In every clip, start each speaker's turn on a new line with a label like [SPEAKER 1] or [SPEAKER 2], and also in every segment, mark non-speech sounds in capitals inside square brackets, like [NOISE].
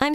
[SPEAKER 1] I'm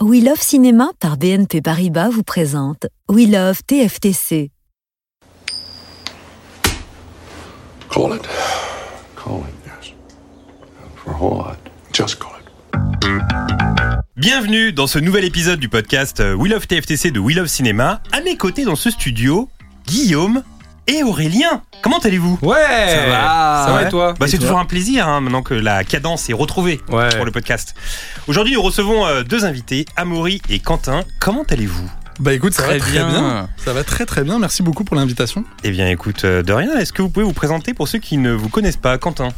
[SPEAKER 2] We Love Cinéma par BNP Paribas vous présente We Love TFTC.
[SPEAKER 3] Call it. Call it, yes. For what? Just call it.
[SPEAKER 4] Bienvenue dans ce nouvel épisode du podcast euh, We Love TFTC de We Love Cinéma. À mes côtés dans ce studio, Guillaume et Aurélien. Comment allez-vous
[SPEAKER 5] Ouais
[SPEAKER 4] Ça va.
[SPEAKER 5] Ça va
[SPEAKER 4] Ouais.
[SPEAKER 5] et toi
[SPEAKER 4] bah, C'est toujours un plaisir hein, maintenant que la cadence est retrouvée
[SPEAKER 5] Ouais.
[SPEAKER 4] pour le podcast. Aujourd'hui, nous recevons euh, deux invités, Amaury et Quentin. Comment allez-vous
[SPEAKER 6] Bah écoute, ça
[SPEAKER 5] Très
[SPEAKER 6] va très
[SPEAKER 5] bien.
[SPEAKER 6] bien. Ça va très très bien. Merci beaucoup pour l'invitation.
[SPEAKER 4] Eh bien, écoute, euh, de rien, est-ce que vous pouvez vous présenter pour ceux qui ne vous connaissent pas Quentin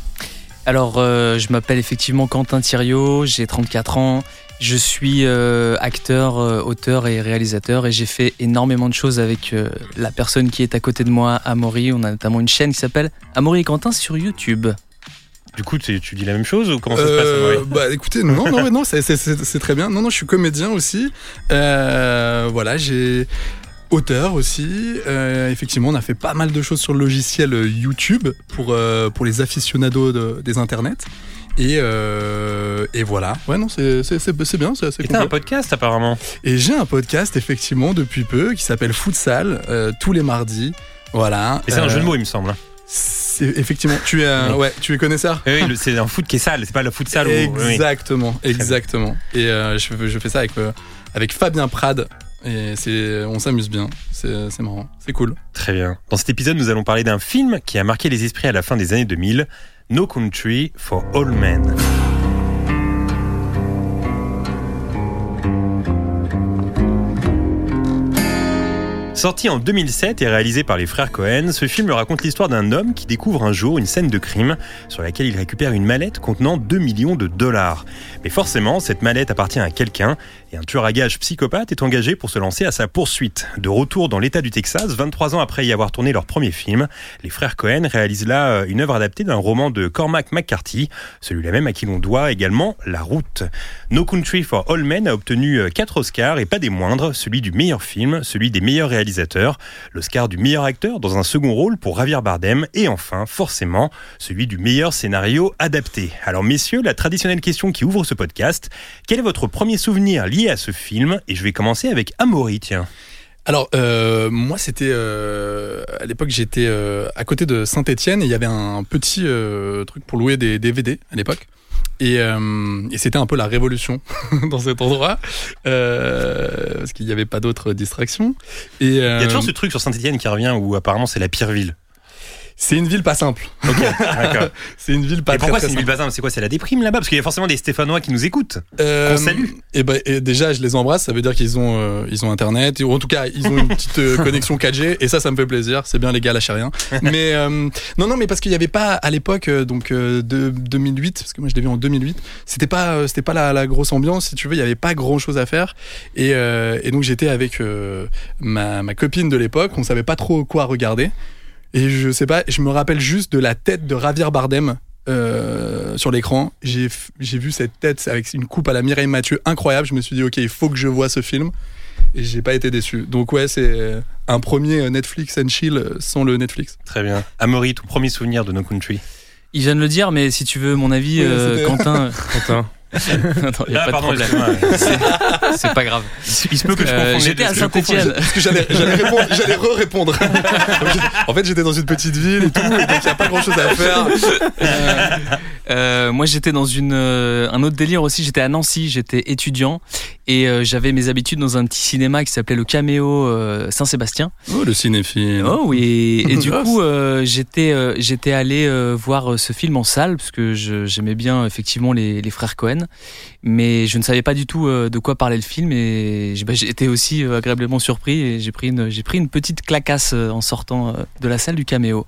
[SPEAKER 7] Alors, euh, je m'appelle effectivement Quentin Thiriot, j'ai 34 ans, je suis euh, acteur, euh, auteur et réalisateur et j'ai fait énormément de choses avec euh, la personne qui est à côté de moi, Amaury. On a notamment une chaîne qui s'appelle Amaury et Quentin sur YouTube.
[SPEAKER 4] Du coup, tu tu dis la même chose ou comment ça se passe
[SPEAKER 6] Euh,
[SPEAKER 4] Amaury
[SPEAKER 6] bah écoutez, non, non, ouais, non, c'est- c'est c'est- c'est très bien. Non, non, je suis comédien aussi. Euh, voilà, j'ai auteur aussi. Euh, effectivement, on a fait pas mal de choses sur le logiciel euh, YouTube pour, euh, pour les aficionados de- des internets. Et, euh, et voilà. Ouais, non, c'est c'est- c'est- c'est bien, c'est assez
[SPEAKER 4] Et t'as un
[SPEAKER 6] complet.
[SPEAKER 4] podcast apparemment.
[SPEAKER 6] Et j'ai un podcast, effectivement, depuis peu, qui s'appelle Futsal, euh, tous les mardis. Voilà.
[SPEAKER 4] Et c'est un
[SPEAKER 6] Euh,
[SPEAKER 4] jeu de mots, il me semble. hein.
[SPEAKER 6] C'est- Effectivement, tu es, euh,
[SPEAKER 4] Oui.
[SPEAKER 6] ouais, tu es connaisseur
[SPEAKER 4] Oui, oui, le- c'est un foot qui est sale, c'est pas le foot sale. ou- oui, oui.
[SPEAKER 6] Exactement, exactement. Et euh, je, je fais ça avec, euh, avec Fabien Prade. Et c'est, on s'amuse bien, c'est, c'est marrant, c'est cool.
[SPEAKER 4] Très bien. Dans cet épisode, nous allons parler d'un film qui a marqué les esprits à la fin des années 2000, No Country for All Men. Sorti en 2007 et réalisé par les frères Cohen, ce film raconte l'histoire d'un homme qui découvre un jour une scène de crime sur laquelle il récupère une mallette contenant 2 millions de dollars. Mais forcément, cette mallette appartient à quelqu'un et un tueur à gages psychopathe est engagé pour se lancer à sa poursuite. De retour dans l'état du Texas, 23 ans après y avoir tourné leur premier film, les frères Cohen réalisent là euh, une œuvre adaptée d'un roman de Cormac McCarthy, celui-là même à qui l'on doit également La Route. No Country for All Men a obtenu 4 Oscars et pas des moindres, celui du meilleur film, celui des meilleurs réalisateurs, l'Oscar du meilleur acteur dans un second rôle pour Javier Bardem et enfin, forcément, celui du meilleur scénario adapté. Alors messieurs, la traditionnelle question qui ouvre ce podcast, quel est votre premier souvenir lié à ce film Et je vais commencer avec Amaury, tiens.
[SPEAKER 6] Alors, euh, moi, c'était. euh, à l'époque, j'étais euh, à côté de Saint-Etienne et il y avait un petit euh, truc pour louer des DVD à l'époque. Et, euh, et c'était un peu la révolution [LAUGHS] dans cet endroit, euh, parce qu'il n'y avait pas d'autres distractions. Et,
[SPEAKER 4] Il y a toujours
[SPEAKER 6] euh,
[SPEAKER 4] ce truc sur Saint-Etienne qui revient où apparemment c'est la pire ville.
[SPEAKER 6] C'est une ville pas simple.
[SPEAKER 4] Ok, [LAUGHS] d'accord.
[SPEAKER 6] C'est une ville pas
[SPEAKER 4] Et
[SPEAKER 6] très,
[SPEAKER 4] pourquoi
[SPEAKER 6] très
[SPEAKER 4] c'est une
[SPEAKER 6] simple.
[SPEAKER 4] ville bazin C'est quoi C'est la déprime là-bas Parce qu'il y a forcément des Stéphanois qui nous écoutent.
[SPEAKER 6] Euh,
[SPEAKER 4] Qu'on salue.
[SPEAKER 6] Et ben et déjà, je les embrasse. Ça veut dire qu'ils ont, euh, ils ont internet, ou en tout cas, ils
[SPEAKER 4] [LAUGHS]
[SPEAKER 6] ont une petite euh, connexion 4G. Et ça, ça me fait plaisir. C'est bien les gars, lâchez
[SPEAKER 4] [LAUGHS]
[SPEAKER 6] rien. Mais euh, non, non, mais parce qu'il n'y avait pas à l'époque, euh, donc euh, de 2008, parce que moi je l'ai vu en 2008. C'était pas, euh, c'était pas la, la grosse ambiance, si tu veux. Il n'y avait pas grand chose à faire. Et, euh, et donc j'étais avec euh, ma, ma copine de l'époque. On savait pas trop quoi regarder. Et je sais pas, je me rappelle juste de la tête de Javier Bardem euh, sur l'écran. J'ai f- j'ai vu cette tête avec une coupe à la Mireille Mathieu incroyable. Je me suis dit, ok, il faut que je vois ce film. Et j'ai pas été déçu. Donc, ouais, c'est euh, un premier Netflix and chill euh, sans le Netflix.
[SPEAKER 4] Très bien. Amaury, ton premier souvenir de No Country
[SPEAKER 7] Il vient de le dire, mais si tu veux mon avis,
[SPEAKER 6] Oui,
[SPEAKER 7] euh,
[SPEAKER 6] c'était-
[SPEAKER 4] [LAUGHS]
[SPEAKER 7] Quentin. [LAUGHS]
[SPEAKER 5] Quentin.
[SPEAKER 7] Attends, il y a
[SPEAKER 4] Ah,
[SPEAKER 7] pas
[SPEAKER 4] pardon,
[SPEAKER 7] de problème.
[SPEAKER 4] [LAUGHS] excuse-moi.
[SPEAKER 7] C'est pas grave.
[SPEAKER 4] Il se peut [LAUGHS] que je
[SPEAKER 7] Euh,
[SPEAKER 4] confonde.
[SPEAKER 7] J'étais à Saint-Etienne.
[SPEAKER 6] Parce que j'allais j'allais répondre- j'allais re-répondre. [LAUGHS] Donc, j'ai- en fait, j'étais dans une petite ville et tout, et donc il n'y a pas grand chose à faire.
[SPEAKER 7] Euh, euh, moi, j'étais dans une, euh, un autre délire aussi. J'étais à Nancy, j'étais étudiant et euh, j'avais mes habitudes dans un petit cinéma qui s'appelait le Caméo euh, Saint-Sébastien.
[SPEAKER 6] Oh, le cinéphile.
[SPEAKER 7] Oh oui. [LAUGHS] Et du
[SPEAKER 6] Oh,
[SPEAKER 7] coup, euh, j'étais, euh, j'étais allé euh, voir euh, ce film en salle parce que je- j'aimais bien euh, effectivement les, les frères Cohen, mais je ne savais pas du tout euh, de quoi parlait le film et j'ai- bah, j'ai été aussi euh, agréablement surpris et j'ai pris une, j'ai pris une petite clacasse euh, en sortant euh, de la salle du Caméo.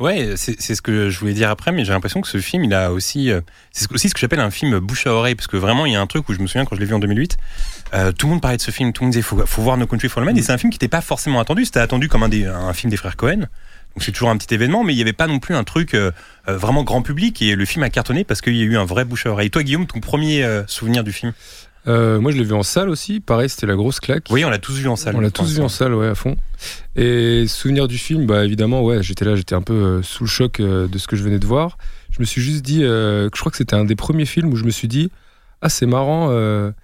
[SPEAKER 4] Ouais, c'est c'est ce que je voulais dire après, mais j'ai l'impression que ce film, il a aussi. euh, c'est ce- aussi ce que j'appelle un film bouche à oreille, parce que vraiment, il y a un truc où je me souviens quand je l'ai vu en 2008, euh, tout le monde parlait de ce film, tout le monde disait faut, faut voir No Country for Old Men, et c'est un film qui n'était pas forcément attendu, c'était attendu comme un, des, un film des frères Cohen. Donc c'est toujours un petit événement, mais il n'y avait pas non plus un truc euh, euh, vraiment grand public, et le film a cartonné parce qu'il y a eu un vrai bouche à oreille. Toi, Guillaume, ton premier euh, souvenir du film
[SPEAKER 5] Euh, moi, je l'ai vu en salle aussi. Pareil, c'était la grosse claque.
[SPEAKER 4] Oui, on l'a tous vu en salle.
[SPEAKER 5] On l'a
[SPEAKER 4] je
[SPEAKER 5] tous
[SPEAKER 4] pense.
[SPEAKER 5] vu en salle, ouais, à fond. Et souvenir du film, bah évidemment, ouais, j'étais là, j'étais un peu euh, sous le choc euh, de ce que je venais de voir. Je me suis juste dit, euh, que je crois que c'était un des premiers films où je me suis dit, ah c'est marrant, il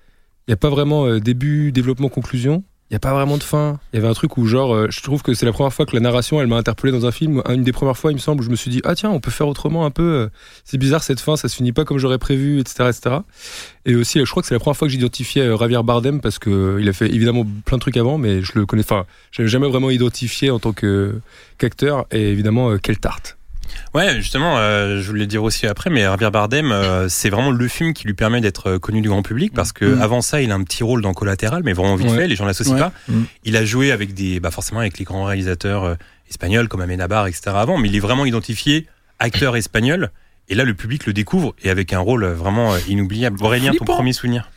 [SPEAKER 5] n'y a pas vraiment euh, début, développement, conclusion, il n'y a pas vraiment de fin. Il y avait un truc où genre, euh, je trouve que c'est la première fois que la narration, elle m'a interpellé dans un film, une des premières fois, il me semble, où je me suis dit, ah tiens, on peut faire autrement un peu, euh, c'est bizarre cette fin, ça se finit pas comme j'aurais prévu, etc. etc. Et aussi, je crois que c'est la première fois que j'identifiais euh, Javier Bardem parce que euh, il a fait évidemment plein de trucs avant, mais je le connais. Enfin, j'avais jamais vraiment identifié en tant que qu'acteur. Et évidemment, euh, quelle tarte
[SPEAKER 4] Ouais, justement, euh, je voulais dire aussi après, mais Javier Bardem, euh, c'est vraiment le film qui lui permet d'être euh, connu du grand public parce que
[SPEAKER 6] Mhm.
[SPEAKER 4] avant ça, il a un petit rôle dans Collateral, mais vraiment vite
[SPEAKER 6] Ouais.
[SPEAKER 4] fait, les gens l'associent
[SPEAKER 6] Ouais. Mm.
[SPEAKER 4] pas.
[SPEAKER 5] Mhm.
[SPEAKER 4] Il a joué avec des, bah forcément avec les grands réalisateurs euh, espagnols comme Amenabar, etc. Avant, mais il est vraiment identifié acteur espagnol. Et là, le public le découvre et avec un rôle euh, vraiment euh, inoubliable. Aurélien, ton
[SPEAKER 8] Flippant.
[SPEAKER 4] premier souvenir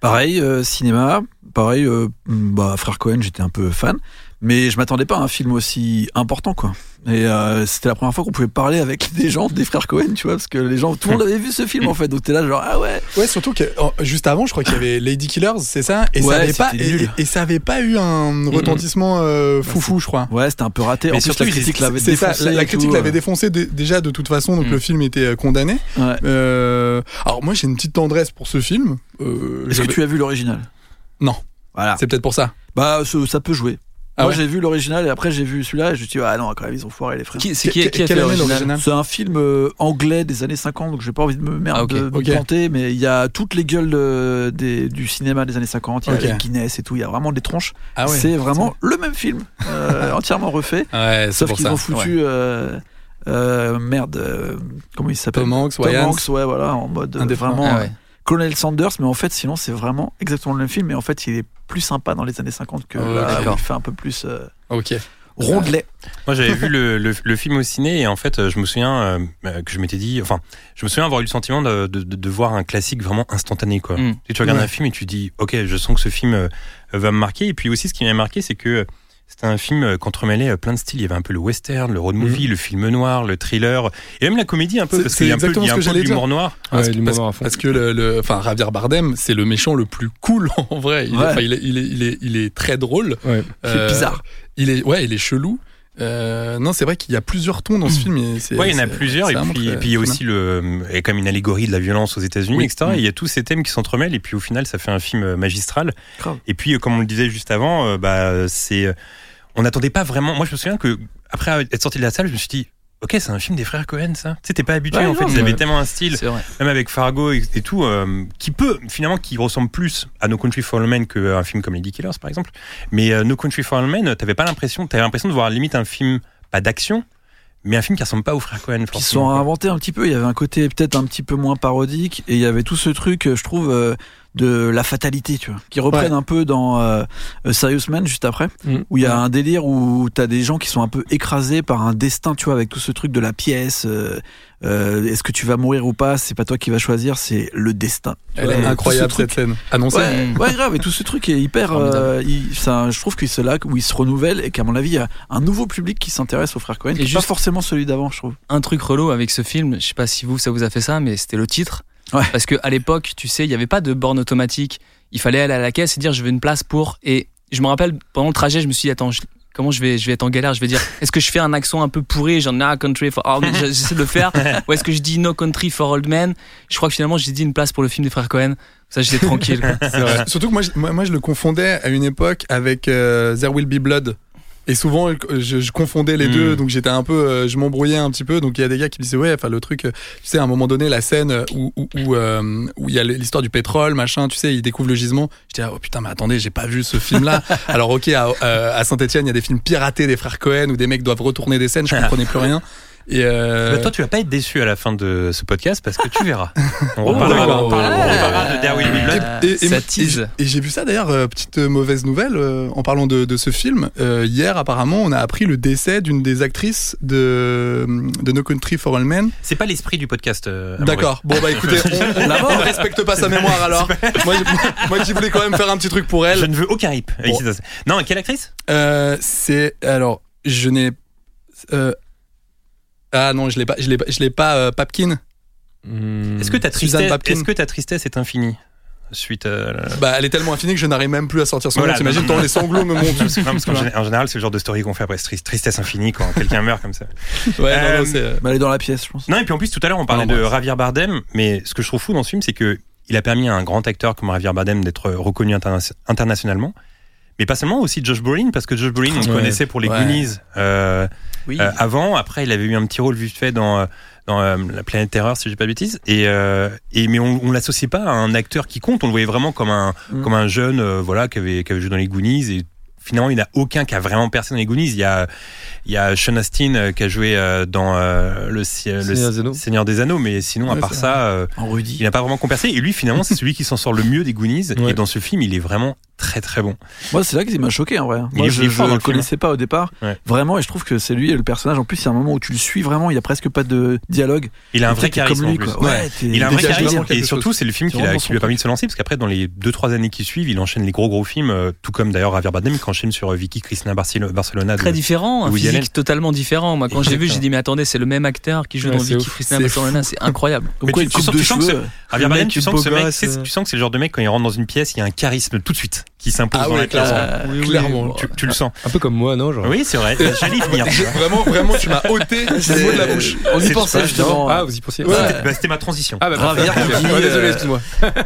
[SPEAKER 8] Pareil, euh, cinéma, pareil, euh, bah, frère Cohen, j'étais un peu fan, mais je m'attendais pas à un film aussi important, quoi. Et euh, c'était la première fois qu'on pouvait parler avec [LAUGHS] des gens, des frères Cohen, tu vois, parce que les gens, tout le monde avait vu ce film, en fait, donc t'es là, genre, ah ouais,
[SPEAKER 6] Ouais, surtout que oh, juste avant, je crois qu'il y avait Lady Killers, c'est ça Et,
[SPEAKER 8] Ouais,
[SPEAKER 6] ça avait pas,
[SPEAKER 8] c'était
[SPEAKER 6] et,
[SPEAKER 8] nul. Bah,
[SPEAKER 6] et ça avait pas eu un retentissement euh, foufou, je crois.
[SPEAKER 8] ouais, c'était un peu raté. en
[SPEAKER 4] Mais
[SPEAKER 8] plus,
[SPEAKER 4] surtout,
[SPEAKER 8] la
[SPEAKER 4] il-
[SPEAKER 8] critique l'avait
[SPEAKER 6] C'est ça,
[SPEAKER 8] défoncé.
[SPEAKER 6] la, la
[SPEAKER 8] et
[SPEAKER 6] critique
[SPEAKER 8] tout,
[SPEAKER 6] l'avait
[SPEAKER 8] euh,
[SPEAKER 6] défoncé dé- déjà de toute façon, donc
[SPEAKER 4] Mm.
[SPEAKER 6] le film était euh, condamné.
[SPEAKER 8] ouais.
[SPEAKER 6] Euh, alors moi j'ai une petite tendresse pour ce film. Euh,
[SPEAKER 8] Est-ce
[SPEAKER 6] j'avais-
[SPEAKER 8] que tu as vu l'original
[SPEAKER 6] Non.
[SPEAKER 8] Voilà.
[SPEAKER 6] C'est peut-être pour ça.
[SPEAKER 8] Bah, ce- ça peut jouer.
[SPEAKER 6] Ah
[SPEAKER 8] Moi,
[SPEAKER 6] ouais
[SPEAKER 8] j'ai vu l'original et après, j'ai vu celui-là et je me suis dit, ah non, quand même, ils ont foiré les frères.
[SPEAKER 7] Qui, c'est qui, qui a fait
[SPEAKER 6] Quelle année
[SPEAKER 7] l'original
[SPEAKER 8] C'est un film euh, anglais des années 50, donc j'ai pas envie de me merde
[SPEAKER 7] Ah, ok,
[SPEAKER 8] de me
[SPEAKER 6] ok.
[SPEAKER 8] planter, mais il y a toutes les gueules euh, des- du cinéma des années 50, il y a
[SPEAKER 6] Ok.
[SPEAKER 8] les Guinness et tout, il y a vraiment des tronches.
[SPEAKER 6] Ah ouais.
[SPEAKER 8] c'est vraiment le même film,
[SPEAKER 6] [LAUGHS]
[SPEAKER 8] euh, entièrement refait,
[SPEAKER 6] Ouais, c'est
[SPEAKER 8] sauf
[SPEAKER 6] pour
[SPEAKER 8] qu'ils
[SPEAKER 6] ça.
[SPEAKER 8] ont foutu euh, euh, merde, euh, comment il s'appelle
[SPEAKER 6] Tom Hanks,
[SPEAKER 8] Tom
[SPEAKER 6] Wayans.
[SPEAKER 8] Hanks, ouais, voilà, en mode euh,
[SPEAKER 6] Un des
[SPEAKER 8] vraiment
[SPEAKER 7] Ah ouais.
[SPEAKER 8] euh, Colonel Sanders, mais en fait, sinon, c'est vraiment exactement le même film, mais en fait, il est plus sympa dans les années 50 que
[SPEAKER 6] Ouais,
[SPEAKER 8] là, où
[SPEAKER 7] d'accord.
[SPEAKER 8] il fait un peu plus euh,
[SPEAKER 6] Ah, Ok.
[SPEAKER 8] rondelet.
[SPEAKER 4] Moi, j'avais vu le, le- le film au ciné et en fait, euh, je me souviens euh, euh, que je m'étais dit, enfin, je me souviens avoir eu le sentiment de, de- de- de voir un classique vraiment instantané, quoi.
[SPEAKER 7] Mm.
[SPEAKER 4] Tu, sais, tu regardes
[SPEAKER 6] Ouais.
[SPEAKER 4] un film et tu dis, ok, je sens que ce film euh, va me marquer. Et puis aussi, ce qui m'a marqué, c'est que c'était un film euh, qu'entremêlait euh, plein de styles. Il y avait un peu le western, le road movie, le film noir, le thriller, et même la comédie un peu,
[SPEAKER 6] Mm. C'est-
[SPEAKER 4] parce
[SPEAKER 6] c'est
[SPEAKER 4] qu'il y a un peu, il
[SPEAKER 6] exactement
[SPEAKER 4] y a
[SPEAKER 6] ce
[SPEAKER 4] un
[SPEAKER 6] que
[SPEAKER 4] peu
[SPEAKER 6] j'allais
[SPEAKER 4] d'humour noir.
[SPEAKER 6] Parce,
[SPEAKER 5] Ouais,
[SPEAKER 6] que-
[SPEAKER 5] l'humour
[SPEAKER 6] parce-
[SPEAKER 5] à fond.
[SPEAKER 6] parce que le, le- enfin Javier Bardem, c'est le méchant le plus cool
[SPEAKER 8] [LAUGHS]
[SPEAKER 6] en vrai. Il, est,
[SPEAKER 8] Ouais.
[SPEAKER 6] enfin, il, est, il, est, il, est, il est très drôle.
[SPEAKER 5] Ouais.
[SPEAKER 8] Il est bizarre.
[SPEAKER 6] Euh, Il est ouais, il est chelou. Euh, non, c'est vrai qu'il y a plusieurs tons dans
[SPEAKER 8] Hmm.
[SPEAKER 6] ce film. et c'est-
[SPEAKER 4] Ouais, il y en a
[SPEAKER 6] c'est-
[SPEAKER 4] plusieurs.
[SPEAKER 6] c'est
[SPEAKER 4] Et
[SPEAKER 6] euh, vraiment
[SPEAKER 4] puis,
[SPEAKER 6] très-
[SPEAKER 4] et puis il y a
[SPEAKER 6] très
[SPEAKER 4] aussi le, il y a comme une allégorie de la violence aux États-Unis,
[SPEAKER 6] Oui.
[SPEAKER 4] etc.
[SPEAKER 6] Mm.
[SPEAKER 4] Et Il y a tous ces thèmes qui s'entremêlent. Et puis, au final, ça fait un film euh, magistral.
[SPEAKER 8] Grave.
[SPEAKER 4] Et puis, euh, comme on le disait juste avant, euh, bah, c'est, euh, on n'attendait pas vraiment. Moi, je me souviens que après être sorti de la salle, je me suis dit. Ok, c'est un film des frères Cohen, ça. Tu sais, t'es pas habitué,
[SPEAKER 8] Ouais,
[SPEAKER 4] en fait.
[SPEAKER 8] grave.
[SPEAKER 4] Ils avaient
[SPEAKER 6] euh,
[SPEAKER 5] Ouais.
[SPEAKER 4] tellement un style,
[SPEAKER 7] C'est vrai.
[SPEAKER 4] même avec Fargo et, et tout, euh, qui peut, finalement, qui ressemble plus à No Country for Old Men qu'un film comme Lady Killers, par exemple. Mais euh, No Country for Old Men, euh, t'avais pas l'impression, t'avais l'impression de voir limite un film, pas d'action, mais un film qui ressemble pas aux frères Cohen,
[SPEAKER 8] Qui se sont
[SPEAKER 4] quoi.
[SPEAKER 8] inventés un petit peu. Il y avait un côté peut-être un petit peu moins parodique et il y avait tout ce truc, euh, je trouve, euh, de la fatalité, tu vois, qui reprennent un peu dans euh, euh, Serious Man juste après,
[SPEAKER 5] Mhm.
[SPEAKER 8] où il y a un délire où t'as des gens qui sont un peu écrasés par un destin, tu vois, avec tout ce truc de la pièce. euh, euh, Est-ce que tu vas mourir ou pas C'est pas toi qui vas choisir, c'est le destin. tu
[SPEAKER 6] Elle
[SPEAKER 8] vois, et
[SPEAKER 6] est
[SPEAKER 8] tout ce
[SPEAKER 6] incroyable
[SPEAKER 8] truc
[SPEAKER 6] cette scène. Annoncée. [LAUGHS]
[SPEAKER 8] Ouais, ouais, grave. Et tout ce truc est hyper.
[SPEAKER 7] Formidable.
[SPEAKER 8] euh, il- ça, je trouve que c'est là où il se renouvelle et qu'à mon avis, il y a un nouveau public qui s'intéresse aux frères Cohen,
[SPEAKER 7] Et
[SPEAKER 8] qui est pas
[SPEAKER 7] juste-
[SPEAKER 8] forcément celui d'avant, je trouve.
[SPEAKER 7] Un truc relou avec ce film, je sais pas si vous ça vous a fait ça, mais c'était le titre.
[SPEAKER 8] Ouais.
[SPEAKER 7] Parce que à l'époque, tu sais, il y avait pas de borne automatique. Il fallait aller à la caisse et dire je veux une place pour. Et je me rappelle pendant le trajet, je me suis dit attends, je- comment je vais, je vais être en galère Je vais dire [LAUGHS] est-ce que je fais un accent un peu pourri Genre no country for old men, j'essaie de le faire. Ou est-ce que je dis no country for old men Je crois que finalement j'ai dit une place pour le film des frères Cohen. Ça j'étais
[SPEAKER 4] [LAUGHS]
[SPEAKER 7] tranquille. quoi.
[SPEAKER 6] [LAUGHS] Surtout que moi je, moi, moi, je le confondais à une époque avec euh, There Will Be Blood. Et souvent, euh, je, je confondais les
[SPEAKER 4] Mm.
[SPEAKER 6] deux, donc j'étais un peu, euh, je m'embrouillais un petit peu. Donc il y a des gars qui me disaient ouais, enfin le truc, euh, tu sais, à un moment donné, la scène euh, où où où, euh, où il y a l'histoire du pétrole, machin, tu sais, ils découvrent le gisement. J'étais ah, oh putain, mais attendez, j'ai pas vu ce film-là. Alors ok, à, euh, à Saint-Étienne, il y a des films piratés des frères Cohen où des mecs doivent retourner des scènes, je comprenais plus rien. Et euh,
[SPEAKER 4] Bah, toi, tu vas pas être déçu à la fin de ce podcast parce que tu
[SPEAKER 6] [LAUGHS]
[SPEAKER 4] verras. On
[SPEAKER 6] Oh,
[SPEAKER 4] reparlera
[SPEAKER 6] d'accord.
[SPEAKER 4] on parlera- on reparlera de Darwin Big Blood.
[SPEAKER 6] Et, et- et-
[SPEAKER 7] Ça tease.
[SPEAKER 6] et j'ai vu ça d'ailleurs, euh, petite euh, mauvaise nouvelle, euh, en parlant de, de ce film. Euh, hier, apparemment, on a appris le décès d'une des actrices de, de No Country for All Men.
[SPEAKER 4] C'est pas l'esprit du podcast. euh, Amaury.
[SPEAKER 6] D'accord. Bon,
[SPEAKER 4] [LAUGHS]
[SPEAKER 6] bah écoutez, on, on- on respecte pas sa mémoire alors. Moi, je- moi qui voulais quand même faire un petit truc pour
[SPEAKER 4] Je
[SPEAKER 6] elle.
[SPEAKER 4] ne veux aucun rip.
[SPEAKER 6] Bon.
[SPEAKER 4] Non, quelle actrice
[SPEAKER 6] Euh, c'est. Alors, je n'ai. euh, ah non, je l'ai pas, je l'ai pas, je l'ai pas, euh, Papkin.
[SPEAKER 4] Est-ce que ta
[SPEAKER 6] Suzanne
[SPEAKER 4] tristesse,
[SPEAKER 6] Babkin.
[SPEAKER 4] est-ce que ta tristesse est infinie suite euh, à la-
[SPEAKER 6] Bah, elle est tellement infinie que je n'arrive même plus à sortir son
[SPEAKER 4] Voilà.
[SPEAKER 6] nom. T'imagines, tant les sanglots
[SPEAKER 4] [LAUGHS]
[SPEAKER 6] me montent.
[SPEAKER 4] Parce que- parce qu'en gé- en général, c'est le genre de story qu'on fait après tri- tristesse infinie quand quelqu'un meurt comme ça.
[SPEAKER 6] Ouais, non,
[SPEAKER 4] Euh,
[SPEAKER 6] non, c'est.
[SPEAKER 8] Bah, elle est dans la pièce, je pense.
[SPEAKER 4] Non, et puis en plus, tout à l'heure, on parlait de Javier Bardem, mais ce que je trouve fou dans ce film, c'est que il a permis à un grand acteur comme Javier Bardem d'être reconnu interna- internationalement. Mais pas seulement, aussi Josh Brolin, parce que Josh Brolin, on le
[SPEAKER 6] Ouais.
[SPEAKER 4] connaissait pour les
[SPEAKER 6] Ouais.
[SPEAKER 4] Goonies euh,
[SPEAKER 8] Oui.
[SPEAKER 4] euh, avant. Après, il avait eu un petit rôle vite fait dans, euh, dans euh, La Planète Terreur, si je dis pas de bêtises. Et, euh, et, mais on, on l'associait pas à un acteur qui compte. On le voyait vraiment comme un,
[SPEAKER 8] Mm.
[SPEAKER 4] comme un jeune euh, voilà, qui, avait, qui avait joué dans les Goonies. Et finalement, il n'y en a aucun qui a vraiment percé dans les Goonies. Il y a, il y a Sean Astin euh, qui a joué euh, dans euh, le, si- le
[SPEAKER 5] Seigneur des Anneaux.
[SPEAKER 4] Seigneur des Anneaux. Mais sinon, à
[SPEAKER 6] Ouais,
[SPEAKER 4] part
[SPEAKER 6] c'est
[SPEAKER 4] ça, euh,
[SPEAKER 8] En
[SPEAKER 4] il
[SPEAKER 8] Rudy.
[SPEAKER 4] n'a pas vraiment compercé. Et lui, finalement, c'est celui qui s'en sort le mieux des Goonies.
[SPEAKER 5] Ouais.
[SPEAKER 4] Et dans ce film, il est vraiment très très bon.
[SPEAKER 8] Moi, c'est là qu'il m'a choqué en vrai.
[SPEAKER 4] Il
[SPEAKER 8] Moi,
[SPEAKER 4] est-
[SPEAKER 8] je
[SPEAKER 4] il est fort dans
[SPEAKER 8] ne
[SPEAKER 4] le film.
[SPEAKER 8] connaissais pas au départ.
[SPEAKER 4] Ouais.
[SPEAKER 8] Vraiment, et je trouve que c'est lui le personnage. En plus, il y a un moment où tu le suis vraiment, il n'y a presque pas de dialogue.
[SPEAKER 4] Il a un
[SPEAKER 8] Et
[SPEAKER 4] vrai
[SPEAKER 8] t'es comme
[SPEAKER 4] charisme
[SPEAKER 8] lui,
[SPEAKER 4] en plus.
[SPEAKER 8] quoi. Ouais, t'es-
[SPEAKER 4] Il a un
[SPEAKER 8] il
[SPEAKER 4] vrai
[SPEAKER 8] dégage
[SPEAKER 4] charisme
[SPEAKER 8] vraiment
[SPEAKER 4] et
[SPEAKER 8] quelque
[SPEAKER 4] surtout c'est le film
[SPEAKER 8] C'est
[SPEAKER 4] qui, l'a-
[SPEAKER 8] vraiment
[SPEAKER 4] qui
[SPEAKER 8] son
[SPEAKER 4] lui a
[SPEAKER 8] truc.
[SPEAKER 4] permis de se lancer parce qu'après dans les 2-3 années qui suivent il enchaîne les gros gros films euh, tout comme d'ailleurs Javier Bardem qui enchaîne sur euh, Vicky Cristina Barcelo- Barcelona de-
[SPEAKER 7] Très différent, un
[SPEAKER 4] Woody Allen.
[SPEAKER 7] physique totalement différent. Moi, quand j'ai vu,
[SPEAKER 4] Exactement.
[SPEAKER 7] j'ai dit, mais attendez, c'est le même acteur qui joue
[SPEAKER 5] Ouais,
[SPEAKER 7] dans
[SPEAKER 5] c'est
[SPEAKER 7] Vicky
[SPEAKER 5] ouf.
[SPEAKER 7] Cristina
[SPEAKER 6] C'est
[SPEAKER 7] Barcelona, c'est incroyable.
[SPEAKER 8] Comme
[SPEAKER 4] Mais
[SPEAKER 8] quoi,
[SPEAKER 4] tu-
[SPEAKER 8] il
[SPEAKER 4] tu
[SPEAKER 8] coupe
[SPEAKER 4] sens-
[SPEAKER 8] de
[SPEAKER 4] tu sens que
[SPEAKER 8] cheveux.
[SPEAKER 4] Javier
[SPEAKER 5] Le
[SPEAKER 4] Bardem,
[SPEAKER 5] mec
[SPEAKER 4] tu sens
[SPEAKER 5] beau
[SPEAKER 4] que ce mec,
[SPEAKER 5] gosse,
[SPEAKER 4] c'est-
[SPEAKER 5] euh.
[SPEAKER 4] tu sens que c'est le genre de mec quand il rentre dans une pièce, il y a un charisme tout de suite qui s'impose
[SPEAKER 6] Ah
[SPEAKER 4] dans
[SPEAKER 6] ouais,
[SPEAKER 4] la classe.
[SPEAKER 6] clairement.
[SPEAKER 7] Euh, oui, oui,
[SPEAKER 6] Clairement,
[SPEAKER 7] bon.
[SPEAKER 4] Tu, tu le sens.
[SPEAKER 5] Un peu comme moi, non genre.
[SPEAKER 4] Oui, c'est vrai. J'allais y venir. tu vois.
[SPEAKER 6] Vraiment, vraiment, tu m'as ôté le mot de la bouche.
[SPEAKER 8] On y
[SPEAKER 4] C'est
[SPEAKER 7] hein,
[SPEAKER 8] pensait
[SPEAKER 4] pas-
[SPEAKER 8] justement.
[SPEAKER 5] Ah, vous y pensiez
[SPEAKER 6] Ouais.
[SPEAKER 4] C'était bah, c'était ma transition.
[SPEAKER 5] Ah, bah,
[SPEAKER 8] Javier
[SPEAKER 5] parfait.
[SPEAKER 8] qui dit,
[SPEAKER 5] Ouais, Désolé,
[SPEAKER 8] euh,
[SPEAKER 5] excuse-moi.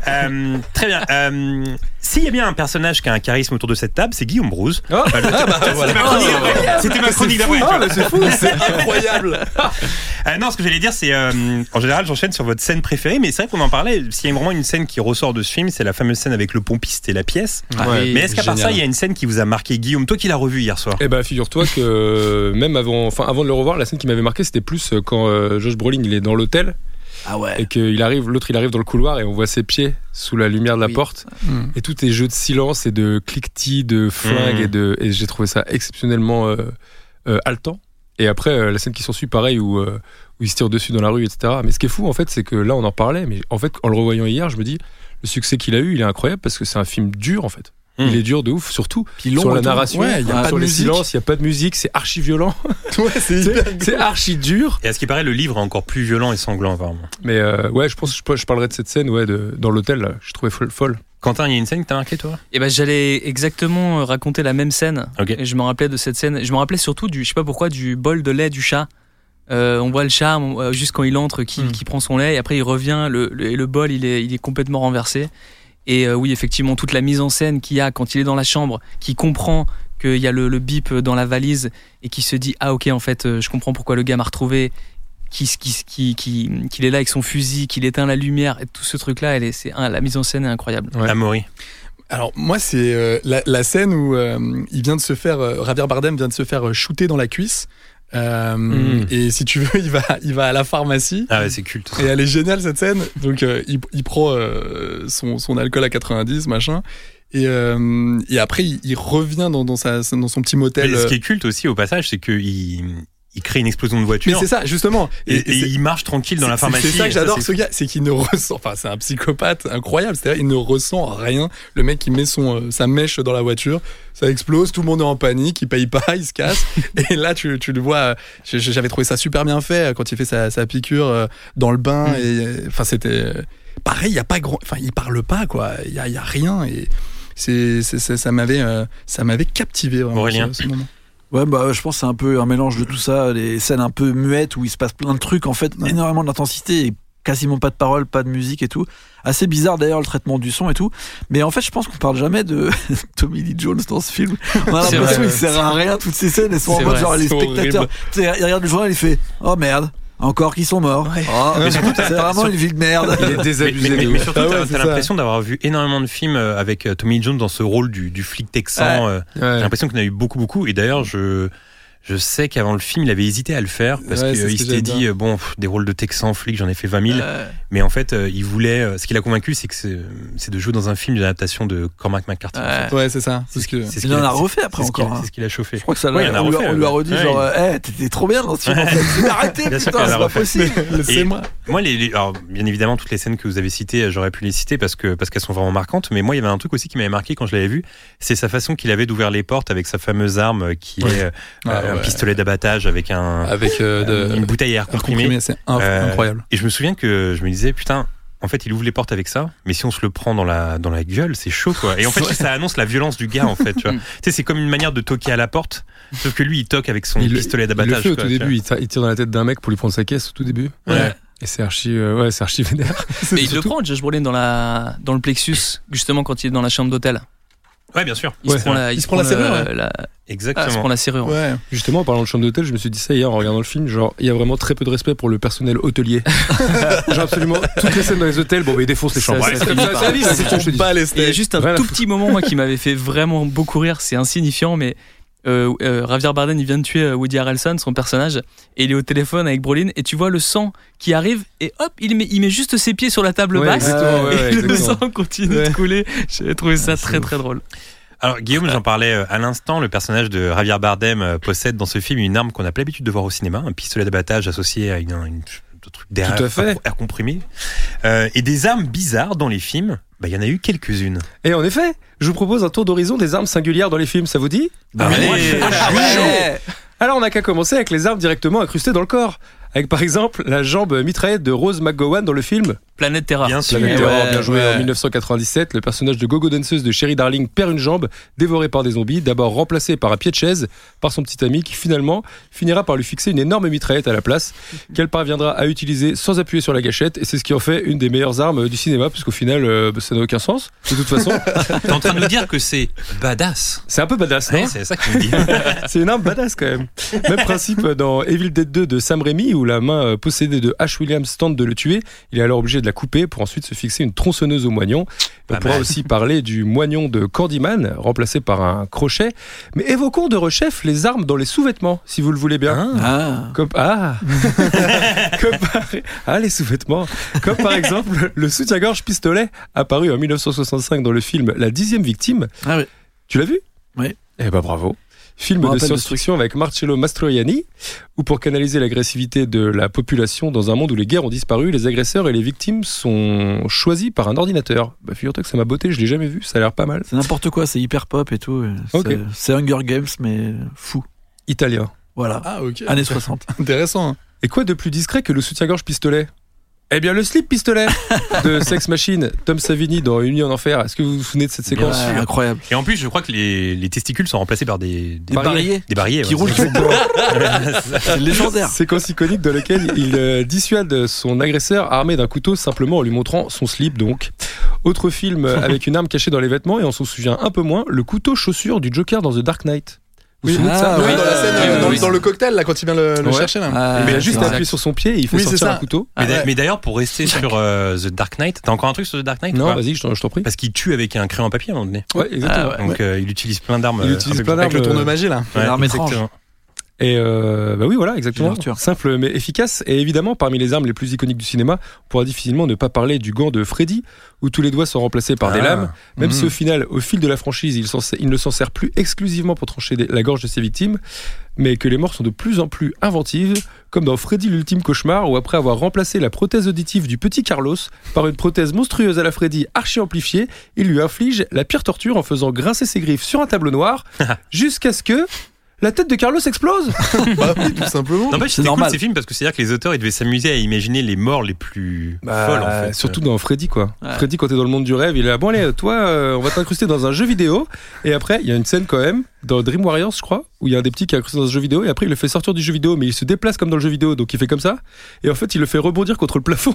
[SPEAKER 4] Euh, très bien. Euh, S'il y a bien un personnage qui a un charisme autour de cette table, c'est Guillaume Brouze.
[SPEAKER 5] Ah.
[SPEAKER 4] Bah, le- C'était ma chronique d'après. C'était ma chronique d'après, tu vois.
[SPEAKER 6] c'est fou, bah, c'est incroyable.
[SPEAKER 4] Ah non, ce que j'allais dire, c'est euh, en général, j'enchaîne sur votre scène préférée, mais c'est vrai qu'on en parlait. S'il y a vraiment une scène qui ressort de ce film, c'est la fameuse scène avec le pompiste et la pièce.
[SPEAKER 7] Ah,
[SPEAKER 5] Ouais.
[SPEAKER 7] et-
[SPEAKER 4] mais est-ce qu'à part
[SPEAKER 6] génial.
[SPEAKER 4] ça, il y a une scène qui vous a marqué, Guillaume, toi qui l'as revu hier soir
[SPEAKER 5] Eh ben, figure-toi que euh, même avant, enfin, avant de le revoir, la scène qui m'avait marqué, c'était plus euh, quand euh, Josh Brolin il est dans l'hôtel
[SPEAKER 8] Ah
[SPEAKER 5] et
[SPEAKER 8] ouais.
[SPEAKER 5] qu'il arrive, l'autre il arrive dans le couloir et on voit ses pieds sous la lumière de la
[SPEAKER 7] Oui.
[SPEAKER 5] porte
[SPEAKER 6] Mm.
[SPEAKER 5] et tout est jeu de silence et de cliquetis, de flingues
[SPEAKER 4] Mm.
[SPEAKER 6] Hmm.
[SPEAKER 5] et de, et j'ai trouvé ça exceptionnellement euh, euh, haletant. Et après euh, la scène qui s'ensuit, pareil où euh, où il se tire dessus dans la rue, etc. Mais ce qui est fou en fait, c'est que là on en parlait, mais en fait en le revoyant hier, je me dis le succès qu'il a eu, il est incroyable parce que c'est un film dur en fait.
[SPEAKER 6] Hmm.
[SPEAKER 4] Mm.
[SPEAKER 5] Il est dur de ouf, surtout
[SPEAKER 8] Puis long
[SPEAKER 5] sur
[SPEAKER 8] et
[SPEAKER 5] la
[SPEAKER 8] tout.
[SPEAKER 5] narration,
[SPEAKER 6] Ouais, y a
[SPEAKER 5] hein,
[SPEAKER 6] pas
[SPEAKER 5] sur
[SPEAKER 6] de
[SPEAKER 5] les
[SPEAKER 6] musique.
[SPEAKER 5] silences, il n'y a pas de musique, c'est archi violent,
[SPEAKER 6] [LAUGHS] Ouais, c'est hyper.
[SPEAKER 5] c'est archi dur.
[SPEAKER 4] Et à ce qui paraît, le livre est encore plus violent et sanglant, apparemment.
[SPEAKER 5] Mais euh, ouais, je pense que je, je parlerai de cette scène ouais, de- dans l'hôtel, là, je trouvais folle. folle.
[SPEAKER 4] Quentin, il y a une scène qui t'a marqué, toi
[SPEAKER 7] Eh ben, j'allais exactement euh, raconter la même scène.
[SPEAKER 4] Ok.
[SPEAKER 7] Et je me rappelais de cette scène. Je me rappelais surtout du, je sais pas pourquoi, du bol de lait du chat. Euh, on voit le chat on- euh, juste quand il entre, qui,
[SPEAKER 6] Mm.
[SPEAKER 7] qui prend son lait, et après il revient, le, le, et le bol il est, il est complètement renversé. Et euh, oui, effectivement, toute la mise en scène qu'il y a quand il est dans la chambre, qui comprend qu'il y a le, le bip dans la valise et qui se dit ah ok en fait euh, je comprends pourquoi le gars m'a retrouvé, qui qui qui qui qu'il est là avec son fusil, qu'il éteint la lumière, et tout ce truc là, elle est, c'est un- la mise en scène est incroyable.
[SPEAKER 5] Ouais.
[SPEAKER 4] Amaury.
[SPEAKER 6] Alors moi c'est euh, la, la scène où euh, il vient de se faire euh, Javier Bardem vient de se faire euh, shooter dans la cuisse Euh,
[SPEAKER 5] Mm.
[SPEAKER 6] et si tu veux il va il va à la pharmacie
[SPEAKER 4] Ah ouais, c'est culte.
[SPEAKER 6] et elle est géniale cette scène donc euh, il, il prend euh, son, son alcool à 90 machin et, euh, et après il, il revient dans, dans sa dans son petit
[SPEAKER 4] Mais
[SPEAKER 6] motel
[SPEAKER 4] ce
[SPEAKER 6] euh,
[SPEAKER 4] qui est culte aussi, au passage, c'est qu'il il crée une explosion de
[SPEAKER 6] mais
[SPEAKER 4] voiture.
[SPEAKER 6] c'est ça justement
[SPEAKER 4] Et, et
[SPEAKER 6] c'est-
[SPEAKER 4] il marche tranquille dans la
[SPEAKER 6] C'est-
[SPEAKER 4] pharmacie.
[SPEAKER 6] C'est ça
[SPEAKER 4] et
[SPEAKER 6] que j'adore
[SPEAKER 4] c'est
[SPEAKER 6] ce gars, c'est qu'il ne ressent, enfin c'est un psychopathe incroyable, c'est-à-dire il ne ressent rien. Le mec qui met son, euh, sa mèche dans la voiture, ça explose, tout le monde est en panique, il paye pas, [LAUGHS] il se casse. et là tu, tu le vois, euh, j'ai- j'ai- j'avais trouvé ça super bien fait euh, quand il fait sa, sa piqûre euh, dans le bain.
[SPEAKER 4] Mm.
[SPEAKER 6] Et euh, enfin c'était euh, pareil, il y a pas grand, enfin il parle pas quoi, il y a, il y a rien et c'est c'est- ça ça m'avait euh, ça m'avait captivé vraiment,
[SPEAKER 4] Aurélien.
[SPEAKER 6] ce- ce moment.
[SPEAKER 8] Ouais, bah, je pense que c'est un peu un mélange de tout ça. Les scènes un peu muettes où il se passe plein de trucs, en fait, énormément d'intensité et quasiment pas de paroles, pas de musique et tout. Assez bizarre d'ailleurs le traitement du son et tout. Mais en fait, je pense qu'on parle jamais de [LAUGHS] Tommy Lee Jones dans ce film. On a
[SPEAKER 7] C'est
[SPEAKER 8] l'impression
[SPEAKER 7] vrai.
[SPEAKER 8] qu'il sert à rien toutes ces scènes. Elles sont en
[SPEAKER 7] C'est
[SPEAKER 8] mode
[SPEAKER 7] vrai,
[SPEAKER 8] genre les
[SPEAKER 6] c'est
[SPEAKER 8] spectateurs. Tu sais, il regarde le journal, il fait Oh merde, encore qui sont morts. Oh, c'est vraiment une vie de merde.
[SPEAKER 5] Il est
[SPEAKER 4] Mais, mais-
[SPEAKER 5] désabusé de
[SPEAKER 4] mais-
[SPEAKER 5] ouf.
[SPEAKER 4] mais surtout,
[SPEAKER 6] Ah ouais,
[SPEAKER 4] t'as-
[SPEAKER 6] c'est
[SPEAKER 4] t'as
[SPEAKER 6] ça.
[SPEAKER 4] l'impression d'avoir vu énormément de films euh, avec euh, Tommy Lee Jones dans ce rôle du, du flic texan. euh,
[SPEAKER 5] Ouais.
[SPEAKER 4] J'ai l'impression qu'il y en a eu beaucoup, beaucoup. Et d'ailleurs, je. Je sais qu'avant le film, il avait hésité à le faire parce
[SPEAKER 6] Ouais, c'est ce
[SPEAKER 4] qu'il
[SPEAKER 6] que
[SPEAKER 4] s'était
[SPEAKER 6] j'adore.
[SPEAKER 4] dit, euh, bon, pff, des rôles de Texan, flic, j'en ai fait 20 000.
[SPEAKER 8] Euh,
[SPEAKER 4] Mais en fait, euh, il voulait. euh, ce qui l'a convaincu, c'est que c'est c'est de jouer dans un film d'adaptation de Cormac McCarthy. en fait.
[SPEAKER 8] ouais.
[SPEAKER 6] Ouais, c'est ça. C'est ce que.
[SPEAKER 4] C'est ce
[SPEAKER 8] Il
[SPEAKER 4] qu'il
[SPEAKER 8] en a refait après
[SPEAKER 4] c'est ce qu'il
[SPEAKER 8] encore. hein.
[SPEAKER 4] C'est ce qu'il a chauffé.
[SPEAKER 8] Je crois que ça l'a-
[SPEAKER 4] Ouais, il en a
[SPEAKER 8] on, lui a-
[SPEAKER 4] refait,
[SPEAKER 8] on lui a
[SPEAKER 4] ouais.
[SPEAKER 8] redit
[SPEAKER 4] Ouais,
[SPEAKER 8] genre, Eh, t'étais trop bien dans ce film. en
[SPEAKER 4] [LAUGHS]
[SPEAKER 8] fait. Mais Arrêtez,
[SPEAKER 4] Bien sûr
[SPEAKER 8] putain,
[SPEAKER 4] qu'elle
[SPEAKER 8] c'est
[SPEAKER 4] l'a
[SPEAKER 8] pas
[SPEAKER 4] refait.
[SPEAKER 8] possible.
[SPEAKER 6] Le c'est moi.
[SPEAKER 4] Moi, les, les- alors, bien évidemment, toutes les scènes que vous avez citées, euh, j'aurais pu les citer parce que parce qu'elles sont vraiment marquantes. Mais moi, il y avait un truc aussi qui m'avait marqué quand je l'avais vu, c'est sa façon qu'il avait d'ouvrir les portes avec sa fameuse arme euh, qui est euh,
[SPEAKER 6] Ah,
[SPEAKER 4] euh, un
[SPEAKER 6] ouais.
[SPEAKER 4] pistolet d'abattage avec un
[SPEAKER 6] Avec euh, de-
[SPEAKER 4] une bouteille à air
[SPEAKER 6] un
[SPEAKER 4] comprimé.
[SPEAKER 6] comprimé, c'est inf-
[SPEAKER 4] Euh,
[SPEAKER 6] incroyable.
[SPEAKER 4] Et je me souviens que je me disais putain. En fait, il ouvre les portes avec ça, mais si on se le prend dans la dans la gueule, c'est chaud quoi. Et en fait,
[SPEAKER 6] Ouais.
[SPEAKER 4] ça annonce la violence du gars en fait. Tu vois,
[SPEAKER 7] Mm.
[SPEAKER 4] tu sais, c'est comme une manière de toquer à la porte, sauf que lui, il toque avec son
[SPEAKER 5] le-
[SPEAKER 4] pistolet
[SPEAKER 5] il le
[SPEAKER 4] d'abattage.
[SPEAKER 5] fait au
[SPEAKER 4] quoi,
[SPEAKER 5] tout
[SPEAKER 4] tu
[SPEAKER 5] début, il tire- il tire dans la tête d'un mec pour lui prendre sa caisse au tout début.
[SPEAKER 4] vois. Ouais.
[SPEAKER 5] Et c'est archi, euh, ouais, c'est archi vénère.
[SPEAKER 7] Mais il le prend, Josh Brolin, dans, la... dans le plexus, justement quand il est dans la chambre d'hôtel.
[SPEAKER 4] Ouais, bien sûr.
[SPEAKER 7] Il,
[SPEAKER 4] Ouais.
[SPEAKER 7] se prend la,
[SPEAKER 6] Il se prend la
[SPEAKER 7] le-
[SPEAKER 6] serrure, ouais.
[SPEAKER 7] la- ah, il se
[SPEAKER 4] Exactement.
[SPEAKER 7] prend la serrure. ouais.
[SPEAKER 6] Ouais.
[SPEAKER 5] [LAUGHS] Justement, en parlant de chambre d'hôtel, je me suis dit ça hier en regardant le film. Genre, il y a vraiment très peu de respect pour le personnel hôtelier. [LAUGHS] genre, absolument toutes les scènes dans les hôtels, bon, bah, ils défoncent les
[SPEAKER 7] Ça,
[SPEAKER 5] chambres.
[SPEAKER 7] ça
[SPEAKER 5] Ouais, c'est comme
[SPEAKER 7] finit
[SPEAKER 5] ça,
[SPEAKER 7] par-
[SPEAKER 5] c'est la vie,
[SPEAKER 7] ça
[SPEAKER 5] c'est ce que je te dis.
[SPEAKER 6] Pas les
[SPEAKER 7] Et il y a
[SPEAKER 6] steaks.
[SPEAKER 7] juste un
[SPEAKER 5] Rien à
[SPEAKER 7] tout petit moment moi qui m'avait fait vraiment beaucoup rire, c'est insignifiant, mais euh, euh, Javier Bardem il vient de tuer euh, Woody Harrelson, son personnage, et il est au téléphone avec Brolin et tu vois le sang qui arrive et hop il met, il met juste ses pieds sur la table
[SPEAKER 5] Ouais,
[SPEAKER 7] basse
[SPEAKER 5] exactement, ouais,
[SPEAKER 7] et
[SPEAKER 5] ouais,
[SPEAKER 7] le
[SPEAKER 5] exactement.
[SPEAKER 7] sang continue de couler. J'avais trouvé ça très très drôle.
[SPEAKER 4] Alors Guillaume, j'en parlais euh, à l'instant, le personnage de Javier Bardem euh, possède dans ce film une arme qu'on n'a pas l'habitude de voir au cinéma, un pistolet d'abattage associé à une, une- un truc d'air
[SPEAKER 5] Tout à fait.
[SPEAKER 4] air comprimé, Euh, et des armes bizarres dans les films. Bah, Il y en a eu quelques-unes.
[SPEAKER 5] Et en effet, je vous propose un tour d'horizon des armes singulières dans les films, ça vous dit
[SPEAKER 8] Bah,
[SPEAKER 4] Allez,
[SPEAKER 8] moi, je-
[SPEAKER 4] allez.
[SPEAKER 8] Ouais.
[SPEAKER 5] Alors on n'a qu'à commencer avec les armes directement incrustées dans le corps. Avec par exemple la jambe mitraillette de Rose McGowan dans le film
[SPEAKER 7] Planète Terra.
[SPEAKER 4] Bien sûr.
[SPEAKER 5] Planète Terror,
[SPEAKER 6] Eh ouais,
[SPEAKER 5] bien joué hein.
[SPEAKER 6] ouais.
[SPEAKER 5] en 1997. Le personnage de Gogo Danseuse de Sherry Darling perd une jambe, dévoré par des zombies, d'abord remplacé par un pied de chaise par son petit ami qui finalement finira par lui fixer une énorme mitraillette à la place qu'elle parviendra à utiliser sans appuyer sur la gâchette. Et c'est ce qui en fait une des meilleures armes du cinéma parce qu'au final euh, bah, ça n'a aucun sens. De toute façon,
[SPEAKER 4] T'es en train de nous dire que c'est badass.
[SPEAKER 5] c'est un peu badass, non
[SPEAKER 4] Ouais, c'est ça qu'il me dit.
[SPEAKER 5] [LAUGHS] C'est une arme badass quand même. Même principe dans Evil Dead 2 de Sam Raimi où la main euh, possédée de Ash Williams tente de le tuer. Il est alors obligé de la couper pour ensuite se fixer une tronçonneuse au moignon. On
[SPEAKER 4] Pas
[SPEAKER 5] pourra
[SPEAKER 4] mal.
[SPEAKER 5] aussi parler du moignon de Candyman remplacé par un crochet. Mais évoquons de rechef les armes dans les sous-vêtements si vous le voulez bien.
[SPEAKER 8] Ah.
[SPEAKER 5] Comme,
[SPEAKER 8] [LAUGHS]
[SPEAKER 5] ah Comme par- Ah, les sous-vêtements Comme par exemple le soutien-gorge pistolet, apparu en 1965 dans le film La dixième victime.
[SPEAKER 8] Ah oui.
[SPEAKER 5] Tu l'as vu
[SPEAKER 8] Oui.
[SPEAKER 5] Eh ben bravo
[SPEAKER 8] Je
[SPEAKER 5] Film
[SPEAKER 8] me
[SPEAKER 5] de
[SPEAKER 8] rappelle de ce
[SPEAKER 5] science-fiction avec Marcello Mastroianni, où pour canaliser l'agressivité de la population dans un monde où les guerres ont disparu, les agresseurs et les victimes sont choisis par un ordinateur. Bah, figure-toi que ça m'a beauté, je l'ai jamais vu, ça a l'air pas mal.
[SPEAKER 8] C'est n'importe quoi, c'est hyper pop et tout. C'est-
[SPEAKER 5] Ok.
[SPEAKER 8] C'est Hunger Games, mais fou.
[SPEAKER 5] Italien.
[SPEAKER 8] Voilà.
[SPEAKER 6] Ah, ok.
[SPEAKER 8] Années 60.
[SPEAKER 6] [LAUGHS] Intéressant. hein.
[SPEAKER 5] Et quoi de plus discret que le soutien-gorge pistolet Eh bien, le slip
[SPEAKER 6] [LAUGHS]
[SPEAKER 5] pistolet de Sex Machine, Tom Savini dans Une nuit en enfer. Est-ce que vous vous souvenez de cette
[SPEAKER 8] Ouais,
[SPEAKER 5] séquence
[SPEAKER 8] incroyable.
[SPEAKER 4] [LAUGHS] Et en plus, je crois que les, les testicules sont remplacés par des,
[SPEAKER 8] Des
[SPEAKER 4] des
[SPEAKER 8] barillets
[SPEAKER 4] Des barillets,
[SPEAKER 8] qui
[SPEAKER 4] ouais,
[SPEAKER 8] roulent sur le bois. [LAUGHS] C'est légendaire.
[SPEAKER 5] Séquence iconique dans laquelle il euh, dissuade son agresseur armé d'un couteau simplement en lui montrant son slip donc. Autre film euh, avec une arme cachée dans les vêtements et on s'en souvient un peu moins, le couteau chaussure du Joker dans The Dark Knight. Vous vous souvenez de ça
[SPEAKER 8] Ah,
[SPEAKER 6] Oui,
[SPEAKER 8] ouais.
[SPEAKER 6] dans la scène, euh,
[SPEAKER 8] Oui,
[SPEAKER 6] dans,
[SPEAKER 8] oui,
[SPEAKER 6] dans
[SPEAKER 8] oui.
[SPEAKER 6] le cocktail, là, quand il vient le, le
[SPEAKER 5] Ouais.
[SPEAKER 6] chercher, là.
[SPEAKER 8] Ah,
[SPEAKER 5] Il a
[SPEAKER 8] c'est
[SPEAKER 5] juste
[SPEAKER 8] vrai.
[SPEAKER 5] appuyé sur son pied et il fait
[SPEAKER 6] Oui, c'est
[SPEAKER 5] sortir
[SPEAKER 6] ça.
[SPEAKER 5] un couteau.
[SPEAKER 4] Mais d'a-
[SPEAKER 6] ouais.
[SPEAKER 4] Mais d'ailleurs, pour rester sur euh, The Dark Knight, t'as encore un truc sur The Dark Knight ou
[SPEAKER 5] Non,
[SPEAKER 4] pas
[SPEAKER 5] vas-y, je t'en je t'en prie.
[SPEAKER 6] Bah,
[SPEAKER 4] Parce qu'il tue avec un crayon à papier à un moment donné.
[SPEAKER 5] Ouais, exactement.
[SPEAKER 4] Donc euh, il utilise plein d'armes.
[SPEAKER 5] Il
[SPEAKER 4] euh,
[SPEAKER 5] utilise
[SPEAKER 4] un peu
[SPEAKER 5] plein
[SPEAKER 6] ah, Avec
[SPEAKER 5] d'armes,
[SPEAKER 6] le
[SPEAKER 5] euh,
[SPEAKER 8] [LAUGHS]
[SPEAKER 6] tourne-magie, là.
[SPEAKER 4] Ouais,
[SPEAKER 8] Une arme étrange.
[SPEAKER 4] exactement.
[SPEAKER 5] Et euh, bah oui, voilà, exactement.
[SPEAKER 8] Arthur.
[SPEAKER 5] Simple mais efficace. Et évidemment, parmi les armes les plus iconiques du cinéma, on pourra difficilement ne pas parler du gant de Freddy, où tous les doigts sont remplacés par des
[SPEAKER 4] Ah.
[SPEAKER 5] lames. Même
[SPEAKER 6] Mmh.
[SPEAKER 5] si au final, au fil de la franchise, il, s'en- il ne s'en sert plus exclusivement pour trancher des- la gorge de ses victimes, mais que les morts sont de plus en plus inventives, comme dans Freddy l'ultime cauchemar, où après avoir remplacé la prothèse auditive du petit Carlos par une prothèse monstrueuse à la Freddy archi amplifiée, il lui inflige la pire torture en faisant grincer ses griffes sur un tableau noir, jusqu'à ce que la tête de Carlos explose.
[SPEAKER 6] Bah oui, tout simplement.
[SPEAKER 4] N'empêche,
[SPEAKER 8] C'est
[SPEAKER 4] c'était cool
[SPEAKER 8] normal.
[SPEAKER 4] ces films parce que c'est-à-dire que les auteurs ils devaient s'amuser à imaginer les morts les plus
[SPEAKER 5] Bah,
[SPEAKER 4] folles en fait.
[SPEAKER 5] Surtout dans Freddy, quoi.
[SPEAKER 8] Ouais.
[SPEAKER 5] Freddy, quand t'es dans le monde du rêve, il est là, bon, allez, toi, euh, on va t'incruster dans un jeu vidéo. Et après, il y a une scène quand même, dans Dream Warriors, je crois, où il y a un des petits qui est incrusté dans un jeu vidéo. Et après, il le fait sortir du jeu vidéo, mais il se déplace comme dans le jeu vidéo, donc il fait comme ça. Et en fait, il le fait rebondir contre
[SPEAKER 4] [LAUGHS]
[SPEAKER 5] le plafond.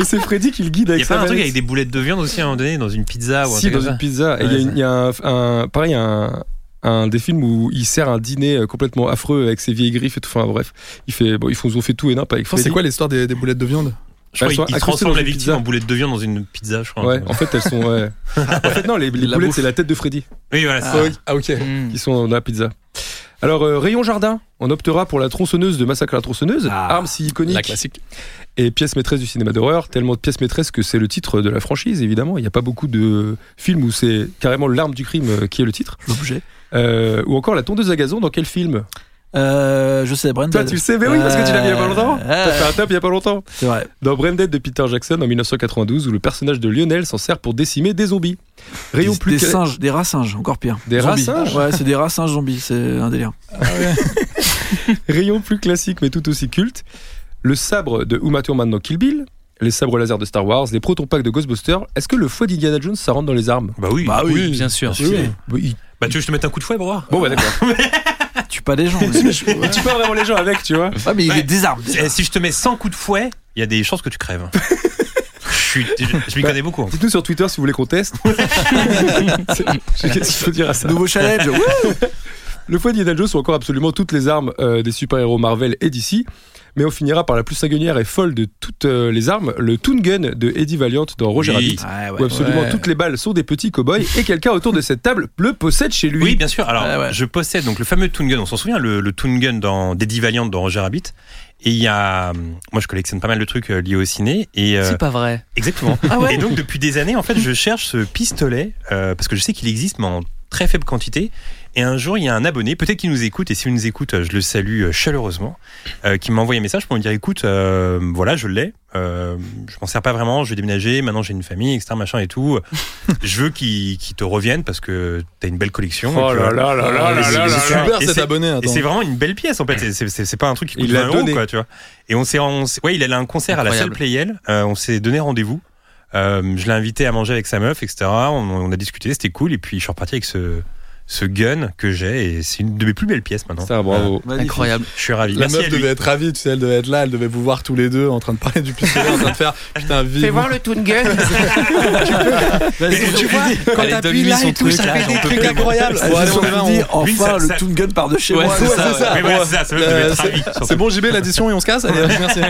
[SPEAKER 5] et c'est Freddy qui le guide
[SPEAKER 4] Il
[SPEAKER 5] avec
[SPEAKER 4] y a
[SPEAKER 5] sa
[SPEAKER 4] pas un truc
[SPEAKER 5] manette.
[SPEAKER 4] avec des boulettes de viande aussi à un moment donné dans une pizza ou un
[SPEAKER 5] Si,
[SPEAKER 4] truc
[SPEAKER 5] dans
[SPEAKER 4] comme
[SPEAKER 5] une
[SPEAKER 4] ça.
[SPEAKER 5] pizza. Et il y a,
[SPEAKER 4] Ouais,
[SPEAKER 5] une- il y a un, un- pareil, un, un des films où il sert un dîner euh, complètement affreux avec ses vieilles griffes et tout. Enfin, bref, il fait, bon, ils font, ils ont fait tout et n'importe avec
[SPEAKER 6] Enfin,
[SPEAKER 5] Freddy.
[SPEAKER 6] c'est quoi l'histoire des, des boulettes de viande
[SPEAKER 4] Je crois
[SPEAKER 5] elles
[SPEAKER 4] qu'il
[SPEAKER 5] sont
[SPEAKER 4] il
[SPEAKER 5] accrochées
[SPEAKER 4] transforme
[SPEAKER 5] ah, dans
[SPEAKER 4] la
[SPEAKER 5] une
[SPEAKER 4] victime
[SPEAKER 5] pizza.
[SPEAKER 4] en boulette de viande dans une pizza, je crois.
[SPEAKER 5] Ouais, en fait, elles
[SPEAKER 8] [LAUGHS]
[SPEAKER 5] sont. ouais. en fait, non, les, les
[SPEAKER 8] La
[SPEAKER 5] boulettes,
[SPEAKER 8] bouffe.
[SPEAKER 5] c'est la tête de Freddy
[SPEAKER 4] Oui, voilà, c'est
[SPEAKER 8] Hmm.
[SPEAKER 6] Ah, ok.
[SPEAKER 7] Mm.
[SPEAKER 5] qui sont dans la pizza. Alors, euh, Rayon Jardin, on optera pour la tronçonneuse de Massacre à la tronçonneuse,
[SPEAKER 8] Ah,
[SPEAKER 5] arme si
[SPEAKER 6] La
[SPEAKER 5] iconique
[SPEAKER 6] classique.
[SPEAKER 5] et pièce maîtresse du cinéma d'horreur, tellement de pièce maîtresse que c'est le titre de la franchise, évidemment. Il n'y a pas beaucoup de films où c'est carrément l'arme du crime euh, qui est le titre.
[SPEAKER 8] l'objet.
[SPEAKER 5] Euh, ou encore La tondeuse à gazon, dans quel film
[SPEAKER 8] Euh, je sais, Brenda.
[SPEAKER 5] Toi, tu le sais, mais oui, parce que tu l'as vu il y a pas longtemps.
[SPEAKER 8] Euh,
[SPEAKER 5] T'as fait un top il y a pas longtemps.
[SPEAKER 8] C'est vrai.
[SPEAKER 5] Dans Branded de Peter Jackson en 1992, où le personnage de Lionel s'en sert pour décimer des zombies. Rayon
[SPEAKER 8] Des,
[SPEAKER 5] plus
[SPEAKER 8] des
[SPEAKER 5] ca-
[SPEAKER 8] singes, des rats singes, encore pire.
[SPEAKER 5] Des rats
[SPEAKER 8] Zombies.
[SPEAKER 5] singes
[SPEAKER 8] Ouais, c'est des rats singes zombies, c'est un délire.
[SPEAKER 5] Rayon plus classique mais tout aussi culte, le sabre de Uma Thurman dans Kill Bill, les sabres laser de Star Wars, les proton packs de Ghostbusters. Est-ce que le fouet d'Indiana Jones ça rentre dans les armes
[SPEAKER 4] Bah oui.
[SPEAKER 8] Bah oui.
[SPEAKER 7] bien sûr.
[SPEAKER 5] Bah, il-
[SPEAKER 4] Bah tu veux que je te mette un coup de fouet, bro
[SPEAKER 5] Bon bah d'accord.
[SPEAKER 8] Tu pas des gens. mais-
[SPEAKER 5] Et tu parles vraiment les gens avec,
[SPEAKER 8] [LAUGHS]
[SPEAKER 5] tu vois.
[SPEAKER 8] Ah, mais il
[SPEAKER 4] Ouais.
[SPEAKER 8] les désarme.
[SPEAKER 4] Eh, Si je te mets 100 coups de fouet, il y a des chances que tu
[SPEAKER 5] [LAUGHS]
[SPEAKER 4] crèves. Je, suis- je- je m'y
[SPEAKER 5] Bah,
[SPEAKER 4] connais beaucoup. en fait.
[SPEAKER 5] Dites-nous sur Twitter si vous voulez qu'on teste.
[SPEAKER 8] [LAUGHS]
[SPEAKER 5] C'est- Qu'est-ce qu'il faut dire à ça
[SPEAKER 8] Nouveau challenge. Wouh
[SPEAKER 5] Le foie d'Indiana Jones sont encore absolument toutes les armes euh, des super-héros Marvel et DC, mais on finira par la plus singulière et folle de toutes euh, les armes, le Toon Gun de Eddie Valiant dans Roger
[SPEAKER 4] Oui.
[SPEAKER 5] Rabbit,
[SPEAKER 8] Ouais, ouais.
[SPEAKER 5] où absolument
[SPEAKER 6] Ah Ouais.
[SPEAKER 5] toutes les balles sont des petits cow-boys et quelqu'un autour de cette table le possède chez lui.
[SPEAKER 4] Oui, bien sûr. Alors,
[SPEAKER 5] Ah,
[SPEAKER 8] Ouais, ouais.
[SPEAKER 4] je possède donc le fameux Toon Gun. On s'en souvient, le, le Toon Gun dans d'Eddie Valiant dans Roger Rabbit. Et il y a, hum, moi, je collectionne pas mal de trucs euh, liés au ciné. Et euh,
[SPEAKER 7] C'est pas vrai.
[SPEAKER 4] exactement.
[SPEAKER 8] Ah ouais
[SPEAKER 4] Et donc, depuis des années, en fait, je cherche ce pistolet euh, parce que je sais qu'il existe, mais en très faible quantité. Et un jour, il y a un abonné, peut-être qu'il nous écoute, et s'il nous écoute, euh, je le salue euh, chaleureusement, euh, qui m'a envoyé un message pour me dire écoute, euh, voilà, je l'ai, euh, je m'en sers pas vraiment, je vais déménager, maintenant j'ai une famille, etc., machin
[SPEAKER 8] [LAUGHS]
[SPEAKER 4] et tout. je veux qu'il qu'il te revienne parce que t'as une belle collection.
[SPEAKER 5] Oh
[SPEAKER 4] Et puis,
[SPEAKER 5] là
[SPEAKER 4] voilà.
[SPEAKER 5] là là là
[SPEAKER 4] Et
[SPEAKER 5] là
[SPEAKER 4] c'est-
[SPEAKER 5] là
[SPEAKER 4] et
[SPEAKER 5] là
[SPEAKER 4] c'est
[SPEAKER 5] là.
[SPEAKER 6] Ah, Super
[SPEAKER 4] Et
[SPEAKER 6] cet
[SPEAKER 4] c'est-
[SPEAKER 6] abonné.
[SPEAKER 4] Et
[SPEAKER 6] attends.
[SPEAKER 4] c'est vraiment une belle pièce en fait, C'est- c'est- c'est c'est pas un truc qui coûte
[SPEAKER 5] Il l'a
[SPEAKER 4] 20 euros
[SPEAKER 5] donné.
[SPEAKER 4] quoi, tu vois. Et on s'est, on s'est- ouais, il allait à un concert à la salle
[SPEAKER 7] Incroyable.
[SPEAKER 4] Playel, euh, on s'est donné rendez-vous. Euh, je l'ai invité à manger avec sa meuf, etc. On, on a discuté, c'était cool. Et puis je suis reparti avec ce, ce gun que j'ai et c'est une de mes plus belles pièces maintenant.
[SPEAKER 5] Ça, bravo.
[SPEAKER 8] Magnifique.
[SPEAKER 7] Incroyable.
[SPEAKER 4] Je suis ravi.
[SPEAKER 6] La
[SPEAKER 4] Merci à
[SPEAKER 6] meuf
[SPEAKER 4] lui.
[SPEAKER 6] devait être ravie, tu sais, elle devait être là, elle devait vous voir tous les deux en train de parler du pistolet, en train
[SPEAKER 4] [LAUGHS]
[SPEAKER 6] de faire putain, vive.
[SPEAKER 5] le Toon
[SPEAKER 6] [LAUGHS]
[SPEAKER 5] Gun
[SPEAKER 4] Mais- [LAUGHS]
[SPEAKER 6] Tu vois, quand
[SPEAKER 7] Allez,
[SPEAKER 6] t'appuies
[SPEAKER 7] donne-lui
[SPEAKER 6] là
[SPEAKER 7] son
[SPEAKER 6] et tout,
[SPEAKER 7] truc,
[SPEAKER 6] ça
[SPEAKER 7] là,
[SPEAKER 6] fait
[SPEAKER 7] j'en
[SPEAKER 6] des
[SPEAKER 7] peux
[SPEAKER 6] trucs
[SPEAKER 7] plus.
[SPEAKER 6] incroyables.
[SPEAKER 8] Ah,
[SPEAKER 6] Bon, allez,
[SPEAKER 8] j'ai
[SPEAKER 6] on
[SPEAKER 8] envie
[SPEAKER 6] y va,
[SPEAKER 8] de
[SPEAKER 6] on-
[SPEAKER 8] dire,
[SPEAKER 4] Lui,
[SPEAKER 8] enfin,
[SPEAKER 4] ça-
[SPEAKER 8] le
[SPEAKER 4] ça-
[SPEAKER 8] Toon Gun part de chez
[SPEAKER 7] Ouais,
[SPEAKER 8] moi.
[SPEAKER 7] c'est
[SPEAKER 8] Ouais,
[SPEAKER 7] ça,
[SPEAKER 8] c'est
[SPEAKER 7] ouais.
[SPEAKER 8] ça.
[SPEAKER 4] Mais voilà, c'est ça, ça devait
[SPEAKER 6] Euh,
[SPEAKER 4] être ravi.
[SPEAKER 6] c'est- C'est bon, JB, l'addition et on se casse Allez,
[SPEAKER 4] [LAUGHS]
[SPEAKER 6] merci.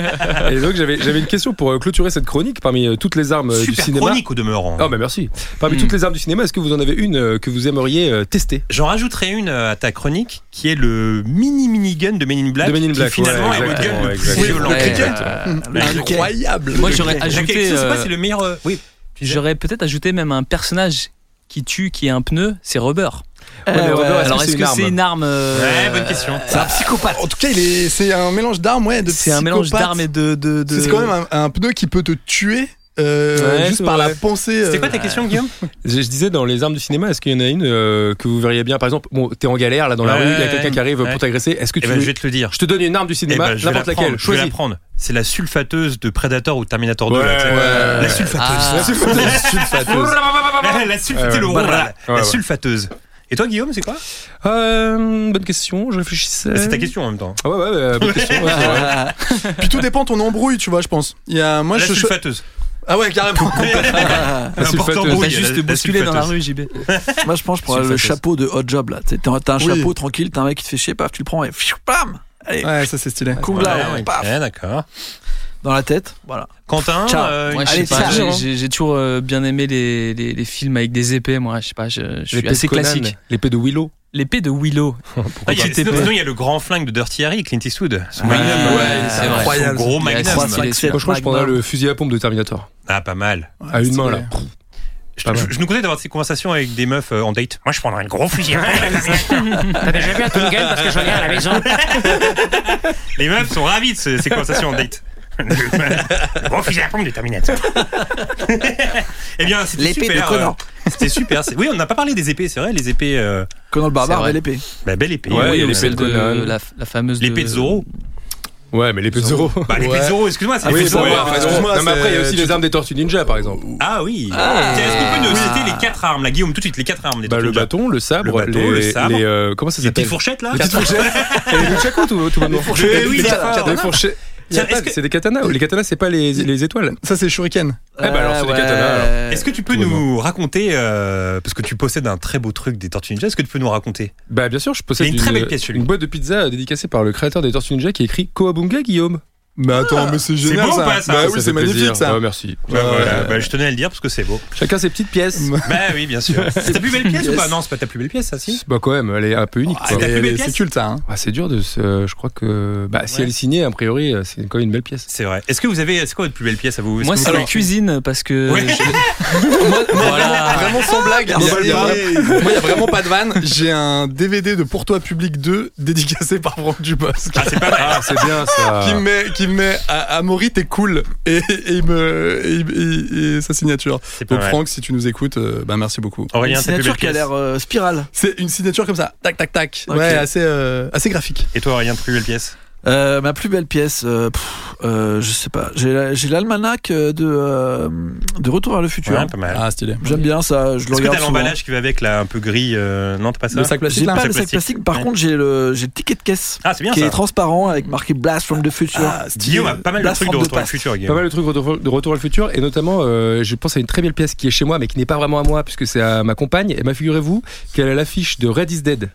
[SPEAKER 5] Et donc j'avais j'avais une question pour euh, clôturer cette chronique parmi euh, toutes les armes euh, du
[SPEAKER 4] Super
[SPEAKER 5] cinéma.
[SPEAKER 4] chronique au demeurant.
[SPEAKER 5] Oh bah merci. Parmi
[SPEAKER 7] Hmm.
[SPEAKER 5] toutes les armes du cinéma, est-ce que vous en avez une euh, que vous aimeriez euh, tester
[SPEAKER 4] J'en rajouterai une euh, à ta chronique qui est le mini minigun de Men in Black.
[SPEAKER 5] De Men in
[SPEAKER 4] qui
[SPEAKER 5] Black,
[SPEAKER 4] finalement
[SPEAKER 5] ouais,
[SPEAKER 4] est le gun le
[SPEAKER 5] exactement,
[SPEAKER 4] plus
[SPEAKER 5] exactement.
[SPEAKER 4] violent.
[SPEAKER 7] Ouais,
[SPEAKER 4] Le cricket.
[SPEAKER 7] euh,
[SPEAKER 4] Le cricket.
[SPEAKER 6] Incroyable.
[SPEAKER 7] Moi, j'aurais
[SPEAKER 4] La
[SPEAKER 7] ajouté,
[SPEAKER 4] question, je sais pas,
[SPEAKER 7] euh,
[SPEAKER 4] c'est le meilleur. euh, Oui.
[SPEAKER 7] J'aurais peut-être ajouté même un personnage qui tue, qui est un pneu, c'est Rubber.
[SPEAKER 5] Ouais, mais Robert,
[SPEAKER 7] Alors est-ce que c'est une arme euh,
[SPEAKER 4] Ouais, bonne question.
[SPEAKER 6] C'est un psychopathe. En tout cas, il est- c'est un mélange d'armes, ouais, de
[SPEAKER 7] C'est un mélange
[SPEAKER 6] psychopathe.
[SPEAKER 7] d'armes et de. de, de-
[SPEAKER 6] C'est quand même un, un pneu qui peut te tuer euh,
[SPEAKER 5] Ouais,
[SPEAKER 6] juste
[SPEAKER 5] c'est
[SPEAKER 6] par
[SPEAKER 5] vrai.
[SPEAKER 6] la pensée.
[SPEAKER 4] C'était
[SPEAKER 6] euh,
[SPEAKER 4] quoi ta question, Guillaume
[SPEAKER 5] Je, je disais dans les armes du cinéma, est-ce qu'il y en a une euh, que vous verriez bien Par exemple, bon, t'es en galère là dans la
[SPEAKER 4] Ouais,
[SPEAKER 5] rue, il y a quelqu'un
[SPEAKER 4] ouais,
[SPEAKER 5] qui arrive
[SPEAKER 4] ouais.
[SPEAKER 5] pour t'agresser. Est-ce que
[SPEAKER 4] Eh
[SPEAKER 5] tu
[SPEAKER 4] ben,
[SPEAKER 5] veux...
[SPEAKER 4] je vais te le dire.
[SPEAKER 5] Je te donne une arme du
[SPEAKER 4] Eh
[SPEAKER 5] cinéma,
[SPEAKER 4] ben, je vais
[SPEAKER 5] n'importe
[SPEAKER 4] la
[SPEAKER 5] laquelle.
[SPEAKER 4] prendre, Je vais
[SPEAKER 5] Choisis.
[SPEAKER 4] la prendre. C'est la sulfateuse de Predator ou Terminator 2.
[SPEAKER 5] Ouais,
[SPEAKER 4] là, tu sais.
[SPEAKER 5] ouais. Ah,
[SPEAKER 4] La sulfateuse.
[SPEAKER 7] Ah.
[SPEAKER 4] La sulfateuse. [LAUGHS] La sulfateuse.
[SPEAKER 5] Ouais,
[SPEAKER 4] le
[SPEAKER 5] ouais.
[SPEAKER 4] roi, là.
[SPEAKER 5] Ouais,
[SPEAKER 4] La
[SPEAKER 5] ouais.
[SPEAKER 4] sulfateuse. Et toi, Guillaume, c'est quoi
[SPEAKER 5] Euh, bonne question. Je réfléchissais.
[SPEAKER 4] C'est ta question en même temps.
[SPEAKER 5] Ah ouais, ouais, euh, bonne question. ouais, c'est vrai.
[SPEAKER 8] Ah.
[SPEAKER 6] Puis tout dépend de ton embrouille, tu vois, je pense. Il y a, moi,
[SPEAKER 4] la
[SPEAKER 6] je,
[SPEAKER 4] sulfateuse.
[SPEAKER 6] ah ouais, carrément.
[SPEAKER 4] La
[SPEAKER 5] sulfateuse.
[SPEAKER 7] T'as
[SPEAKER 5] Oui,
[SPEAKER 7] juste bousculé dans la rue, JB.
[SPEAKER 8] Moi, je pense, je prends le
[SPEAKER 5] Sulfateuse.
[SPEAKER 8] chapeau de hot job là. T'sais, T'as t'as un
[SPEAKER 6] Oui.
[SPEAKER 8] chapeau tranquille, t'as un mec qui te fait chier, paf, tu le prends et pfiou, bam Allez,
[SPEAKER 6] Ouais, ça c'est stylé.
[SPEAKER 8] Kumla,
[SPEAKER 4] Ouais, ouais,
[SPEAKER 8] paf,
[SPEAKER 4] ouais, d'accord.
[SPEAKER 8] dans la tête. Voilà.
[SPEAKER 4] Quentin,
[SPEAKER 8] Ciao.
[SPEAKER 4] euh,
[SPEAKER 7] Moi,
[SPEAKER 4] une-
[SPEAKER 7] je sais
[SPEAKER 8] Allez,
[SPEAKER 7] pas,
[SPEAKER 8] ciao.
[SPEAKER 7] j'ai- j'ai j'ai toujours euh, bien aimé les, les, les films avec des épées, moi. Je sais pas, je, je suis
[SPEAKER 5] L'épée de
[SPEAKER 7] assez
[SPEAKER 5] Conan,
[SPEAKER 7] classique.
[SPEAKER 5] L'épée de Willow.
[SPEAKER 7] L'épée de Willow.
[SPEAKER 8] Oh,
[SPEAKER 4] Ah, il y a-
[SPEAKER 7] petite
[SPEAKER 4] sinon,
[SPEAKER 7] épée.
[SPEAKER 4] sinon, il y a le grand flingue de Dirty Harry, Clint Eastwood. Son
[SPEAKER 8] Ouais,
[SPEAKER 4] magnum.
[SPEAKER 5] Ah
[SPEAKER 8] ouais, c'est
[SPEAKER 5] Euh,
[SPEAKER 4] Son
[SPEAKER 6] incroyable.
[SPEAKER 4] gros
[SPEAKER 7] Il est assez
[SPEAKER 4] magnum.
[SPEAKER 7] stylé.
[SPEAKER 5] Franchement, je prendrais le fusil à pompe de Terminator.
[SPEAKER 4] Ah, pas mal.
[SPEAKER 5] à une main là.
[SPEAKER 4] Je,
[SPEAKER 5] Pas
[SPEAKER 4] je-
[SPEAKER 5] mal.
[SPEAKER 4] je nous conseille d'avoir ces conversations avec des meufs euh, en date. Moi, je prendrais le gros fusil.
[SPEAKER 9] T'avais déjà vu un Toon Gun parce que je regarde à la maison
[SPEAKER 4] [LAUGHS] Les meufs sont ravis de ce- ces conversations en date. Le gros fusil à pompe du Terminator. [LAUGHS] eh bien, c'était
[SPEAKER 8] L'épée de
[SPEAKER 4] super. euh,
[SPEAKER 8] Conan.
[SPEAKER 4] C'était super. C'est- Oui, on n'a pas parlé des épées, c'est vrai, les épées. euh,
[SPEAKER 8] Conan le
[SPEAKER 7] C'est
[SPEAKER 8] barbare
[SPEAKER 7] vrai.
[SPEAKER 8] et l'épée.
[SPEAKER 4] la belle épée.
[SPEAKER 5] Ouais, il y a
[SPEAKER 7] ou
[SPEAKER 5] l'épée
[SPEAKER 7] celle
[SPEAKER 5] de Conan.
[SPEAKER 7] la, la fameuse.
[SPEAKER 4] L'épée de Zoro.
[SPEAKER 5] Ouais, mais l'épée de Zoro.
[SPEAKER 4] Bah, l'épée de
[SPEAKER 6] Ouais.
[SPEAKER 4] Zoro, excuse-moi, c'est
[SPEAKER 5] Ah
[SPEAKER 4] l'épée de
[SPEAKER 5] oui,
[SPEAKER 4] Zoro.
[SPEAKER 5] bon,
[SPEAKER 6] ouais,
[SPEAKER 5] après,
[SPEAKER 6] excuse-moi,
[SPEAKER 5] non, non, mais
[SPEAKER 6] c'est-
[SPEAKER 5] après, il y a aussi
[SPEAKER 6] tu-
[SPEAKER 5] les armes des Tortues Ninja, par exemple.
[SPEAKER 4] Ah oui. Tiens, Est-ce qu'on peut nous citer les quatre armes, là, Guillaume, tout de suite, les quatre armes des
[SPEAKER 5] Ah. Bah, le
[SPEAKER 4] Tortues Ninja
[SPEAKER 5] bâton, le sabre,
[SPEAKER 4] Le bâton,
[SPEAKER 5] les,
[SPEAKER 4] le sabre.
[SPEAKER 5] les, euh, comment ça
[SPEAKER 4] Les petites
[SPEAKER 5] s'appelle
[SPEAKER 4] fourchettes, là
[SPEAKER 5] Les petites fourchettes Et les nunchakus, tout, tout maintenant.
[SPEAKER 4] fourchettes.
[SPEAKER 5] Les
[SPEAKER 4] Oui,
[SPEAKER 5] kata-
[SPEAKER 4] d'accord.
[SPEAKER 5] les fourchettes. Il y a
[SPEAKER 4] Tiens, est-ce
[SPEAKER 5] pas-
[SPEAKER 4] que-
[SPEAKER 5] C'est des katanas. Les katanas, c'est pas les, les étoiles.
[SPEAKER 6] Ça c'est Shuriken.
[SPEAKER 5] Eh
[SPEAKER 8] Euh,
[SPEAKER 5] ben alors, c'est des katanas. alors.
[SPEAKER 4] Est-ce que tu peux
[SPEAKER 5] tout va
[SPEAKER 4] nous raconter, euh, parce que tu possèdes un très beau truc des Tortues Ninja, est-ce que tu peux nous raconter
[SPEAKER 5] Bah, bien sûr, je
[SPEAKER 4] Il
[SPEAKER 5] possède
[SPEAKER 4] y a une très belle pièce, celui-là.
[SPEAKER 5] une boîte de pizza dédicacée par le créateur des Tortues Ninja qui écrit Koabunga Guillaume. Ah,
[SPEAKER 6] Mais attends, Ah, mais c'est génial.
[SPEAKER 4] beau ou
[SPEAKER 6] ça.
[SPEAKER 4] pas, ça
[SPEAKER 6] Bah
[SPEAKER 4] Ça
[SPEAKER 6] oui,
[SPEAKER 5] fait
[SPEAKER 6] c'est magnifique
[SPEAKER 5] plaisir.
[SPEAKER 6] ça.
[SPEAKER 5] Ouais, merci.
[SPEAKER 4] Bah,
[SPEAKER 6] Ouais,
[SPEAKER 4] voilà.
[SPEAKER 6] ouais.
[SPEAKER 4] Bah, je tenais à le dire parce que c'est [LAUGHS] beau.
[SPEAKER 5] Chacun ses petites [LAUGHS] pièces.
[SPEAKER 4] bah oui, bien sûr. C'est ta plus belle pièce ou pas Non, c'est pas ta plus belle pièce, ça, si
[SPEAKER 5] Bah quand même, elle est un peu unique.
[SPEAKER 6] Ah,
[SPEAKER 5] quoi.
[SPEAKER 4] la plus
[SPEAKER 6] elle
[SPEAKER 4] belle
[SPEAKER 6] est-
[SPEAKER 4] pièce
[SPEAKER 6] C'est culte ça. hein.
[SPEAKER 5] Ah, c'est dur de se... Je crois que... Bah, si elle est signée, a priori, euh, c'est quand même une belle pièce.
[SPEAKER 4] C'est vrai. Est-ce que vous avez. C'est quoi votre plus belle pièce à vous Est-ce
[SPEAKER 7] Moi,
[SPEAKER 4] que
[SPEAKER 7] c'est
[SPEAKER 4] vous-
[SPEAKER 7] la cuisine parce
[SPEAKER 4] [LAUGHS]
[SPEAKER 7] que.
[SPEAKER 4] Ouais.
[SPEAKER 7] je- Moi, voilà.
[SPEAKER 6] Vraiment sans blague.
[SPEAKER 8] On
[SPEAKER 6] il y a-
[SPEAKER 8] va le
[SPEAKER 6] il y a-
[SPEAKER 8] parler.
[SPEAKER 6] Moi, il n'y a vraiment pas de vanne. J'ai un DVD de Pour toi public 2 dédicacé par Franck Dubosc.
[SPEAKER 4] Ah, c'est pas mal.
[SPEAKER 5] Ah, c'est bien ça.
[SPEAKER 6] [LAUGHS] qui me met, qui me met à, à Maury, t'es cool. Et, et il me, et, et- et sa signature.
[SPEAKER 4] C'est pas
[SPEAKER 6] Donc,
[SPEAKER 4] mal.
[SPEAKER 6] Franck, si tu nous écoutes, euh, bah, merci beaucoup.
[SPEAKER 7] Oh.
[SPEAKER 4] Aurélien,
[SPEAKER 8] Une
[SPEAKER 4] ta plus belle
[SPEAKER 8] signature qui a
[SPEAKER 4] pièce.
[SPEAKER 8] l'air euh, spirale.
[SPEAKER 6] C'est une signature comme ça. Tac, tac, tac.
[SPEAKER 8] Ok.
[SPEAKER 6] Ouais, assez, euh, assez graphique.
[SPEAKER 4] Et toi, Aurélien, ta plus belle pièce
[SPEAKER 8] Euh, ma plus belle pièce, euh, pff, euh, je sais pas. J'ai la- j'ai l'almanach euh, de, euh, de Retour vers le futur.
[SPEAKER 4] Ouais, pas mal.
[SPEAKER 6] Ah, stylé.
[SPEAKER 8] J'aime bien ça, je le
[SPEAKER 4] Est-ce que
[SPEAKER 8] regarde
[SPEAKER 4] t'as
[SPEAKER 8] souvent.
[SPEAKER 4] l'emballage qui va avec, là, un peu gris euh, Non, t'as pas ça
[SPEAKER 6] Le sac
[SPEAKER 8] J'ai
[SPEAKER 6] plastique, là
[SPEAKER 8] pas
[SPEAKER 4] sac
[SPEAKER 8] le sac
[SPEAKER 4] plastique.
[SPEAKER 8] plastique, par
[SPEAKER 4] Ouais.
[SPEAKER 8] contre j'ai le, j'ai le ticket de caisse
[SPEAKER 4] Ah, c'est bien
[SPEAKER 8] qui
[SPEAKER 4] ça.
[SPEAKER 8] est transparent avec [LAUGHS]
[SPEAKER 7] Bah,
[SPEAKER 8] marqué Blast from the Future.
[SPEAKER 6] Ah, stylé.
[SPEAKER 4] Guillaume a pas mal de
[SPEAKER 8] La
[SPEAKER 4] trucs de
[SPEAKER 8] forme de
[SPEAKER 4] retour à le
[SPEAKER 8] passe.
[SPEAKER 4] futur, Guillaume.
[SPEAKER 5] Pas mal le truc de de retour à le futur et notamment euh, je pense à une très belle pièce qui est chez moi mais qui n'est pas vraiment à moi puisque c'est à ma compagne et m'a figurez-vous qu'elle a l'affiche de Red is Dead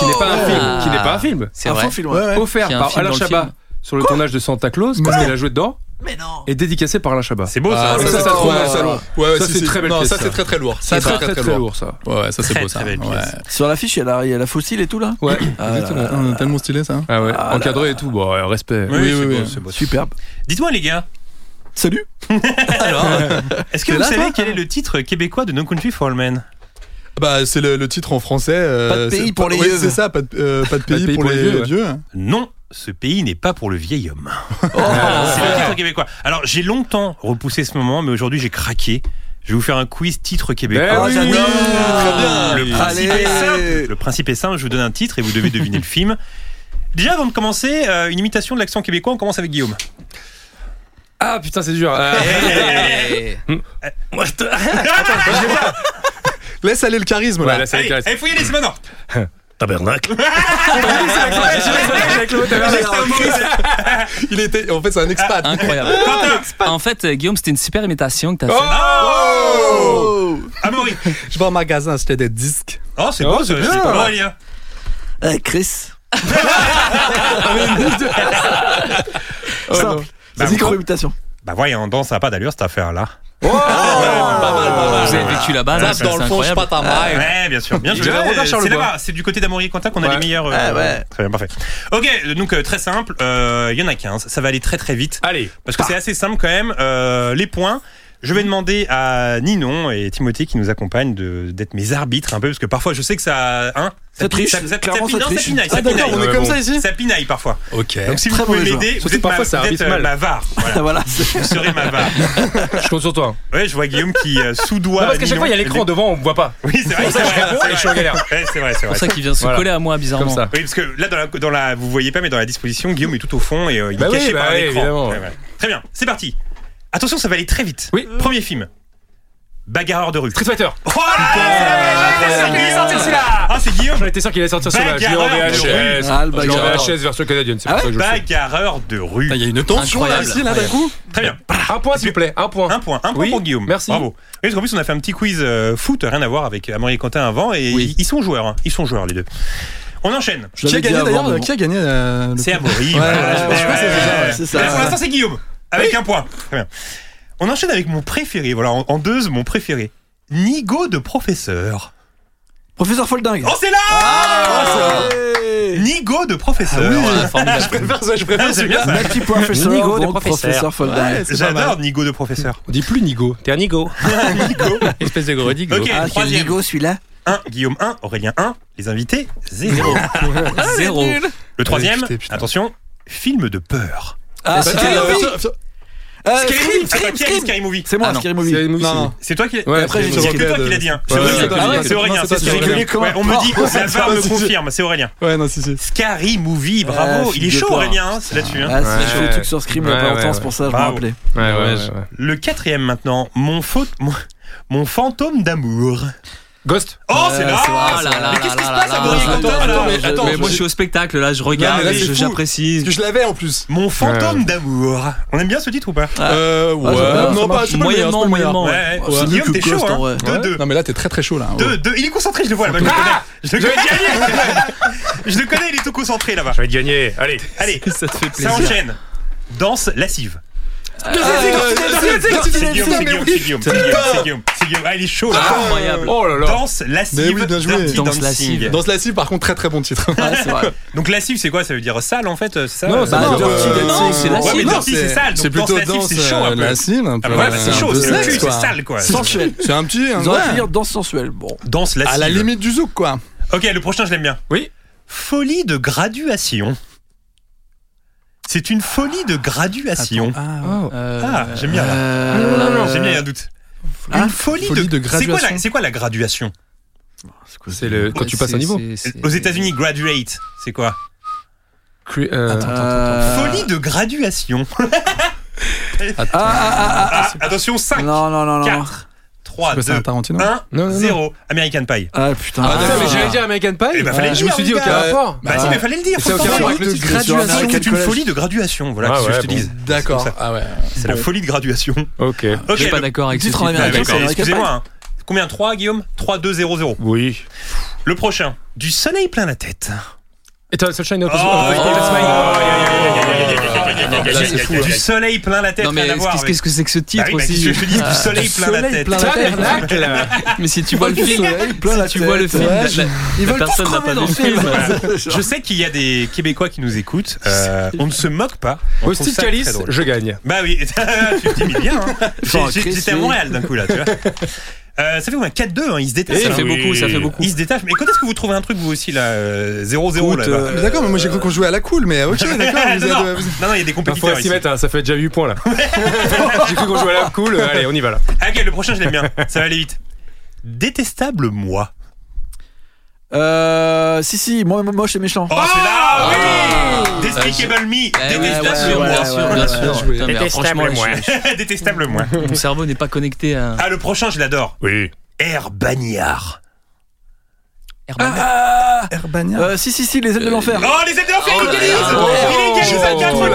[SPEAKER 5] qui n'est pas un
[SPEAKER 6] Oh
[SPEAKER 7] ouais.
[SPEAKER 5] film qui n'est pas un film
[SPEAKER 7] Oh. Ah, C'est
[SPEAKER 8] Un
[SPEAKER 7] vrai.
[SPEAKER 8] faux film, ouais.
[SPEAKER 6] Ouais, ouais.
[SPEAKER 5] offert
[SPEAKER 7] Qui est un
[SPEAKER 5] par
[SPEAKER 7] film
[SPEAKER 5] Alain
[SPEAKER 7] dans le
[SPEAKER 5] Chabat
[SPEAKER 7] film.
[SPEAKER 5] sur le tournage de Santa Claus parce qu'elle a joué dedans
[SPEAKER 8] Mais non
[SPEAKER 5] et dédicacé par Alain Chabat
[SPEAKER 4] C'est beau,
[SPEAKER 6] Ah,
[SPEAKER 4] ça.
[SPEAKER 5] ça,
[SPEAKER 6] c'est
[SPEAKER 5] ça,
[SPEAKER 6] trop
[SPEAKER 5] ouais,
[SPEAKER 6] mal,
[SPEAKER 5] ouais,
[SPEAKER 6] ça.
[SPEAKER 5] ouais.
[SPEAKER 6] Ouais, ouais,
[SPEAKER 5] Ça,
[SPEAKER 6] si,
[SPEAKER 5] c'est
[SPEAKER 6] si.
[SPEAKER 5] très belle
[SPEAKER 6] Non,
[SPEAKER 5] pièce,
[SPEAKER 6] ça,
[SPEAKER 5] ça.
[SPEAKER 6] c'est très, très lourd.
[SPEAKER 5] c'est
[SPEAKER 6] Ça,
[SPEAKER 5] très très, très lourd ça
[SPEAKER 6] Ouais, ouais, ça, c'est
[SPEAKER 4] Très,
[SPEAKER 6] beau,
[SPEAKER 4] très
[SPEAKER 6] ça.
[SPEAKER 4] belle pièce.
[SPEAKER 6] Ouais.
[SPEAKER 8] Sur l'affiche, il y a la- il y a la fossile et tout là
[SPEAKER 5] ouais
[SPEAKER 8] Ah,
[SPEAKER 5] exactement.
[SPEAKER 6] Ah, on a tellement stylé, ça.
[SPEAKER 5] Ah ouais,
[SPEAKER 8] Ah,
[SPEAKER 5] encadré et tout, bon, ouais, respect.
[SPEAKER 4] Oui,
[SPEAKER 6] Oui,
[SPEAKER 4] c'est
[SPEAKER 6] oui,
[SPEAKER 4] beau,
[SPEAKER 6] oui.
[SPEAKER 4] c'est beau.
[SPEAKER 8] Superbe.
[SPEAKER 4] Dites-moi, les gars,
[SPEAKER 8] Salut
[SPEAKER 4] est-ce que
[SPEAKER 8] T'es
[SPEAKER 4] vous
[SPEAKER 8] là,
[SPEAKER 4] savez
[SPEAKER 8] toi
[SPEAKER 4] quel est le titre québécois de No Country for All Men
[SPEAKER 6] Bah, c'est le, le titre en français. euh,
[SPEAKER 8] Pas de pays
[SPEAKER 6] c'est-
[SPEAKER 8] pour les
[SPEAKER 6] ouais,
[SPEAKER 8] vieux.
[SPEAKER 6] c'est ça, pas de, euh, pas de pays, pour, les, hein.
[SPEAKER 5] vieux, ouais.
[SPEAKER 6] vieux.
[SPEAKER 4] Non, ce pays n'est pas pour le vieil
[SPEAKER 5] [LAUGHS]
[SPEAKER 4] homme. c'est le titre québécois. Alors, j'ai longtemps repoussé ce moment, mais aujourd'hui, j'ai craqué. Je vais vous faire un quiz titre québécois.
[SPEAKER 5] Ben oui,
[SPEAKER 8] j'adore.
[SPEAKER 4] Le principe
[SPEAKER 8] Allez.
[SPEAKER 4] est simple. Le principe est simple. Je vous donne un titre et vous devez deviner le
[SPEAKER 5] [LAUGHS]
[SPEAKER 4] film. Déjà, avant de commencer, euh, une imitation de l'accent québécois. On commence avec Guillaume.
[SPEAKER 5] Ah putain, c'est dur. euh,
[SPEAKER 7] Ouais.
[SPEAKER 6] Laisse aller le charisme,
[SPEAKER 5] ouais,
[SPEAKER 6] là.
[SPEAKER 5] là, ça
[SPEAKER 4] Allez,
[SPEAKER 5] m'intéresse.
[SPEAKER 4] allez, faut y aller, c'est maintenant.
[SPEAKER 9] Tabernacle.
[SPEAKER 6] Il était, en fait, c'est un expat.
[SPEAKER 7] Incroyable. En fait, euh, Guillaume, c'était une super imitation que t'as fait.
[SPEAKER 6] Oh
[SPEAKER 4] Amaury.
[SPEAKER 6] Je vais en magasin acheter des disques.
[SPEAKER 4] Ah, Oh, c'est
[SPEAKER 5] Oh,
[SPEAKER 4] beau,
[SPEAKER 5] c'est
[SPEAKER 4] ça, c'est
[SPEAKER 5] bien.
[SPEAKER 4] pas mal, hein.
[SPEAKER 8] Eh, Chris Simple.
[SPEAKER 4] Bah,
[SPEAKER 8] Vas-y,
[SPEAKER 4] bon.
[SPEAKER 8] micro-imitation.
[SPEAKER 4] Bah voyons, donc ça n'a pas d'allure cette affaire-là. Ah, bah,
[SPEAKER 7] Vous avez vécu là-bas, là, c'est c'est incroyable.
[SPEAKER 6] ta
[SPEAKER 4] Ouais, bien sûr. Bien joué.
[SPEAKER 5] Ouais, Robert
[SPEAKER 4] C'est
[SPEAKER 5] Charlebois.
[SPEAKER 4] là-bas, c'est du côté d'Amaury et Quentin qu'on a
[SPEAKER 5] Ouais.
[SPEAKER 4] les meilleurs. euh,
[SPEAKER 8] Ah ouais.
[SPEAKER 4] Très bien, parfait. Ok, donc euh, très simple. euh, Il y en a 15. Ça va aller très très vite.
[SPEAKER 5] Allez,
[SPEAKER 4] Parce que c'est assez simple quand même. Euh, les points. Je vais demander à Ninon et Timothée qui nous accompagnent de- d'être mes arbitres un peu parce que parfois je sais que ça, hein,
[SPEAKER 8] Ça triche,
[SPEAKER 4] ça, ça,
[SPEAKER 8] clairement,
[SPEAKER 4] ça,
[SPEAKER 8] ça triche.
[SPEAKER 4] pinaille, non, ça pinaille, ça
[SPEAKER 6] Ah, d'accord,
[SPEAKER 4] pinaille.
[SPEAKER 6] on est
[SPEAKER 5] Ouais,
[SPEAKER 6] comme
[SPEAKER 5] bon.
[SPEAKER 6] ça ici
[SPEAKER 4] Ça pinaille parfois.
[SPEAKER 6] Ok.
[SPEAKER 5] Eh,
[SPEAKER 4] Donc si vous
[SPEAKER 8] Très
[SPEAKER 4] pouvez
[SPEAKER 8] mauvais
[SPEAKER 4] m'aider, vous
[SPEAKER 5] Surtout
[SPEAKER 4] êtes,
[SPEAKER 5] parfois,
[SPEAKER 4] ma,
[SPEAKER 5] ça
[SPEAKER 4] vous êtes,
[SPEAKER 5] arbitre
[SPEAKER 4] euh,
[SPEAKER 5] mal.
[SPEAKER 4] ma var. Voilà.
[SPEAKER 8] Voilà, c'est-
[SPEAKER 4] vous serez ma var.
[SPEAKER 5] je compte sur toi.
[SPEAKER 4] Ouais, je vois Guillaume qui euh, soudoie.
[SPEAKER 5] Non, parce qu'à chaque
[SPEAKER 4] Ninon
[SPEAKER 5] fois, il y a
[SPEAKER 4] et
[SPEAKER 5] l'écran
[SPEAKER 4] les-
[SPEAKER 5] devant, on me voit pas.
[SPEAKER 4] Oui, c'est vrai. C'est vrai, c'est vrai.
[SPEAKER 5] Je suis en galère.
[SPEAKER 4] Ouais, c'est vrai, c'est
[SPEAKER 7] C'est
[SPEAKER 4] vrai.
[SPEAKER 7] pour ça qu'il vient se
[SPEAKER 5] Voilà.
[SPEAKER 7] coller à moi, bizarrement.
[SPEAKER 5] Comme ça.
[SPEAKER 4] Oui, parce que là, dans la, dans la, vous voyez pas, mais dans la disposition, Guillaume est tout au fond et euh, il
[SPEAKER 5] Bah
[SPEAKER 4] est
[SPEAKER 5] oui,
[SPEAKER 4] caché
[SPEAKER 5] bah
[SPEAKER 4] par
[SPEAKER 5] oui,
[SPEAKER 4] l'écran.
[SPEAKER 5] évidemment.
[SPEAKER 4] Très bien, c'est parti. Attention, ça va aller très vite.
[SPEAKER 5] Oui.
[SPEAKER 4] Premier film. Bagarreur de rue.
[SPEAKER 5] Street Fighter.
[SPEAKER 4] Oh là là, c'est la-
[SPEAKER 5] Incroyable.
[SPEAKER 4] c'est sorti celui-là. Ah, c'est Guillaume.
[SPEAKER 5] J'en étais sûr qu'il allait sortir sur la. Je l'ai en
[SPEAKER 4] Bagarreur de
[SPEAKER 5] VHS.
[SPEAKER 8] Ah, le
[SPEAKER 5] Je l'ai en
[SPEAKER 8] bagarreur.
[SPEAKER 5] VHS version canadienne, c'est
[SPEAKER 8] Ah
[SPEAKER 5] pour ça que je le sais. Ah,
[SPEAKER 4] Bagarreur de rue.
[SPEAKER 6] Il y a une tension là
[SPEAKER 7] Incroyable.
[SPEAKER 6] aussi, là, d'un coup.
[SPEAKER 4] Très bien.
[SPEAKER 5] Un point, s'il vous plaît, un point.
[SPEAKER 4] Un point, un point
[SPEAKER 5] Oui,
[SPEAKER 4] pour Guillaume.
[SPEAKER 5] merci.
[SPEAKER 4] Bravo. Oui, parce qu'en plus, on a fait un petit quiz euh, foot, rien à voir avec Amaury et Quentin avant, et
[SPEAKER 7] Oui.
[SPEAKER 4] ils- ils sont joueurs. hein. Ils sont joueurs, les deux. On enchaîne.
[SPEAKER 8] Je
[SPEAKER 6] Qui a
[SPEAKER 8] l'avais dit
[SPEAKER 6] gagné
[SPEAKER 8] avant,
[SPEAKER 6] d'ailleurs
[SPEAKER 8] mais bon.
[SPEAKER 6] Qui a gagné euh, le-
[SPEAKER 4] C'est Amaury.
[SPEAKER 6] Ouais,
[SPEAKER 4] voilà,
[SPEAKER 6] ouais,
[SPEAKER 4] je
[SPEAKER 6] ouais,
[SPEAKER 4] pense
[SPEAKER 6] je
[SPEAKER 4] que
[SPEAKER 6] pense que c'est ça, ouais.
[SPEAKER 8] C'est ça.
[SPEAKER 4] Là, pour l'instant, c'est Guillaume. Avec un point. Très bien. On enchaîne avec mon préféré. Voilà, en, en deux, mon préféré. Nigo de professeur.
[SPEAKER 8] Professeur Folding. Ah.
[SPEAKER 4] Oh, c'est là
[SPEAKER 6] Ah
[SPEAKER 8] Hey.
[SPEAKER 4] Nigo de professeur.
[SPEAKER 7] Ah, formidable.
[SPEAKER 6] Je préfère ça, je
[SPEAKER 4] Ah,
[SPEAKER 6] préfère
[SPEAKER 4] c'est
[SPEAKER 6] ça.
[SPEAKER 4] bien ça.
[SPEAKER 8] Petit professeur,
[SPEAKER 9] Nigo de
[SPEAKER 8] donc
[SPEAKER 9] professeur.
[SPEAKER 8] professeur Folding. Ah,
[SPEAKER 4] J'adore Nigo de professeur.
[SPEAKER 5] On dit plus Nigo. T'es un Nigo.
[SPEAKER 4] Nigo.
[SPEAKER 5] [LAUGHS] Espèce de gros Nigo.
[SPEAKER 4] Ok,
[SPEAKER 8] Ah, quel
[SPEAKER 4] troisième.
[SPEAKER 8] Nigo celui-là
[SPEAKER 4] 1, Guillaume 1, Aurélien 1, les invités 0.
[SPEAKER 7] Zéro.
[SPEAKER 4] Le troisième,
[SPEAKER 6] putain, putain.
[SPEAKER 4] attention, film de peur.
[SPEAKER 8] Ah,
[SPEAKER 6] C'était
[SPEAKER 8] Scary
[SPEAKER 6] le-
[SPEAKER 8] Movie. Euh,
[SPEAKER 4] Scary
[SPEAKER 8] Scream, Scream,
[SPEAKER 4] Scream, Scary
[SPEAKER 8] Scream.
[SPEAKER 4] Scary Movie. Ah
[SPEAKER 8] C'est moi, Scary Movie.
[SPEAKER 6] Non, non.
[SPEAKER 4] C'est toi qui l'as.
[SPEAKER 5] Ouais,
[SPEAKER 4] Ouais,
[SPEAKER 8] après,
[SPEAKER 4] c'est
[SPEAKER 8] j'ai
[SPEAKER 4] c'est
[SPEAKER 8] dit
[SPEAKER 4] que toi
[SPEAKER 6] Scary
[SPEAKER 4] qui l'as dit. hein. C'est
[SPEAKER 6] Ouais,
[SPEAKER 4] Aurélien,
[SPEAKER 6] c'est Aurélien.
[SPEAKER 4] c'est Aurélien,
[SPEAKER 6] Non,
[SPEAKER 4] c'est
[SPEAKER 6] c'est
[SPEAKER 4] Scary
[SPEAKER 6] pas
[SPEAKER 4] Movie.
[SPEAKER 8] Aurélien.
[SPEAKER 4] Ouais, On me dit,
[SPEAKER 6] Non,
[SPEAKER 4] la
[SPEAKER 6] c'est
[SPEAKER 4] barre
[SPEAKER 6] pas
[SPEAKER 4] me
[SPEAKER 6] si-
[SPEAKER 4] confirme, c'est Aurélien.
[SPEAKER 6] Ouais, non, si, si.
[SPEAKER 4] Scary Movie,
[SPEAKER 8] Ah,
[SPEAKER 4] bravo.
[SPEAKER 8] film
[SPEAKER 4] Il est
[SPEAKER 8] de
[SPEAKER 4] chaud
[SPEAKER 8] peur.
[SPEAKER 4] Aurélien hein, c'est là-dessus. hein.
[SPEAKER 8] Ah,
[SPEAKER 6] Euh,
[SPEAKER 5] Ouais.
[SPEAKER 8] si, j'ai fait le truc sur Scream il y a
[SPEAKER 5] Ouais,
[SPEAKER 8] pas
[SPEAKER 5] ouais,
[SPEAKER 8] longtemps,
[SPEAKER 5] ouais.
[SPEAKER 8] c'est pour ça, je me
[SPEAKER 4] Bravo.
[SPEAKER 8] rappelais.
[SPEAKER 5] Ouais, ouais,
[SPEAKER 6] ouais.
[SPEAKER 5] ouais.
[SPEAKER 4] Le quatrième maintenant, mon faute, mon, mon fantôme d'amour.
[SPEAKER 5] Ghost.
[SPEAKER 4] Oh, c'est Ah,
[SPEAKER 8] Ouais,
[SPEAKER 4] là,
[SPEAKER 8] c'est là,
[SPEAKER 7] c'est là.
[SPEAKER 4] Mais qu'est-ce qui se
[SPEAKER 7] Là,
[SPEAKER 4] passe
[SPEAKER 7] là,
[SPEAKER 4] à
[SPEAKER 7] là,
[SPEAKER 4] Boris
[SPEAKER 7] là,
[SPEAKER 4] Quentin,
[SPEAKER 6] là,
[SPEAKER 4] alors
[SPEAKER 6] là, là, Attends,
[SPEAKER 7] Mais moi,
[SPEAKER 6] je-
[SPEAKER 7] je suis au spectacle, là, je
[SPEAKER 6] Non, mais
[SPEAKER 7] regarde,
[SPEAKER 6] là, c'est
[SPEAKER 7] je-
[SPEAKER 6] fou.
[SPEAKER 7] j'apprécie.
[SPEAKER 6] Parce que je l'avais en plus.
[SPEAKER 4] Mon fantôme d'amour. On aime bien ce titre ou pas
[SPEAKER 8] Ah,
[SPEAKER 6] Euh,
[SPEAKER 8] ça va,
[SPEAKER 6] ouais.
[SPEAKER 8] ça
[SPEAKER 6] Non, pas,
[SPEAKER 8] marche.
[SPEAKER 6] c'est pas le meilleur, c'est pas le meilleur.
[SPEAKER 7] Moyennement,
[SPEAKER 4] Ouais,
[SPEAKER 8] Ouais, c'est mieux
[SPEAKER 4] Guillaume,
[SPEAKER 8] que
[SPEAKER 4] t'es
[SPEAKER 8] Ghost, en
[SPEAKER 4] chaud, hein
[SPEAKER 8] vrai.
[SPEAKER 4] 2-2.
[SPEAKER 6] Non, mais là, t'es très très chaud là.
[SPEAKER 4] Deux, deux. Il est concentré, je le vois là-bas. Ah, je le connais. Je le [LAUGHS] connais. Je le connais, il est tout concentré là-bas.
[SPEAKER 5] vais gagner. Allez.
[SPEAKER 4] Allez,
[SPEAKER 7] Ça te fait
[SPEAKER 4] ça
[SPEAKER 7] plaisir.
[SPEAKER 4] enchaîne. Danse lascive.
[SPEAKER 6] Euh, C'est
[SPEAKER 4] C'est Guillaume, c'est Guillaume, c'est Guillaume, c'est Guillaume, c'est Guillaume, c'est Guillaume. Ah, il est chaud là.
[SPEAKER 7] Incroyable.
[SPEAKER 6] Oh là là.
[SPEAKER 4] Danse lascive.
[SPEAKER 6] Mais oui, bien joué.
[SPEAKER 4] Dirty
[SPEAKER 7] Danse
[SPEAKER 4] Dancing. euh,
[SPEAKER 7] lascive.
[SPEAKER 6] Danse la cible, par contre, très très bon titre.
[SPEAKER 8] c'est vrai.
[SPEAKER 4] Donc lascive, c'est quoi Ça veut dire sale en fait, euh, c'est ça
[SPEAKER 5] Non,
[SPEAKER 4] ça
[SPEAKER 5] ça-
[SPEAKER 8] Bah,
[SPEAKER 5] Non,
[SPEAKER 8] Dirty
[SPEAKER 5] euh,
[SPEAKER 8] Dancing, c'est la
[SPEAKER 4] ouais, mais
[SPEAKER 8] cible.
[SPEAKER 4] non, si, c'est sale, donc
[SPEAKER 6] C'est
[SPEAKER 4] danse
[SPEAKER 6] plutôt
[SPEAKER 4] la cible,
[SPEAKER 6] danse
[SPEAKER 4] c'est chaud, un peu.
[SPEAKER 6] la cible, un peu.
[SPEAKER 4] Ah bah ouais, bah,
[SPEAKER 6] euh,
[SPEAKER 4] c'est
[SPEAKER 6] un
[SPEAKER 4] chaud,
[SPEAKER 6] peu
[SPEAKER 4] c'est
[SPEAKER 6] slack,
[SPEAKER 4] cul, c'est
[SPEAKER 6] quoi.
[SPEAKER 4] sale quoi.
[SPEAKER 8] Sensuel.
[SPEAKER 6] C'est un petit.
[SPEAKER 8] Ils auraient pu
[SPEAKER 6] hein, ouais.
[SPEAKER 8] dire danse sensuelle. Bon.
[SPEAKER 4] Danse lascive.
[SPEAKER 6] À la limite du zouk, quoi.
[SPEAKER 4] Ok, le prochain, je l'aime bien.
[SPEAKER 7] Oui.
[SPEAKER 4] Folie de graduation. C'est une folie de graduation.
[SPEAKER 5] Oh.
[SPEAKER 4] Ah,
[SPEAKER 7] euh,
[SPEAKER 4] j'aime bien là.
[SPEAKER 8] Euh,
[SPEAKER 4] J'ai bien un doute.
[SPEAKER 8] Ah,
[SPEAKER 4] une folie,
[SPEAKER 6] folie
[SPEAKER 4] de, C'est
[SPEAKER 6] de
[SPEAKER 4] quoi, la,
[SPEAKER 6] graduation.
[SPEAKER 4] c'est quoi la graduation
[SPEAKER 8] c'est quoi,
[SPEAKER 5] C'est le quand tu passes un niveau.
[SPEAKER 4] Aux États-Unis, graduate, c'est quoi
[SPEAKER 5] Cré- euh,
[SPEAKER 8] Euh,
[SPEAKER 4] Folie de graduation. [LAUGHS]
[SPEAKER 8] Ah, ah, ah,
[SPEAKER 4] Ah, attention,
[SPEAKER 8] ah.
[SPEAKER 4] 5,
[SPEAKER 8] Non, non, non, non.
[SPEAKER 4] 4, 3, 2,
[SPEAKER 6] C'est un Tarantino.
[SPEAKER 4] 1,
[SPEAKER 5] Non, non, non.
[SPEAKER 4] 0. American Pie.
[SPEAKER 8] Ah putain.
[SPEAKER 6] Ah,
[SPEAKER 5] Putain,
[SPEAKER 6] d'accord,
[SPEAKER 5] mais j'allais dire American Pie. Ah.
[SPEAKER 4] Eh ben, fallait le
[SPEAKER 5] je me
[SPEAKER 4] dire,
[SPEAKER 5] suis dit
[SPEAKER 4] mon
[SPEAKER 5] aucun
[SPEAKER 4] gars.
[SPEAKER 5] rapport.
[SPEAKER 4] Bah, si,
[SPEAKER 6] Bah,
[SPEAKER 4] mais fallait le dire.
[SPEAKER 5] ça a
[SPEAKER 4] faut
[SPEAKER 5] aucun
[SPEAKER 4] le
[SPEAKER 5] rapport
[SPEAKER 4] savoir.
[SPEAKER 5] avec le titre.
[SPEAKER 8] Graduation.
[SPEAKER 4] C'est une
[SPEAKER 8] Collège.
[SPEAKER 4] folie de graduation, voilà
[SPEAKER 5] Ah
[SPEAKER 4] ce que
[SPEAKER 5] ouais,
[SPEAKER 4] je te
[SPEAKER 5] bon.
[SPEAKER 4] dis.
[SPEAKER 6] D'accord. Ah ouais.
[SPEAKER 4] C'est la folie de graduation.
[SPEAKER 5] Ok.
[SPEAKER 4] Ok,
[SPEAKER 7] Je suis pas
[SPEAKER 4] le-
[SPEAKER 7] d'accord avec ce
[SPEAKER 8] Titre
[SPEAKER 7] titre.
[SPEAKER 8] en
[SPEAKER 4] Ah,
[SPEAKER 8] américain,
[SPEAKER 4] d'accord,
[SPEAKER 8] c'est American
[SPEAKER 4] Excusez-moi. hein. Combien 3, Guillaume 3, 2, 0, 0.
[SPEAKER 5] Oui.
[SPEAKER 4] Le prochain. Du soleil plein la tête. Oh,
[SPEAKER 5] Et t'as Sunshine
[SPEAKER 7] Oh,
[SPEAKER 5] of oh.
[SPEAKER 4] Du soleil plein la tête.
[SPEAKER 7] Non mais
[SPEAKER 4] rien à voir
[SPEAKER 7] qu'est-ce
[SPEAKER 4] avec-
[SPEAKER 7] qu'est-ce que c'est que ce
[SPEAKER 4] Bah
[SPEAKER 7] titre
[SPEAKER 4] oui, bah, qu'est-ce
[SPEAKER 7] aussi Ah,
[SPEAKER 4] que je te dis Du soleil plein la
[SPEAKER 8] soleil
[SPEAKER 4] tête.
[SPEAKER 8] plein la tête.
[SPEAKER 7] Mais si tu vois le film,
[SPEAKER 8] soleil plein
[SPEAKER 7] si
[SPEAKER 8] la
[SPEAKER 7] tu
[SPEAKER 8] tête,
[SPEAKER 7] vois le film,
[SPEAKER 8] ouais.
[SPEAKER 7] la- la-
[SPEAKER 8] Ils
[SPEAKER 7] la
[SPEAKER 8] veulent tous
[SPEAKER 7] personne n'a
[SPEAKER 8] crever
[SPEAKER 7] pas
[SPEAKER 8] dans le
[SPEAKER 7] vu.
[SPEAKER 8] film.
[SPEAKER 4] Je sais qu'il y a des Québécois qui nous écoutent. euh, on ne se moque pas. On trouve
[SPEAKER 5] Hostile
[SPEAKER 4] ça très
[SPEAKER 5] Calice,
[SPEAKER 4] drôle.
[SPEAKER 5] je gagne.
[SPEAKER 4] Bah oui, [LAUGHS] tu te dis mais bien.
[SPEAKER 7] [LAUGHS]
[SPEAKER 4] hein. J'ai-
[SPEAKER 8] Genre,
[SPEAKER 4] j'ai-
[SPEAKER 8] Chris,
[SPEAKER 4] J'étais à
[SPEAKER 8] oui.
[SPEAKER 4] Montréal d'un coup là, tu vois. Euh, ça fait combien 4-2, hein, ils se détachent.
[SPEAKER 7] Eh, Ça
[SPEAKER 4] hein.
[SPEAKER 7] fait beaucoup, ça fait beaucoup.
[SPEAKER 4] Ils se détachent. Mais quand est-ce que vous trouvez un truc, vous aussi, là 0-0
[SPEAKER 8] Écoute,
[SPEAKER 4] là
[SPEAKER 8] euh,
[SPEAKER 4] [LAUGHS]
[SPEAKER 6] Mais D'accord, mais moi j'ai cru qu'on jouait à la cool, mais
[SPEAKER 7] Ah,
[SPEAKER 6] ok, d'accord. vous
[SPEAKER 4] non,
[SPEAKER 7] euh,
[SPEAKER 6] êtes- euh, vous-
[SPEAKER 4] non, non, il y a des
[SPEAKER 5] Il faut
[SPEAKER 4] compétiteurs
[SPEAKER 5] s'y
[SPEAKER 4] ici.
[SPEAKER 5] mettre, hein, ça fait déjà 8 points [LAUGHS] là. J'ai cru qu'on jouait à la cool, euh, allez, on y va là.
[SPEAKER 4] Ah, Ok, le prochain, je l'aime bien. Ça va aller vite. Détestable moi.
[SPEAKER 8] Euh, si, si, moi, moi, moche et méchant.
[SPEAKER 4] Oh, c'est là oui
[SPEAKER 7] Ah.
[SPEAKER 4] Despicable me.
[SPEAKER 7] Eh ouais,
[SPEAKER 4] Détestable
[SPEAKER 7] bien sûr,
[SPEAKER 4] moi.
[SPEAKER 7] bien sûr, bien sûr.
[SPEAKER 6] ouais, ouais.
[SPEAKER 7] Putain, mais
[SPEAKER 9] Détestable,
[SPEAKER 7] franchement, là,
[SPEAKER 9] moi.
[SPEAKER 7] je
[SPEAKER 4] [LAUGHS]
[SPEAKER 7] suis-
[SPEAKER 4] Détestable
[SPEAKER 7] [LAUGHS]
[SPEAKER 4] moi.
[SPEAKER 7] Mon cerveau n'est pas connecté à.
[SPEAKER 4] Ah, le prochain, je l'adore.
[SPEAKER 5] Oui.
[SPEAKER 4] Air bagnard.
[SPEAKER 7] Herman.
[SPEAKER 6] Herbania.
[SPEAKER 8] Euh, si, si, si, les ailes de l'enfer.
[SPEAKER 4] Oh, les aides de l'enfer, il égalise Il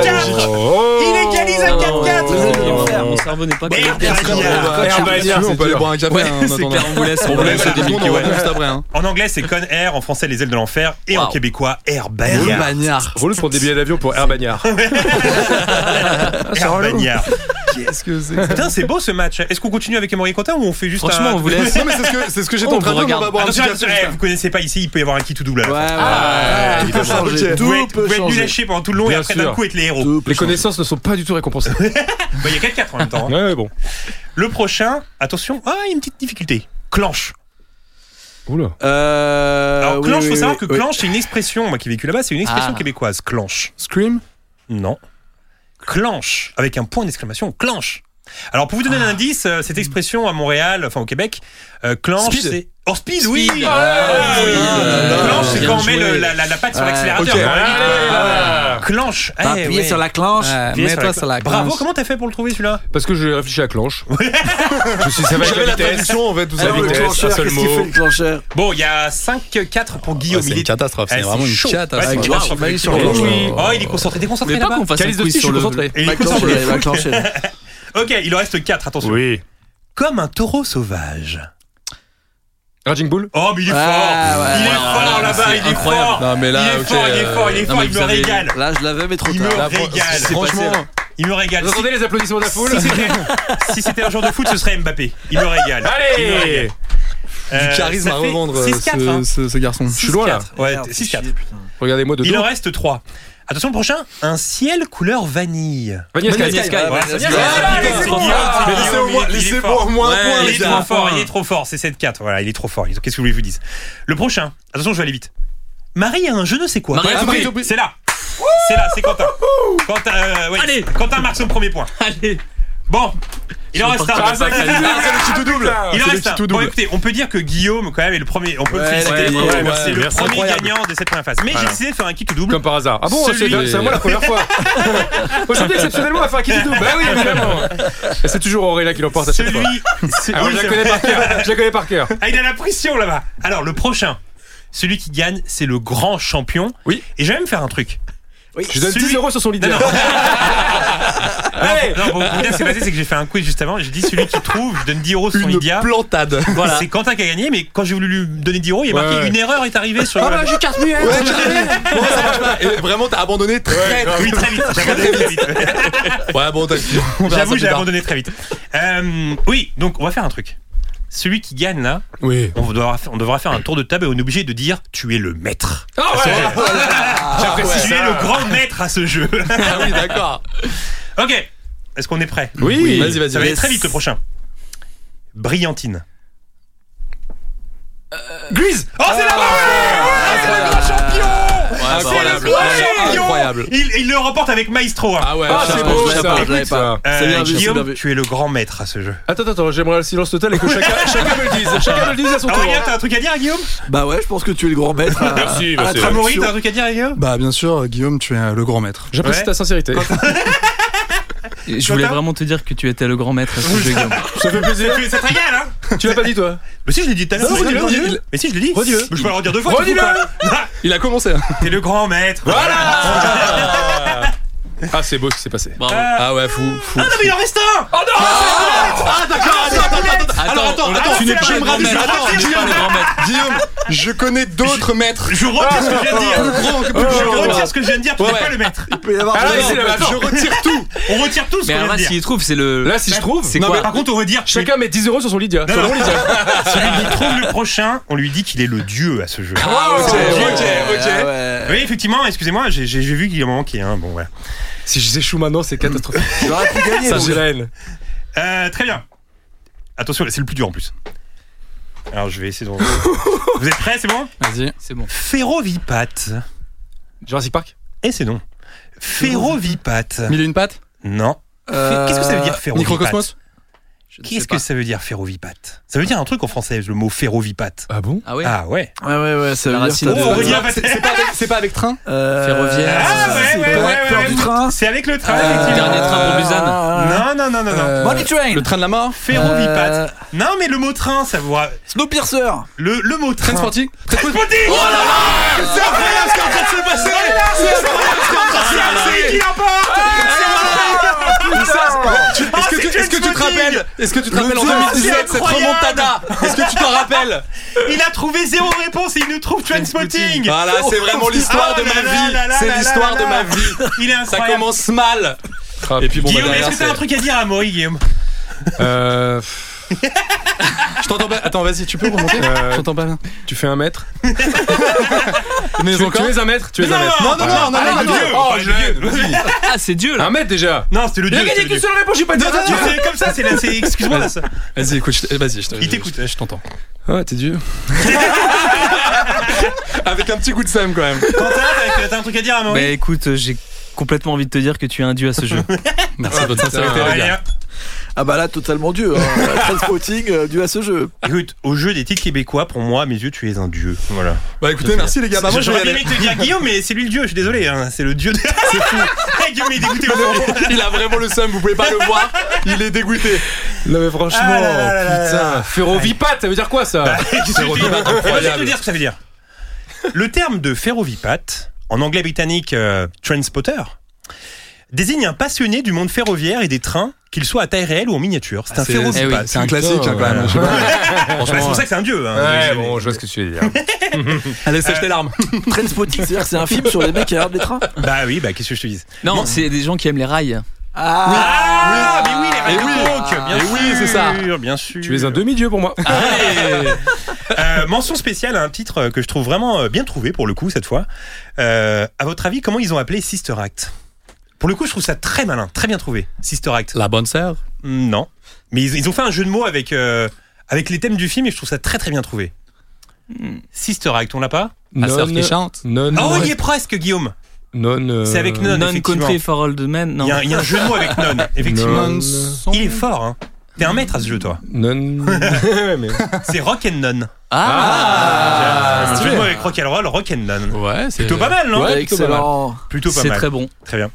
[SPEAKER 4] égalise
[SPEAKER 7] Oh,
[SPEAKER 4] à
[SPEAKER 5] Oh,
[SPEAKER 4] 4-4 Il égalise à
[SPEAKER 7] Non,
[SPEAKER 4] 4-4
[SPEAKER 7] non,
[SPEAKER 8] c'est
[SPEAKER 7] non,
[SPEAKER 8] l'enfer,
[SPEAKER 7] non,
[SPEAKER 8] moi.
[SPEAKER 7] Mon cerveau n'est pas
[SPEAKER 4] Merde,
[SPEAKER 7] connecté à
[SPEAKER 4] Herman.
[SPEAKER 7] ça.
[SPEAKER 6] Herbania, on peut aller boire un café. hein, en
[SPEAKER 7] c'est
[SPEAKER 6] attendant.
[SPEAKER 7] clair, on vous laisse, on
[SPEAKER 6] On
[SPEAKER 7] vous
[SPEAKER 6] vous
[SPEAKER 7] laisse
[SPEAKER 6] laisse
[SPEAKER 7] des
[SPEAKER 6] des
[SPEAKER 7] Mickey, ouais.
[SPEAKER 6] juste après. hein.
[SPEAKER 4] En anglais, c'est Con Air, en français, les ailes de l'enfer, et en
[SPEAKER 7] Wow.
[SPEAKER 4] québécois, Air Bagnard.
[SPEAKER 6] Herbagnard.
[SPEAKER 5] Relou pour des billets d'avion pour [LAUGHS] Herbagnard.
[SPEAKER 8] bah,
[SPEAKER 4] Air Bagnard.
[SPEAKER 6] Qu'est-ce que c'est que ça
[SPEAKER 4] Putain, c'est beau ce match. Est-ce qu'on continue avec Emory Quentin ou on fait juste
[SPEAKER 7] Franchement,
[SPEAKER 4] un... [LAUGHS]
[SPEAKER 7] on vous laisse.
[SPEAKER 6] Non, mais c'est ce que- c'est ce que j'étais
[SPEAKER 7] Oh,
[SPEAKER 6] en train de
[SPEAKER 7] on
[SPEAKER 6] dire, mais
[SPEAKER 7] regarde.
[SPEAKER 6] on va boire un petit
[SPEAKER 4] Attention,
[SPEAKER 6] café.
[SPEAKER 4] attention, eh, vous connaissez pas ici, il peut y avoir un qui tout double. à la
[SPEAKER 8] Ouais,
[SPEAKER 4] fin.
[SPEAKER 8] ouais,
[SPEAKER 6] Ah,
[SPEAKER 8] ouais, tout peut
[SPEAKER 6] évidemment.
[SPEAKER 8] changer.
[SPEAKER 6] Ok.
[SPEAKER 4] Vous
[SPEAKER 8] Tout
[SPEAKER 4] êtes-
[SPEAKER 8] peut
[SPEAKER 4] vous êtes nul à
[SPEAKER 8] changer.
[SPEAKER 4] chier pendant tout le long et
[SPEAKER 5] Bien
[SPEAKER 4] après d'un
[SPEAKER 5] sûr.
[SPEAKER 4] coup être les héros.
[SPEAKER 8] Tout peut
[SPEAKER 5] Les
[SPEAKER 8] changer.
[SPEAKER 5] connaissances ne sont pas du tout [LAUGHS] récompensées.
[SPEAKER 4] Bah, il y a 4-4 en même temps. hein.
[SPEAKER 5] Ouais, bon.
[SPEAKER 4] Le prochain, attention, ah, il y a une petite difficulté. Clanche.
[SPEAKER 5] Oula.
[SPEAKER 8] Euh,
[SPEAKER 4] Alors,
[SPEAKER 8] oui,
[SPEAKER 4] clanche,
[SPEAKER 8] oui,
[SPEAKER 4] faut savoir
[SPEAKER 8] oui,
[SPEAKER 4] que
[SPEAKER 8] oui.
[SPEAKER 4] clanche, c'est une expression, moi qui ai vécu là-bas, c'est une expression
[SPEAKER 7] Ah.
[SPEAKER 4] québécoise. Clanche.
[SPEAKER 6] Scream
[SPEAKER 4] Non. Clanche, avec un point d'exclamation, clanche. Alors pour vous donner un indice, euh, cette expression à Montréal, enfin au Québec, euh, clanche,
[SPEAKER 6] Speed.
[SPEAKER 4] c'est... Oh, speed, oui
[SPEAKER 7] Speed.
[SPEAKER 4] Ah,
[SPEAKER 7] oui.
[SPEAKER 4] oui. Clanche, c'est
[SPEAKER 7] Bien
[SPEAKER 4] quand on met
[SPEAKER 7] joué.
[SPEAKER 4] le- la, la- la patte sur
[SPEAKER 8] Ouais.
[SPEAKER 4] l'accélérateur.
[SPEAKER 6] Ok.
[SPEAKER 4] Dans la
[SPEAKER 5] Ah,
[SPEAKER 4] limite,
[SPEAKER 6] Allez,
[SPEAKER 4] quoi.
[SPEAKER 6] là.
[SPEAKER 4] Clanche.
[SPEAKER 8] T'as
[SPEAKER 4] eh,
[SPEAKER 8] appuyé
[SPEAKER 4] ouais.
[SPEAKER 8] sur la clanche.
[SPEAKER 4] Appuyez sur la clanche. Bravo, comment t'as fait pour le trouver celui-là
[SPEAKER 5] Parce que j'ai réfléchi à clanche. Je me suis dit, ça va être
[SPEAKER 6] J'avais
[SPEAKER 5] la
[SPEAKER 6] la
[SPEAKER 5] vitesse.
[SPEAKER 6] traduction en fait, tout ça.
[SPEAKER 8] Alors, Ah, le
[SPEAKER 5] vitesse,
[SPEAKER 8] clencheur,
[SPEAKER 5] un seul
[SPEAKER 8] qu'est-ce qu'il
[SPEAKER 5] mot.
[SPEAKER 8] fait le clencheur
[SPEAKER 4] Bon, il y a 5-4 pour Guillaume.
[SPEAKER 6] c'est
[SPEAKER 4] il
[SPEAKER 6] une
[SPEAKER 4] est...
[SPEAKER 6] catastrophe, c'est
[SPEAKER 4] Ah,
[SPEAKER 6] vraiment une
[SPEAKER 4] chaud.
[SPEAKER 6] catastrophe.
[SPEAKER 4] Ouais,
[SPEAKER 6] Ouais,
[SPEAKER 4] Clanche,
[SPEAKER 8] je suis pas allé sur
[SPEAKER 4] effectivement.
[SPEAKER 8] le
[SPEAKER 4] Oui.
[SPEAKER 8] cloche.
[SPEAKER 4] Oh, il est concentré, t'es concentré
[SPEAKER 7] Mais pas
[SPEAKER 4] là-bas
[SPEAKER 7] qu'on fasse un
[SPEAKER 5] Calice de
[SPEAKER 7] quiz
[SPEAKER 5] style,
[SPEAKER 7] sur
[SPEAKER 5] je
[SPEAKER 7] le.
[SPEAKER 5] suis concentré.
[SPEAKER 4] Et il est
[SPEAKER 8] La
[SPEAKER 4] concentré.
[SPEAKER 8] clenche, il arrive à clencher.
[SPEAKER 4] Ok, il en reste 4, attention.
[SPEAKER 5] Oui.
[SPEAKER 4] Comme un taureau sauvage.
[SPEAKER 5] Raging Bull
[SPEAKER 4] Oh, mais il est
[SPEAKER 8] Ah,
[SPEAKER 4] fort
[SPEAKER 8] ouais.
[SPEAKER 4] Il est
[SPEAKER 8] Ouais,
[SPEAKER 4] fort
[SPEAKER 7] ouais,
[SPEAKER 4] là-bas,
[SPEAKER 7] c'est
[SPEAKER 4] il est
[SPEAKER 7] incroyable.
[SPEAKER 4] fort
[SPEAKER 6] Non, mais là,
[SPEAKER 4] Il est
[SPEAKER 6] ok,
[SPEAKER 4] fort, il est
[SPEAKER 6] euh,
[SPEAKER 4] fort, il est
[SPEAKER 7] non,
[SPEAKER 4] fort,
[SPEAKER 7] mais
[SPEAKER 4] il
[SPEAKER 7] vous
[SPEAKER 4] me
[SPEAKER 7] avez-
[SPEAKER 4] régale
[SPEAKER 8] Là, je l'avais, mais trop
[SPEAKER 4] Il me
[SPEAKER 8] tard.
[SPEAKER 4] régale
[SPEAKER 6] Franchement,
[SPEAKER 4] Il me régale
[SPEAKER 5] Vous
[SPEAKER 4] Si-
[SPEAKER 5] entendez les applaudissements de la foule
[SPEAKER 4] Si c'était- si c'était un jour de foot, ce serait Mbappé. Il me régale. Il me régale.
[SPEAKER 5] [LAUGHS] Allez
[SPEAKER 4] Euh,
[SPEAKER 6] du charisme
[SPEAKER 4] ça
[SPEAKER 6] à
[SPEAKER 4] fait
[SPEAKER 6] revendre euh,
[SPEAKER 4] 6-4.
[SPEAKER 6] ce,
[SPEAKER 4] hein.
[SPEAKER 6] ce- ce garçon.
[SPEAKER 5] Je suis loin là.
[SPEAKER 4] 6-4. Ouais,
[SPEAKER 8] Merde,
[SPEAKER 4] 6-4.
[SPEAKER 8] chier, putain.
[SPEAKER 5] Regardez-moi de
[SPEAKER 4] Il en
[SPEAKER 5] dos.
[SPEAKER 4] reste 3. Attention, le prochain. Un ciel couleur vanille.
[SPEAKER 5] Vanilla Sky.
[SPEAKER 7] Vanilla Sky.
[SPEAKER 4] Ouais,
[SPEAKER 7] Vanilla
[SPEAKER 4] c'est
[SPEAKER 7] Sky.
[SPEAKER 4] Guillaume,
[SPEAKER 6] Ah,
[SPEAKER 4] c'est
[SPEAKER 6] putain.
[SPEAKER 4] Guillaume,
[SPEAKER 6] Ah,
[SPEAKER 4] c'est
[SPEAKER 6] mais
[SPEAKER 4] Guillaume,
[SPEAKER 6] laissez-moi-
[SPEAKER 4] il est
[SPEAKER 6] laissez-moi
[SPEAKER 4] fort.
[SPEAKER 6] au moins un
[SPEAKER 7] Ouais,
[SPEAKER 6] point,
[SPEAKER 4] Il
[SPEAKER 6] les
[SPEAKER 4] est
[SPEAKER 6] gars.
[SPEAKER 4] trop fort, il est trop fort, c'est 7-4. Voilà, il est trop fort. Qu'est-ce que vous voulez que je vous dise Le prochain, attention, je vais aller vite. Marie a un je ne sais quoi.
[SPEAKER 7] Marie a
[SPEAKER 4] Ah,
[SPEAKER 7] tout
[SPEAKER 4] Marie
[SPEAKER 7] pris.
[SPEAKER 4] a C'est là. C'est là, c'est Quentin. Quentin, euh, ouais,
[SPEAKER 7] Allez.
[SPEAKER 4] Quentin marque son premier point.
[SPEAKER 7] Allez,
[SPEAKER 4] Bon, il en
[SPEAKER 7] Je
[SPEAKER 4] reste
[SPEAKER 7] me
[SPEAKER 4] un.
[SPEAKER 7] porte pas calme.
[SPEAKER 6] Ah, c'est le petit tout double.
[SPEAKER 4] Il en
[SPEAKER 6] C'est le
[SPEAKER 4] reste
[SPEAKER 6] petit
[SPEAKER 4] un.
[SPEAKER 6] tout
[SPEAKER 4] Bon,
[SPEAKER 6] double.
[SPEAKER 4] écoutez, on peut dire que Guillaume, quand même, est le premier. On peut le
[SPEAKER 6] Ouais,
[SPEAKER 4] féliciter.
[SPEAKER 6] ouais, ouais,
[SPEAKER 4] c'est le
[SPEAKER 6] merci.
[SPEAKER 4] premier
[SPEAKER 6] Incroyable.
[SPEAKER 4] gagnant de cette première phase. Mais j'ai décidé de faire un kick double.
[SPEAKER 5] Comme par hasard. Ah bon, c'est
[SPEAKER 4] Celui-
[SPEAKER 5] c'est à moi la première fois. Aujourd'hui, exceptionnellement, on va faire un kick double. Bah oui, évidemment. Et c'est toujours Aurélia qui l'emporte à chaque
[SPEAKER 4] [LAUGHS]
[SPEAKER 5] fois.
[SPEAKER 4] Celui. ce-
[SPEAKER 5] Alors,
[SPEAKER 4] oui,
[SPEAKER 5] Ah, je la
[SPEAKER 4] c'est
[SPEAKER 5] connais
[SPEAKER 4] vrai.
[SPEAKER 5] par cœur. Je la connais par cœur.
[SPEAKER 4] Ah, il a la pression là-bas. Alors, le prochain. Celui qui gagne, c'est le grand champion.
[SPEAKER 5] Oui.
[SPEAKER 4] Et je vais même faire un truc.
[SPEAKER 10] Je donne
[SPEAKER 4] Celui-
[SPEAKER 10] 10 euros sur son
[SPEAKER 5] [LAUGHS]
[SPEAKER 10] leader.
[SPEAKER 4] Non, pour vous dire ce qui s'est passé, c'est que j'ai fait un quiz juste avant. J'ai dit celui qui trouve, je donne 10 euros sur son
[SPEAKER 6] Une
[SPEAKER 4] Lydia.
[SPEAKER 6] plantade.
[SPEAKER 4] Voilà. C'est Quentin qui a gagné, mais quand j'ai voulu lui donner 10 euros, il y a
[SPEAKER 5] Ouais,
[SPEAKER 4] marqué
[SPEAKER 5] ouais.
[SPEAKER 4] une erreur est arrivée sur.
[SPEAKER 6] Ah
[SPEAKER 9] Oh
[SPEAKER 4] la-
[SPEAKER 9] là, j'ai carte muette
[SPEAKER 6] Ouais, carrément. Ouais, ça marche pas. Et vraiment, t'as abandonné très, très
[SPEAKER 4] Oui,
[SPEAKER 6] vite. [LAUGHS]
[SPEAKER 4] très vite. J'ai abandonné très vite. [LAUGHS]
[SPEAKER 6] Ouais, bon, t'as- on verra ça
[SPEAKER 4] J'avoue,
[SPEAKER 6] plus
[SPEAKER 4] j'ai
[SPEAKER 6] tard.
[SPEAKER 4] abandonné très vite. Euh, oui, donc on va faire un truc. Celui qui gagne là,
[SPEAKER 6] [LAUGHS] Oui.
[SPEAKER 4] on devra, on devra faire un tour de table et on est obligé de dire tu es le maître.
[SPEAKER 6] Ah
[SPEAKER 5] Ah,
[SPEAKER 6] J'apprécie
[SPEAKER 4] tu
[SPEAKER 6] ça.
[SPEAKER 4] es le grand maître à ce jeu.
[SPEAKER 6] Ah oui, d'accord.
[SPEAKER 4] [LAUGHS] ok, est-ce qu'on est prêt
[SPEAKER 5] Oui. Ah,
[SPEAKER 6] Vas-y, vas-y.
[SPEAKER 4] Ça va aller très vite le prochain. Brillantine. Guise Oh, c'est la Ah,
[SPEAKER 6] Ouais, bah, voilà,
[SPEAKER 4] Ouais,
[SPEAKER 6] incroyable.
[SPEAKER 4] Lyon
[SPEAKER 6] Incroyable.
[SPEAKER 4] il, il le remporte avec Maestro. hein.
[SPEAKER 6] Ah ouais,
[SPEAKER 5] Ah,
[SPEAKER 6] chapeau,
[SPEAKER 5] c'est beau,
[SPEAKER 6] chapeau.
[SPEAKER 5] ça.
[SPEAKER 8] je l'avais
[SPEAKER 5] écoute,
[SPEAKER 8] pas.
[SPEAKER 4] Euh,
[SPEAKER 8] C'est bien vu, c'est bien
[SPEAKER 4] Guillaume,
[SPEAKER 8] vu.
[SPEAKER 4] tu es le grand maître à ce jeu.
[SPEAKER 5] Attends, attends, attends, j'aimerais un silence total et que chacun, chacun me le dise. Chacun me le dise à son
[SPEAKER 4] Ah,
[SPEAKER 5] tour. Ah,
[SPEAKER 4] regarde, t'as un truc à dire, Guillaume
[SPEAKER 8] Bah ouais, je pense que tu es le grand maître. hein. à-
[SPEAKER 10] Merci,
[SPEAKER 8] à la
[SPEAKER 10] merci.
[SPEAKER 4] Amaury,
[SPEAKER 8] traduction.
[SPEAKER 4] t'as un truc à dire, Guillaume
[SPEAKER 6] Bah, bien sûr, Guillaume, tu es euh, le grand maître.
[SPEAKER 5] J'apprécie
[SPEAKER 4] Ouais.
[SPEAKER 5] ta sincérité.
[SPEAKER 7] Et Je voulais
[SPEAKER 4] Quentin
[SPEAKER 7] vraiment te dire que tu étais le grand maître à ce jeu, Guillaume.
[SPEAKER 5] Ça
[SPEAKER 4] [LAUGHS]
[SPEAKER 5] fait plaisir.
[SPEAKER 4] C'est c'est très égal, hein
[SPEAKER 5] tu l'as pas dit, toi
[SPEAKER 4] Mais si, je l'ai dit tout à l'heure.
[SPEAKER 5] Non,
[SPEAKER 4] mais
[SPEAKER 5] redis-le,
[SPEAKER 4] je l'ai dit.
[SPEAKER 5] redis-le.
[SPEAKER 4] Mais si, je l'ai dit.
[SPEAKER 5] Redis-le.
[SPEAKER 4] Mais Je peux le redire deux fois.
[SPEAKER 5] Redis-le.
[SPEAKER 4] tu fous, quoi.
[SPEAKER 6] Il a commencé. hein.
[SPEAKER 4] T'es le grand maître.
[SPEAKER 5] Voilà Ah, c'est beau ce qui s'est passé.
[SPEAKER 7] Bravo.
[SPEAKER 6] Ah ouais, fou, fou.
[SPEAKER 4] Ah non, mais il en reste un Oh non
[SPEAKER 6] Ah d'accord, attends, attends, attends,
[SPEAKER 7] Attends,
[SPEAKER 6] attends,
[SPEAKER 7] on-
[SPEAKER 6] attends,
[SPEAKER 7] tu n'es pas
[SPEAKER 6] je
[SPEAKER 7] le
[SPEAKER 6] me
[SPEAKER 7] grand
[SPEAKER 6] rappelle-
[SPEAKER 7] maître.
[SPEAKER 6] attends,
[SPEAKER 7] Tu n'es
[SPEAKER 6] je-
[SPEAKER 7] pas le grand maître.
[SPEAKER 6] Guillaume, je connais d'autres maîtres.
[SPEAKER 4] Je retire ce que hein. je viens de dire.
[SPEAKER 6] Plus grands que- plus
[SPEAKER 4] Je
[SPEAKER 6] grands que moi.
[SPEAKER 4] retire ce que je viens de dire. Tu
[SPEAKER 6] Ouais,
[SPEAKER 4] n'es pas
[SPEAKER 6] ouais.
[SPEAKER 4] le maître.
[SPEAKER 8] Il peut y avoir
[SPEAKER 5] Oh. Ah,
[SPEAKER 8] vraiment-
[SPEAKER 5] c'est le-
[SPEAKER 6] Je retire tout.
[SPEAKER 4] On retire tout ce
[SPEAKER 7] Mais
[SPEAKER 4] qu'on
[SPEAKER 7] alors
[SPEAKER 4] vient
[SPEAKER 7] là,
[SPEAKER 4] de
[SPEAKER 7] s'il
[SPEAKER 4] dire.
[SPEAKER 7] trouve, c'est le.
[SPEAKER 5] Là, si je trouve,
[SPEAKER 7] C'est
[SPEAKER 4] Non, mais
[SPEAKER 7] quoi
[SPEAKER 4] par contre, on va dire
[SPEAKER 5] chacun met 10 euros sur son Lydia.
[SPEAKER 4] Non,
[SPEAKER 5] Sur
[SPEAKER 4] non.
[SPEAKER 5] mon Lydia.
[SPEAKER 4] Celui qui trouve le prochain, on lui dit qu'il est le dieu à ce jeu.
[SPEAKER 6] Ah
[SPEAKER 8] Ouais,
[SPEAKER 6] ok, ok,
[SPEAKER 8] ouais,
[SPEAKER 6] ok.
[SPEAKER 8] ouais.
[SPEAKER 4] Oui, effectivement, excusez-moi, j'ai j'ai- j'ai vu qu'il y en manquait un. Bon, voilà.
[SPEAKER 5] Si je échoue maintenant, c'est catastrophique.
[SPEAKER 8] Il aurait pu
[SPEAKER 7] Ah,
[SPEAKER 8] gagner.
[SPEAKER 5] Ça,
[SPEAKER 8] donc.
[SPEAKER 5] j'ai la haine.
[SPEAKER 4] Euh, très bien. Attention, c'est le plus dur en plus. Alors, je vais essayer de.
[SPEAKER 6] [LAUGHS]
[SPEAKER 4] Vous êtes prêts, c'est bon
[SPEAKER 6] Vas-y.
[SPEAKER 7] C'est bon.
[SPEAKER 4] Ferrovipate.
[SPEAKER 5] Jurassic Park
[SPEAKER 4] Et Eh, c'est non. Ferrovipate.
[SPEAKER 6] Mille et une pattes
[SPEAKER 4] Non.
[SPEAKER 8] Euh,
[SPEAKER 4] Qu'est-ce que ça veut dire ferrovipate
[SPEAKER 6] Microcosmos
[SPEAKER 7] Je ne sais
[SPEAKER 4] Qu'est-ce
[SPEAKER 7] pas.
[SPEAKER 4] que ça veut dire ferrovipate Ça veut dire un truc en français, le mot ferrovipate.
[SPEAKER 5] Ah bon
[SPEAKER 7] Ah ouais
[SPEAKER 4] Ah ouais.
[SPEAKER 8] Ouais, ouais, ouais, ça
[SPEAKER 7] La
[SPEAKER 8] veut dire.
[SPEAKER 7] racine
[SPEAKER 8] t'as
[SPEAKER 7] de-
[SPEAKER 8] des-
[SPEAKER 4] Oh,
[SPEAKER 7] Ferroviaire.
[SPEAKER 4] Aurélien Vatel.
[SPEAKER 6] C'est pas avec- C'est pas avec train
[SPEAKER 8] Euh,
[SPEAKER 7] Ferroviaire.
[SPEAKER 4] Ah, ouais,
[SPEAKER 8] c'est
[SPEAKER 4] ouais,
[SPEAKER 8] peur-
[SPEAKER 4] ouais,
[SPEAKER 8] peur
[SPEAKER 4] ouais.
[SPEAKER 8] du train.
[SPEAKER 4] C'est avec le train,
[SPEAKER 8] Euh,
[SPEAKER 4] effectivement.
[SPEAKER 7] Dernier train pour Busan.
[SPEAKER 4] Non, non, non, non, non.
[SPEAKER 6] Euh,
[SPEAKER 8] Money Train.
[SPEAKER 6] Le train de la mort
[SPEAKER 4] Ferrovipate.
[SPEAKER 8] Euh,
[SPEAKER 4] Non, mais le mot train, ça vous. ra-
[SPEAKER 8] Snowpiercer.
[SPEAKER 4] Le, le mot train.
[SPEAKER 6] Train sportif
[SPEAKER 4] Transporting Oh là là
[SPEAKER 6] C'est incroyable ce qui est en train de se passer Ah, C'est incroyable ce qui est en train de se
[SPEAKER 4] C'est
[SPEAKER 6] passer
[SPEAKER 4] Axel qui l'emporte
[SPEAKER 6] Ah, Est-ce que,
[SPEAKER 4] c'est
[SPEAKER 6] tu- est-ce que tu te
[SPEAKER 4] Trainspotting
[SPEAKER 6] rappelles Est-ce que tu te rappelles en
[SPEAKER 4] tour,
[SPEAKER 6] 2017
[SPEAKER 4] c'est
[SPEAKER 6] cette
[SPEAKER 4] incroyable
[SPEAKER 6] remontada Est-ce que tu t'en rappelles
[SPEAKER 4] Il a trouvé zéro réponse et il nous trouve Trainspotting
[SPEAKER 6] Voilà, c'est vraiment l'histoire
[SPEAKER 4] Ah
[SPEAKER 6] de ma
[SPEAKER 4] là là là
[SPEAKER 6] vie.
[SPEAKER 4] là là
[SPEAKER 6] C'est
[SPEAKER 4] là
[SPEAKER 6] l'histoire
[SPEAKER 4] là
[SPEAKER 6] de ma
[SPEAKER 4] là.
[SPEAKER 6] vie.
[SPEAKER 4] Il est
[SPEAKER 6] Ça
[SPEAKER 4] incroyable
[SPEAKER 6] commence mal. Et puis bon, bah
[SPEAKER 4] Guillaume, est-ce
[SPEAKER 6] derrière,
[SPEAKER 4] que t'as un
[SPEAKER 6] c'est-
[SPEAKER 4] truc à dire à Maury, Guillaume
[SPEAKER 5] Euh, pff,
[SPEAKER 6] je t'entends pas. Attends, vas-y, tu peux remonter
[SPEAKER 5] Euh,
[SPEAKER 6] Je t'entends
[SPEAKER 7] [LAUGHS]
[SPEAKER 6] pas bien.
[SPEAKER 5] tu fais un mètre.
[SPEAKER 6] Mais
[SPEAKER 5] Tu, tu es un mètre. Tu es un mètre.
[SPEAKER 6] Non, non, non, non,
[SPEAKER 4] Ah,
[SPEAKER 6] non,
[SPEAKER 4] le
[SPEAKER 6] non.
[SPEAKER 4] dieu
[SPEAKER 6] Oh,
[SPEAKER 4] Enfin,
[SPEAKER 6] je
[SPEAKER 4] le dieu
[SPEAKER 7] Ah, c'est Dieu là
[SPEAKER 5] Un mètre déjà.
[SPEAKER 4] Non, c'était le dieu c'était le dieu.
[SPEAKER 5] seule réponse, j'ai pas
[SPEAKER 4] Non, non, non, c'est comme ça, c'est la- c'est- excuse-moi là, ça.
[SPEAKER 6] Vas-y, écoute, je- vas-y, je te-
[SPEAKER 4] Il t'écoute.
[SPEAKER 6] je- Je t'entends.
[SPEAKER 5] Ah, t'es Dieu.
[SPEAKER 6] [LAUGHS] Avec un petit coup de Sam quand même.
[SPEAKER 4] Quentin, t'as- t'as un truc à dire à
[SPEAKER 7] Bah
[SPEAKER 4] Maury
[SPEAKER 7] écoute, euh, j'ai complètement envie de te dire que tu es un dieu à ce jeu.
[SPEAKER 6] Merci de votre sincérité, les gars.
[SPEAKER 4] Aurélien.
[SPEAKER 8] Ah bah là, totalement dieu.
[SPEAKER 4] [LAUGHS]
[SPEAKER 8] Hein. Transporting euh, dû à ce jeu.
[SPEAKER 4] Écoute, au jeu des titres québécois, pour moi, à mes yeux, tu es un dieu. Voilà.
[SPEAKER 6] Bah écoutez, merci les gars. Bah moi, je vais
[SPEAKER 4] Ah J'aurais bien
[SPEAKER 6] y aller.
[SPEAKER 4] aimé te dire Guillaume, mais c'est lui le dieu, je suis désolé, hein, c'est le dieu de. [LAUGHS] C'est fou Eh, Guillaume, il est dégoûté aujourd'hui
[SPEAKER 6] [LAUGHS] Il a vraiment le seum, vous pouvez pas le voir. Il est dégoûté.
[SPEAKER 5] Non mais franchement,
[SPEAKER 4] Ah là là là là là
[SPEAKER 5] putain, ferrovipate, ça veut dire quoi [LAUGHS] ça
[SPEAKER 4] Qu'est-ce que je
[SPEAKER 6] Ferrovipate
[SPEAKER 4] dis Eh ben, Je vais te
[SPEAKER 6] incroyable.
[SPEAKER 4] dire ce que ça veut dire. Le terme de ferrovipate, en anglais britannique euh, transpotter, désigne un passionné du monde ferroviaire et des trains, qu'il soit à taille réelle ou en miniature. C'est un
[SPEAKER 7] eh oui,
[SPEAKER 4] ferrovipate.
[SPEAKER 6] C'est un classique hein, quand même.
[SPEAKER 5] ouais.
[SPEAKER 6] Je sais pas.
[SPEAKER 4] Bah, C'est pour ça que c'est un dieu. hein.
[SPEAKER 5] Ouais,
[SPEAKER 4] Mais-
[SPEAKER 5] bon, je vois ce que tu veux dire.
[SPEAKER 6] Allez, sèche tes larmes.
[SPEAKER 8] Trainspotting, c'est-à-dire que c'est un film sur les mecs qui regardent les trains.
[SPEAKER 4] Bah oui, bah qu'est-ce que je te dis
[SPEAKER 7] Non, c'est des gens qui aiment les rails.
[SPEAKER 4] Ah, mais oui, les
[SPEAKER 6] Eh oui.
[SPEAKER 4] racontes, bien
[SPEAKER 6] Eh
[SPEAKER 4] sûr,
[SPEAKER 6] oui, c'est ça.
[SPEAKER 4] bien sûr.
[SPEAKER 5] tu es un demi-dieu pour moi.
[SPEAKER 4] Ah, Euh, mention spéciale à un titre que je trouve vraiment euh, bien trouvé pour le coup cette fois. Euh, à votre avis, comment ils ont appelé Sister Act Pour le coup, je trouve ça très malin, très bien trouvé. Sister Act.
[SPEAKER 6] La bonne sœur
[SPEAKER 4] Mm, Non. Mais ils, ils ont fait un jeu de mots avec, euh, avec les thèmes du film et je trouve ça très très bien trouvé. Sister Act, on l'a pas
[SPEAKER 6] La sœur qui chante
[SPEAKER 5] non,
[SPEAKER 4] Oh, il y est presque, Guillaume
[SPEAKER 5] non. euh,
[SPEAKER 4] C'est avec Non, effectivement.
[SPEAKER 7] Non-country for all the men.
[SPEAKER 4] Il
[SPEAKER 7] Non.
[SPEAKER 4] y, a un- il y a un jeu de mots avec Non,
[SPEAKER 5] [LAUGHS]
[SPEAKER 4] effectivement.
[SPEAKER 5] Non.
[SPEAKER 4] Il est fort, hein. T'es un maître à ce jeu, toi.
[SPEAKER 5] Non. Ouais, [LAUGHS] mais-
[SPEAKER 4] C'est Rock and Non.
[SPEAKER 7] Ah,
[SPEAKER 4] un jeu de
[SPEAKER 7] stylé.
[SPEAKER 4] mots avec Rock and Roll, Rock and Non.
[SPEAKER 6] Ouais, c'est
[SPEAKER 4] Plutôt pas mal, non
[SPEAKER 8] Ouais,
[SPEAKER 5] plutôt pas mal.
[SPEAKER 8] excellent.
[SPEAKER 4] Plutôt pas
[SPEAKER 7] C'est
[SPEAKER 4] mal.
[SPEAKER 7] très bon.
[SPEAKER 4] Très bien.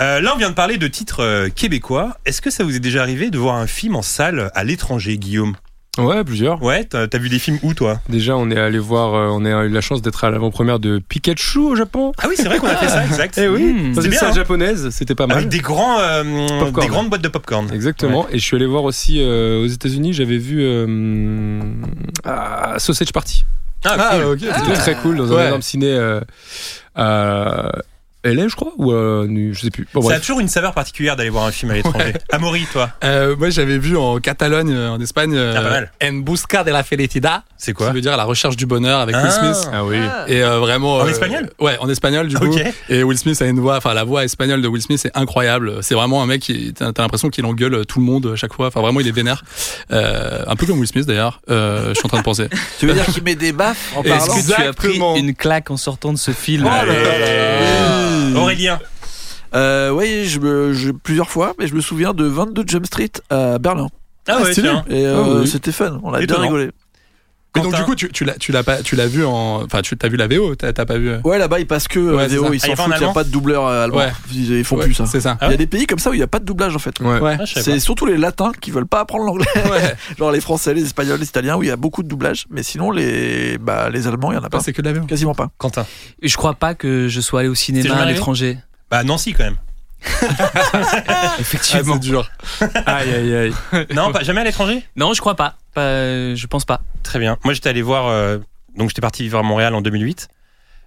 [SPEAKER 4] Euh, là, on vient de parler de titres euh, québécois. Est-ce que ça vous est déjà arrivé de voir un film en salle à l'étranger, Guillaume
[SPEAKER 5] Ouais, plusieurs.
[SPEAKER 4] Ouais, t'as t'as vu des films où toi
[SPEAKER 5] Déjà, on est allé voir, euh, on a eu la chance d'être à l'avant-première de Pikachu au Japon.
[SPEAKER 4] Ah oui, c'est vrai qu'on a fait ça, exact.
[SPEAKER 5] Eh oui,
[SPEAKER 7] Hmm.
[SPEAKER 5] dans
[SPEAKER 4] C'est
[SPEAKER 5] une
[SPEAKER 4] bien,
[SPEAKER 5] salle
[SPEAKER 4] hein.
[SPEAKER 5] japonaise, c'était pas mal.
[SPEAKER 4] Avec des, grands, euh,
[SPEAKER 5] Popcorn.
[SPEAKER 4] des grandes boîtes de popcorn.
[SPEAKER 5] Exactement. Et je suis allé voir aussi euh, aux États-Unis, j'avais vu euh, ah, Sausage Party.
[SPEAKER 4] Ah, cool.
[SPEAKER 6] ok.
[SPEAKER 5] C'était très cool dans un
[SPEAKER 6] Ouais.
[SPEAKER 5] énorme ciné euh, à LA, je crois, ou à New- je sais plus. Bon,
[SPEAKER 4] Ça a
[SPEAKER 5] bref.
[SPEAKER 4] toujours une saveur particulière d'aller voir un film à l'étranger. Amaury, toi,
[SPEAKER 6] Euh, moi, j'avais vu en Catalogne, euh, en Espagne, euh,
[SPEAKER 4] Ah, pas mal.
[SPEAKER 6] En busca de la felicidad,
[SPEAKER 4] c'est
[SPEAKER 6] qui
[SPEAKER 4] quoi
[SPEAKER 6] veut dire la recherche du bonheur avec Will
[SPEAKER 4] Ah.
[SPEAKER 6] Smith.
[SPEAKER 5] Ah oui.
[SPEAKER 6] Et euh, vraiment.
[SPEAKER 4] En
[SPEAKER 6] euh,
[SPEAKER 4] espagnol
[SPEAKER 6] Ouais, en espagnol du coup.
[SPEAKER 4] Ok.
[SPEAKER 6] Et Will Smith a une voix, enfin la voix espagnole de Will Smith c'est incroyable. C'est vraiment un mec qui, t'as t'as l'impression qu'il engueule tout le monde à chaque fois. Enfin vraiment il est vénère. Euh, un peu comme Will Smith d'ailleurs. Euh, je suis en train de penser.
[SPEAKER 8] Tu veux dire qu'il met des baffes en
[SPEAKER 7] Est-ce
[SPEAKER 8] parlant
[SPEAKER 7] que tu as pris
[SPEAKER 6] Exactement.
[SPEAKER 7] une claque en sortant de ce film
[SPEAKER 8] Oh là là là là là.
[SPEAKER 4] Aurélien,
[SPEAKER 8] Euh, oui, je me- je- plusieurs fois, mais je me souviens de 22 Jump Street à Berlin.
[SPEAKER 4] ah ouais,
[SPEAKER 6] stylé.
[SPEAKER 4] tiens.
[SPEAKER 8] Et euh,
[SPEAKER 6] Ah oui.
[SPEAKER 8] c'était fun, on a bien
[SPEAKER 4] Étonnant.
[SPEAKER 8] rigolé.
[SPEAKER 6] Et donc
[SPEAKER 4] Quentin.
[SPEAKER 6] du coup tu, tu l'as tu l'as pas tu l'as vu en enfin tu t'as vu la VO t'as t'as pas vu euh,
[SPEAKER 8] Ouais, là-bas, ils passent que euh,
[SPEAKER 6] Ouais, c'est
[SPEAKER 8] VO,
[SPEAKER 6] ça.
[SPEAKER 8] ils
[SPEAKER 4] Ah, y
[SPEAKER 8] s'en
[SPEAKER 4] a pas
[SPEAKER 8] foutent,
[SPEAKER 4] en
[SPEAKER 8] il n'y
[SPEAKER 4] allemand
[SPEAKER 8] a pas de doubleur euh, allemand.
[SPEAKER 6] Ouais.
[SPEAKER 8] Ils, ils font
[SPEAKER 6] ouais,
[SPEAKER 8] plus ça.
[SPEAKER 6] C'est ça.
[SPEAKER 8] Il
[SPEAKER 4] Ah
[SPEAKER 8] y
[SPEAKER 4] ouais
[SPEAKER 8] a des pays comme ça où il n'y a pas de doublage en fait.
[SPEAKER 5] Ouais.
[SPEAKER 6] hein. Ouais.
[SPEAKER 4] Ah, je savais
[SPEAKER 8] C'est surtout les latins qui veulent pas apprendre l'anglais.
[SPEAKER 6] [LAUGHS] Ouais.
[SPEAKER 8] [LAUGHS] Genre les français, les espagnols, les italiens où il y a beaucoup de doublage. Mais sinon, les, bah, les allemands, il n'y en a pas.
[SPEAKER 6] c'est que de la VO.
[SPEAKER 8] Quasiment pas.
[SPEAKER 4] pas. Quentin.
[SPEAKER 7] Je crois pas que je sois allé au
[SPEAKER 4] C'est
[SPEAKER 7] cinéma
[SPEAKER 4] jamais
[SPEAKER 7] à
[SPEAKER 4] arrivé
[SPEAKER 7] l'étranger.
[SPEAKER 4] Bah, Nancy quand même.
[SPEAKER 6] Ah, c'est dur.
[SPEAKER 5] Aïe aïe aïe.
[SPEAKER 4] Non, pas, jamais à l'étranger
[SPEAKER 7] Non, je crois pas. Pas- je pense pas.
[SPEAKER 4] Très bien. Moi, j'étais allé voir. euh, donc, j'étais parti vivre à Montréal en 2008.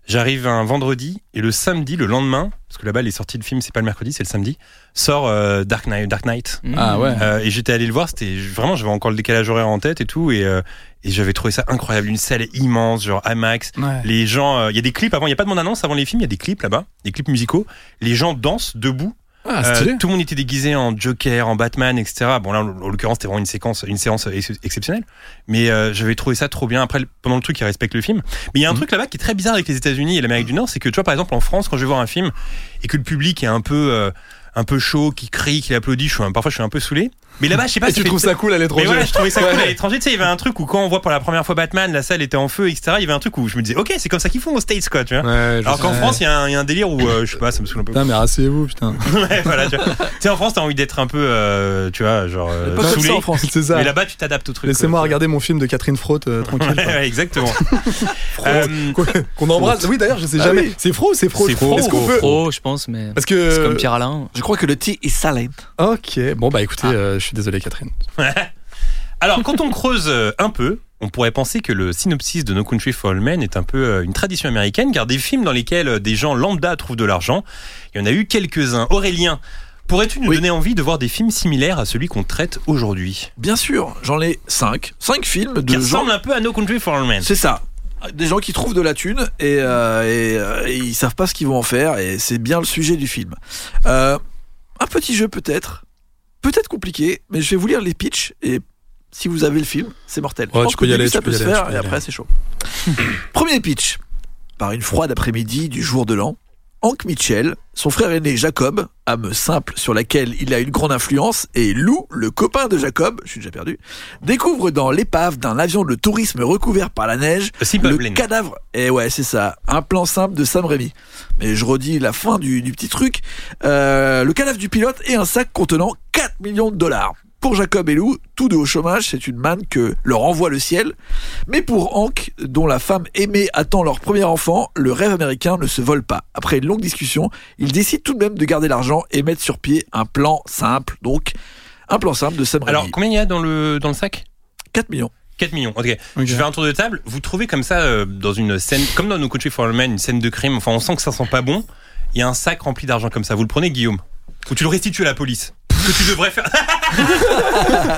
[SPEAKER 4] J'arrive un vendredi et le samedi, le lendemain, parce que là-bas, les sorties de films, c'est pas le mercredi, c'est le samedi, sort euh, Dark Knight. Dark Knight.
[SPEAKER 7] Hmm.
[SPEAKER 6] Ah ouais.
[SPEAKER 4] Euh, et j'étais allé le voir, c'était vraiment, j'avais encore le décalage horaire en tête et tout, et, euh, et j'avais trouvé ça incroyable. Une salle immense, genre IMAX.
[SPEAKER 6] Ouais.
[SPEAKER 4] Les gens, euh, il y a des clips avant, il n'y a pas de bande-annonce avant les films, il y a des clips là-bas, des clips musicaux. Les gens dansent debout
[SPEAKER 6] Ah
[SPEAKER 4] euh,
[SPEAKER 6] stylé.
[SPEAKER 4] tout le monde était déguisé en Joker, en Batman, etc. Bon là, en en l'occurrence, c'était vraiment une séquence, une séance ex- exceptionnelle. Mais euh, j'avais trouvé ça trop bien. Après, le- pendant le truc, il respecte le film. Mais il y
[SPEAKER 6] Mhm.
[SPEAKER 4] a un truc là-bas qui est très bizarre avec les États-Unis et l'Amérique du Nord, c'est que tu vois, par exemple, en France, quand je vais voir un film et que le public est un peu, euh, un peu chaud, qui crie, qui applaudit, je suis, un- parfois je suis un peu saoulé. Mais là-bas, je sais pas.
[SPEAKER 6] Et tu
[SPEAKER 4] fait-
[SPEAKER 6] trouves ça cool à
[SPEAKER 4] mais
[SPEAKER 6] l'étranger
[SPEAKER 4] voilà, je trouvais ça cool
[SPEAKER 6] Ouais.
[SPEAKER 4] à l'étranger. Tu sais, il y avait un truc où quand on voit pour la première fois Batman, la salle était en feu, etc. Il y avait un truc où je me disais, ok, c'est comme ça qu'ils font aux States, quoi, tu
[SPEAKER 6] Euh,
[SPEAKER 4] vois.
[SPEAKER 5] Ouais, je
[SPEAKER 4] Alors qu'en
[SPEAKER 5] sais.
[SPEAKER 4] France, il y, a un- il y a un délire où, euh, je sais pas, ça me saoule un peu.
[SPEAKER 6] Putain mais rassez-vous putain.
[SPEAKER 4] [LAUGHS] Ouais, voilà, tu vois. Tu sais, en France, t'as envie d'être un peu, euh, tu vois, genre, euh,
[SPEAKER 8] Pas comme
[SPEAKER 4] saoulé.
[SPEAKER 8] ça en France.
[SPEAKER 6] C'est ça.
[SPEAKER 4] Mais là-bas, tu t'adaptes au truc. [LAUGHS]
[SPEAKER 6] Laissez-moi
[SPEAKER 4] quoi, tu
[SPEAKER 6] regarder mon film de Catherine Frotte euh, tranquille.
[SPEAKER 4] vois. Ouais, ouais,
[SPEAKER 8] [LAUGHS]
[SPEAKER 4] exactement. Euh,
[SPEAKER 6] Quoi, Qu'on embrasse. Oui, d'ailleurs, je
[SPEAKER 8] Ah
[SPEAKER 6] sais jamais. C'est Fro, c'est Fro.
[SPEAKER 4] C'est Fro.
[SPEAKER 6] Est-ce qu'on peut
[SPEAKER 7] Pro, je pense, mais.
[SPEAKER 6] Parce
[SPEAKER 7] C'est
[SPEAKER 6] que
[SPEAKER 7] comme Pierre Alain.
[SPEAKER 8] Je crois que le thé est salé.
[SPEAKER 6] Ok. Bon bah écoutez, euh, je suis désolé Catherine.
[SPEAKER 4] [LAUGHS] Alors, quand on creuse euh, un peu, on pourrait penser que le synopsis de No Country for All Men est un peu euh, une tradition américaine, car des films dans lesquels euh, des gens lambda trouvent de l'argent, il y en a eu quelques-uns. Aurélien, pourrais-tu nous
[SPEAKER 8] Oui.
[SPEAKER 4] donner envie de voir des films similaires à celui qu'on traite aujourd'hui
[SPEAKER 8] Bien sûr, j'en ai 5. 5 films
[SPEAKER 4] Qui
[SPEAKER 8] de gens.
[SPEAKER 4] ressemble un peu à No Country for All Men.
[SPEAKER 8] C'est ça. Des gens qui trouvent de la thune et, euh, et, euh, et ils savent pas ce qu'ils vont en faire et c'est bien le sujet du film. Euh, un petit jeu peut-être, peut-être compliqué, mais je vais vous lire les pitchs et si vous avez le film, c'est mortel.
[SPEAKER 6] Ouais,
[SPEAKER 8] je pense
[SPEAKER 6] tu
[SPEAKER 8] qu'au
[SPEAKER 6] peux y
[SPEAKER 8] début,
[SPEAKER 6] aller,
[SPEAKER 8] ça
[SPEAKER 6] tu peux
[SPEAKER 8] peut
[SPEAKER 6] y
[SPEAKER 8] se
[SPEAKER 6] aller, tu
[SPEAKER 8] faire
[SPEAKER 6] peux y
[SPEAKER 8] et
[SPEAKER 6] aller.
[SPEAKER 8] après c'est chaud. [LAUGHS] Premier pitch. Par une froide après-midi du jour de l'an, Hank Mitchell, son frère aîné Jacob, âme simple sur laquelle il a une grande influence, et Lou, le copain de Jacob, je suis déjà perdu, découvre dans l'épave d'un avion de tourisme recouvert par la neige
[SPEAKER 4] Si
[SPEAKER 8] le
[SPEAKER 4] Babylone.
[SPEAKER 8] cadavre. Et ouais, c'est ça, un plan simple de Sam Raimi. Mais je redis la fin du, du petit truc. Euh, le cadavre du pilote et un sac contenant 4 millions de dollars. Pour Jacob et Lou, tous deux au chômage, c'est une manne que leur envoie le ciel. Mais pour Hank, dont la femme aimée attend leur premier enfant, le rêve américain ne se vole pas. Après une longue discussion, ils décident tout de même de garder l'argent et mettre sur pied un plan simple. Donc, un plan simple de Sam Raimi.
[SPEAKER 4] Alors, combien il y a dans le, dans le sac
[SPEAKER 8] 4 millions.
[SPEAKER 4] 4 millions. Ok. Je fais un tour de table. Vous trouvez comme ça, euh, dans une scène, comme dans No Country for All Men, une scène de crime, enfin, on sent que ça sent pas bon. Il y a un sac rempli d'argent comme ça. Vous le prenez, Guillaume Ou tu le restitues à la police Que tu devrais faire. [LAUGHS]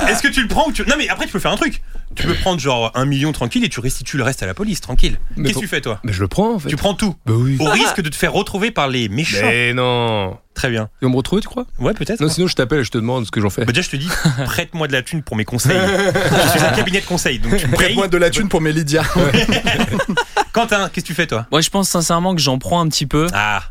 [SPEAKER 4] Est-ce que tu le prends ou tu. Non, mais après, tu peux faire un truc. Tu peux prendre genre un million tranquille et tu restitues le reste à la police tranquille.
[SPEAKER 5] Mais
[SPEAKER 4] Qu'est-ce que
[SPEAKER 5] pour-
[SPEAKER 4] tu fais, toi
[SPEAKER 5] Mais je le prends en fait.
[SPEAKER 4] Tu prends tout.
[SPEAKER 5] Bah oui.
[SPEAKER 6] Oh,
[SPEAKER 4] Au risque de te faire retrouver par les méchants.
[SPEAKER 5] Mais non.
[SPEAKER 4] Très bien.
[SPEAKER 5] Ils vont me retrouver, tu crois
[SPEAKER 4] Ouais, peut-être.
[SPEAKER 5] Non, sinon je t'appelle et je te demande ce que j'en fais.
[SPEAKER 4] Bah, déjà, [LAUGHS] je te dis, prête-moi de la thune pour mes conseils. je [LAUGHS] suis un cabinet de conseils, donc tu me payes.
[SPEAKER 6] Prête-moi de la thune pour mes Lydia.
[SPEAKER 4] [LAUGHS] Quentin, qu'est-ce que tu fais, toi
[SPEAKER 7] Moi, je pense sincèrement que j'en prends un petit peu.
[SPEAKER 4] Ah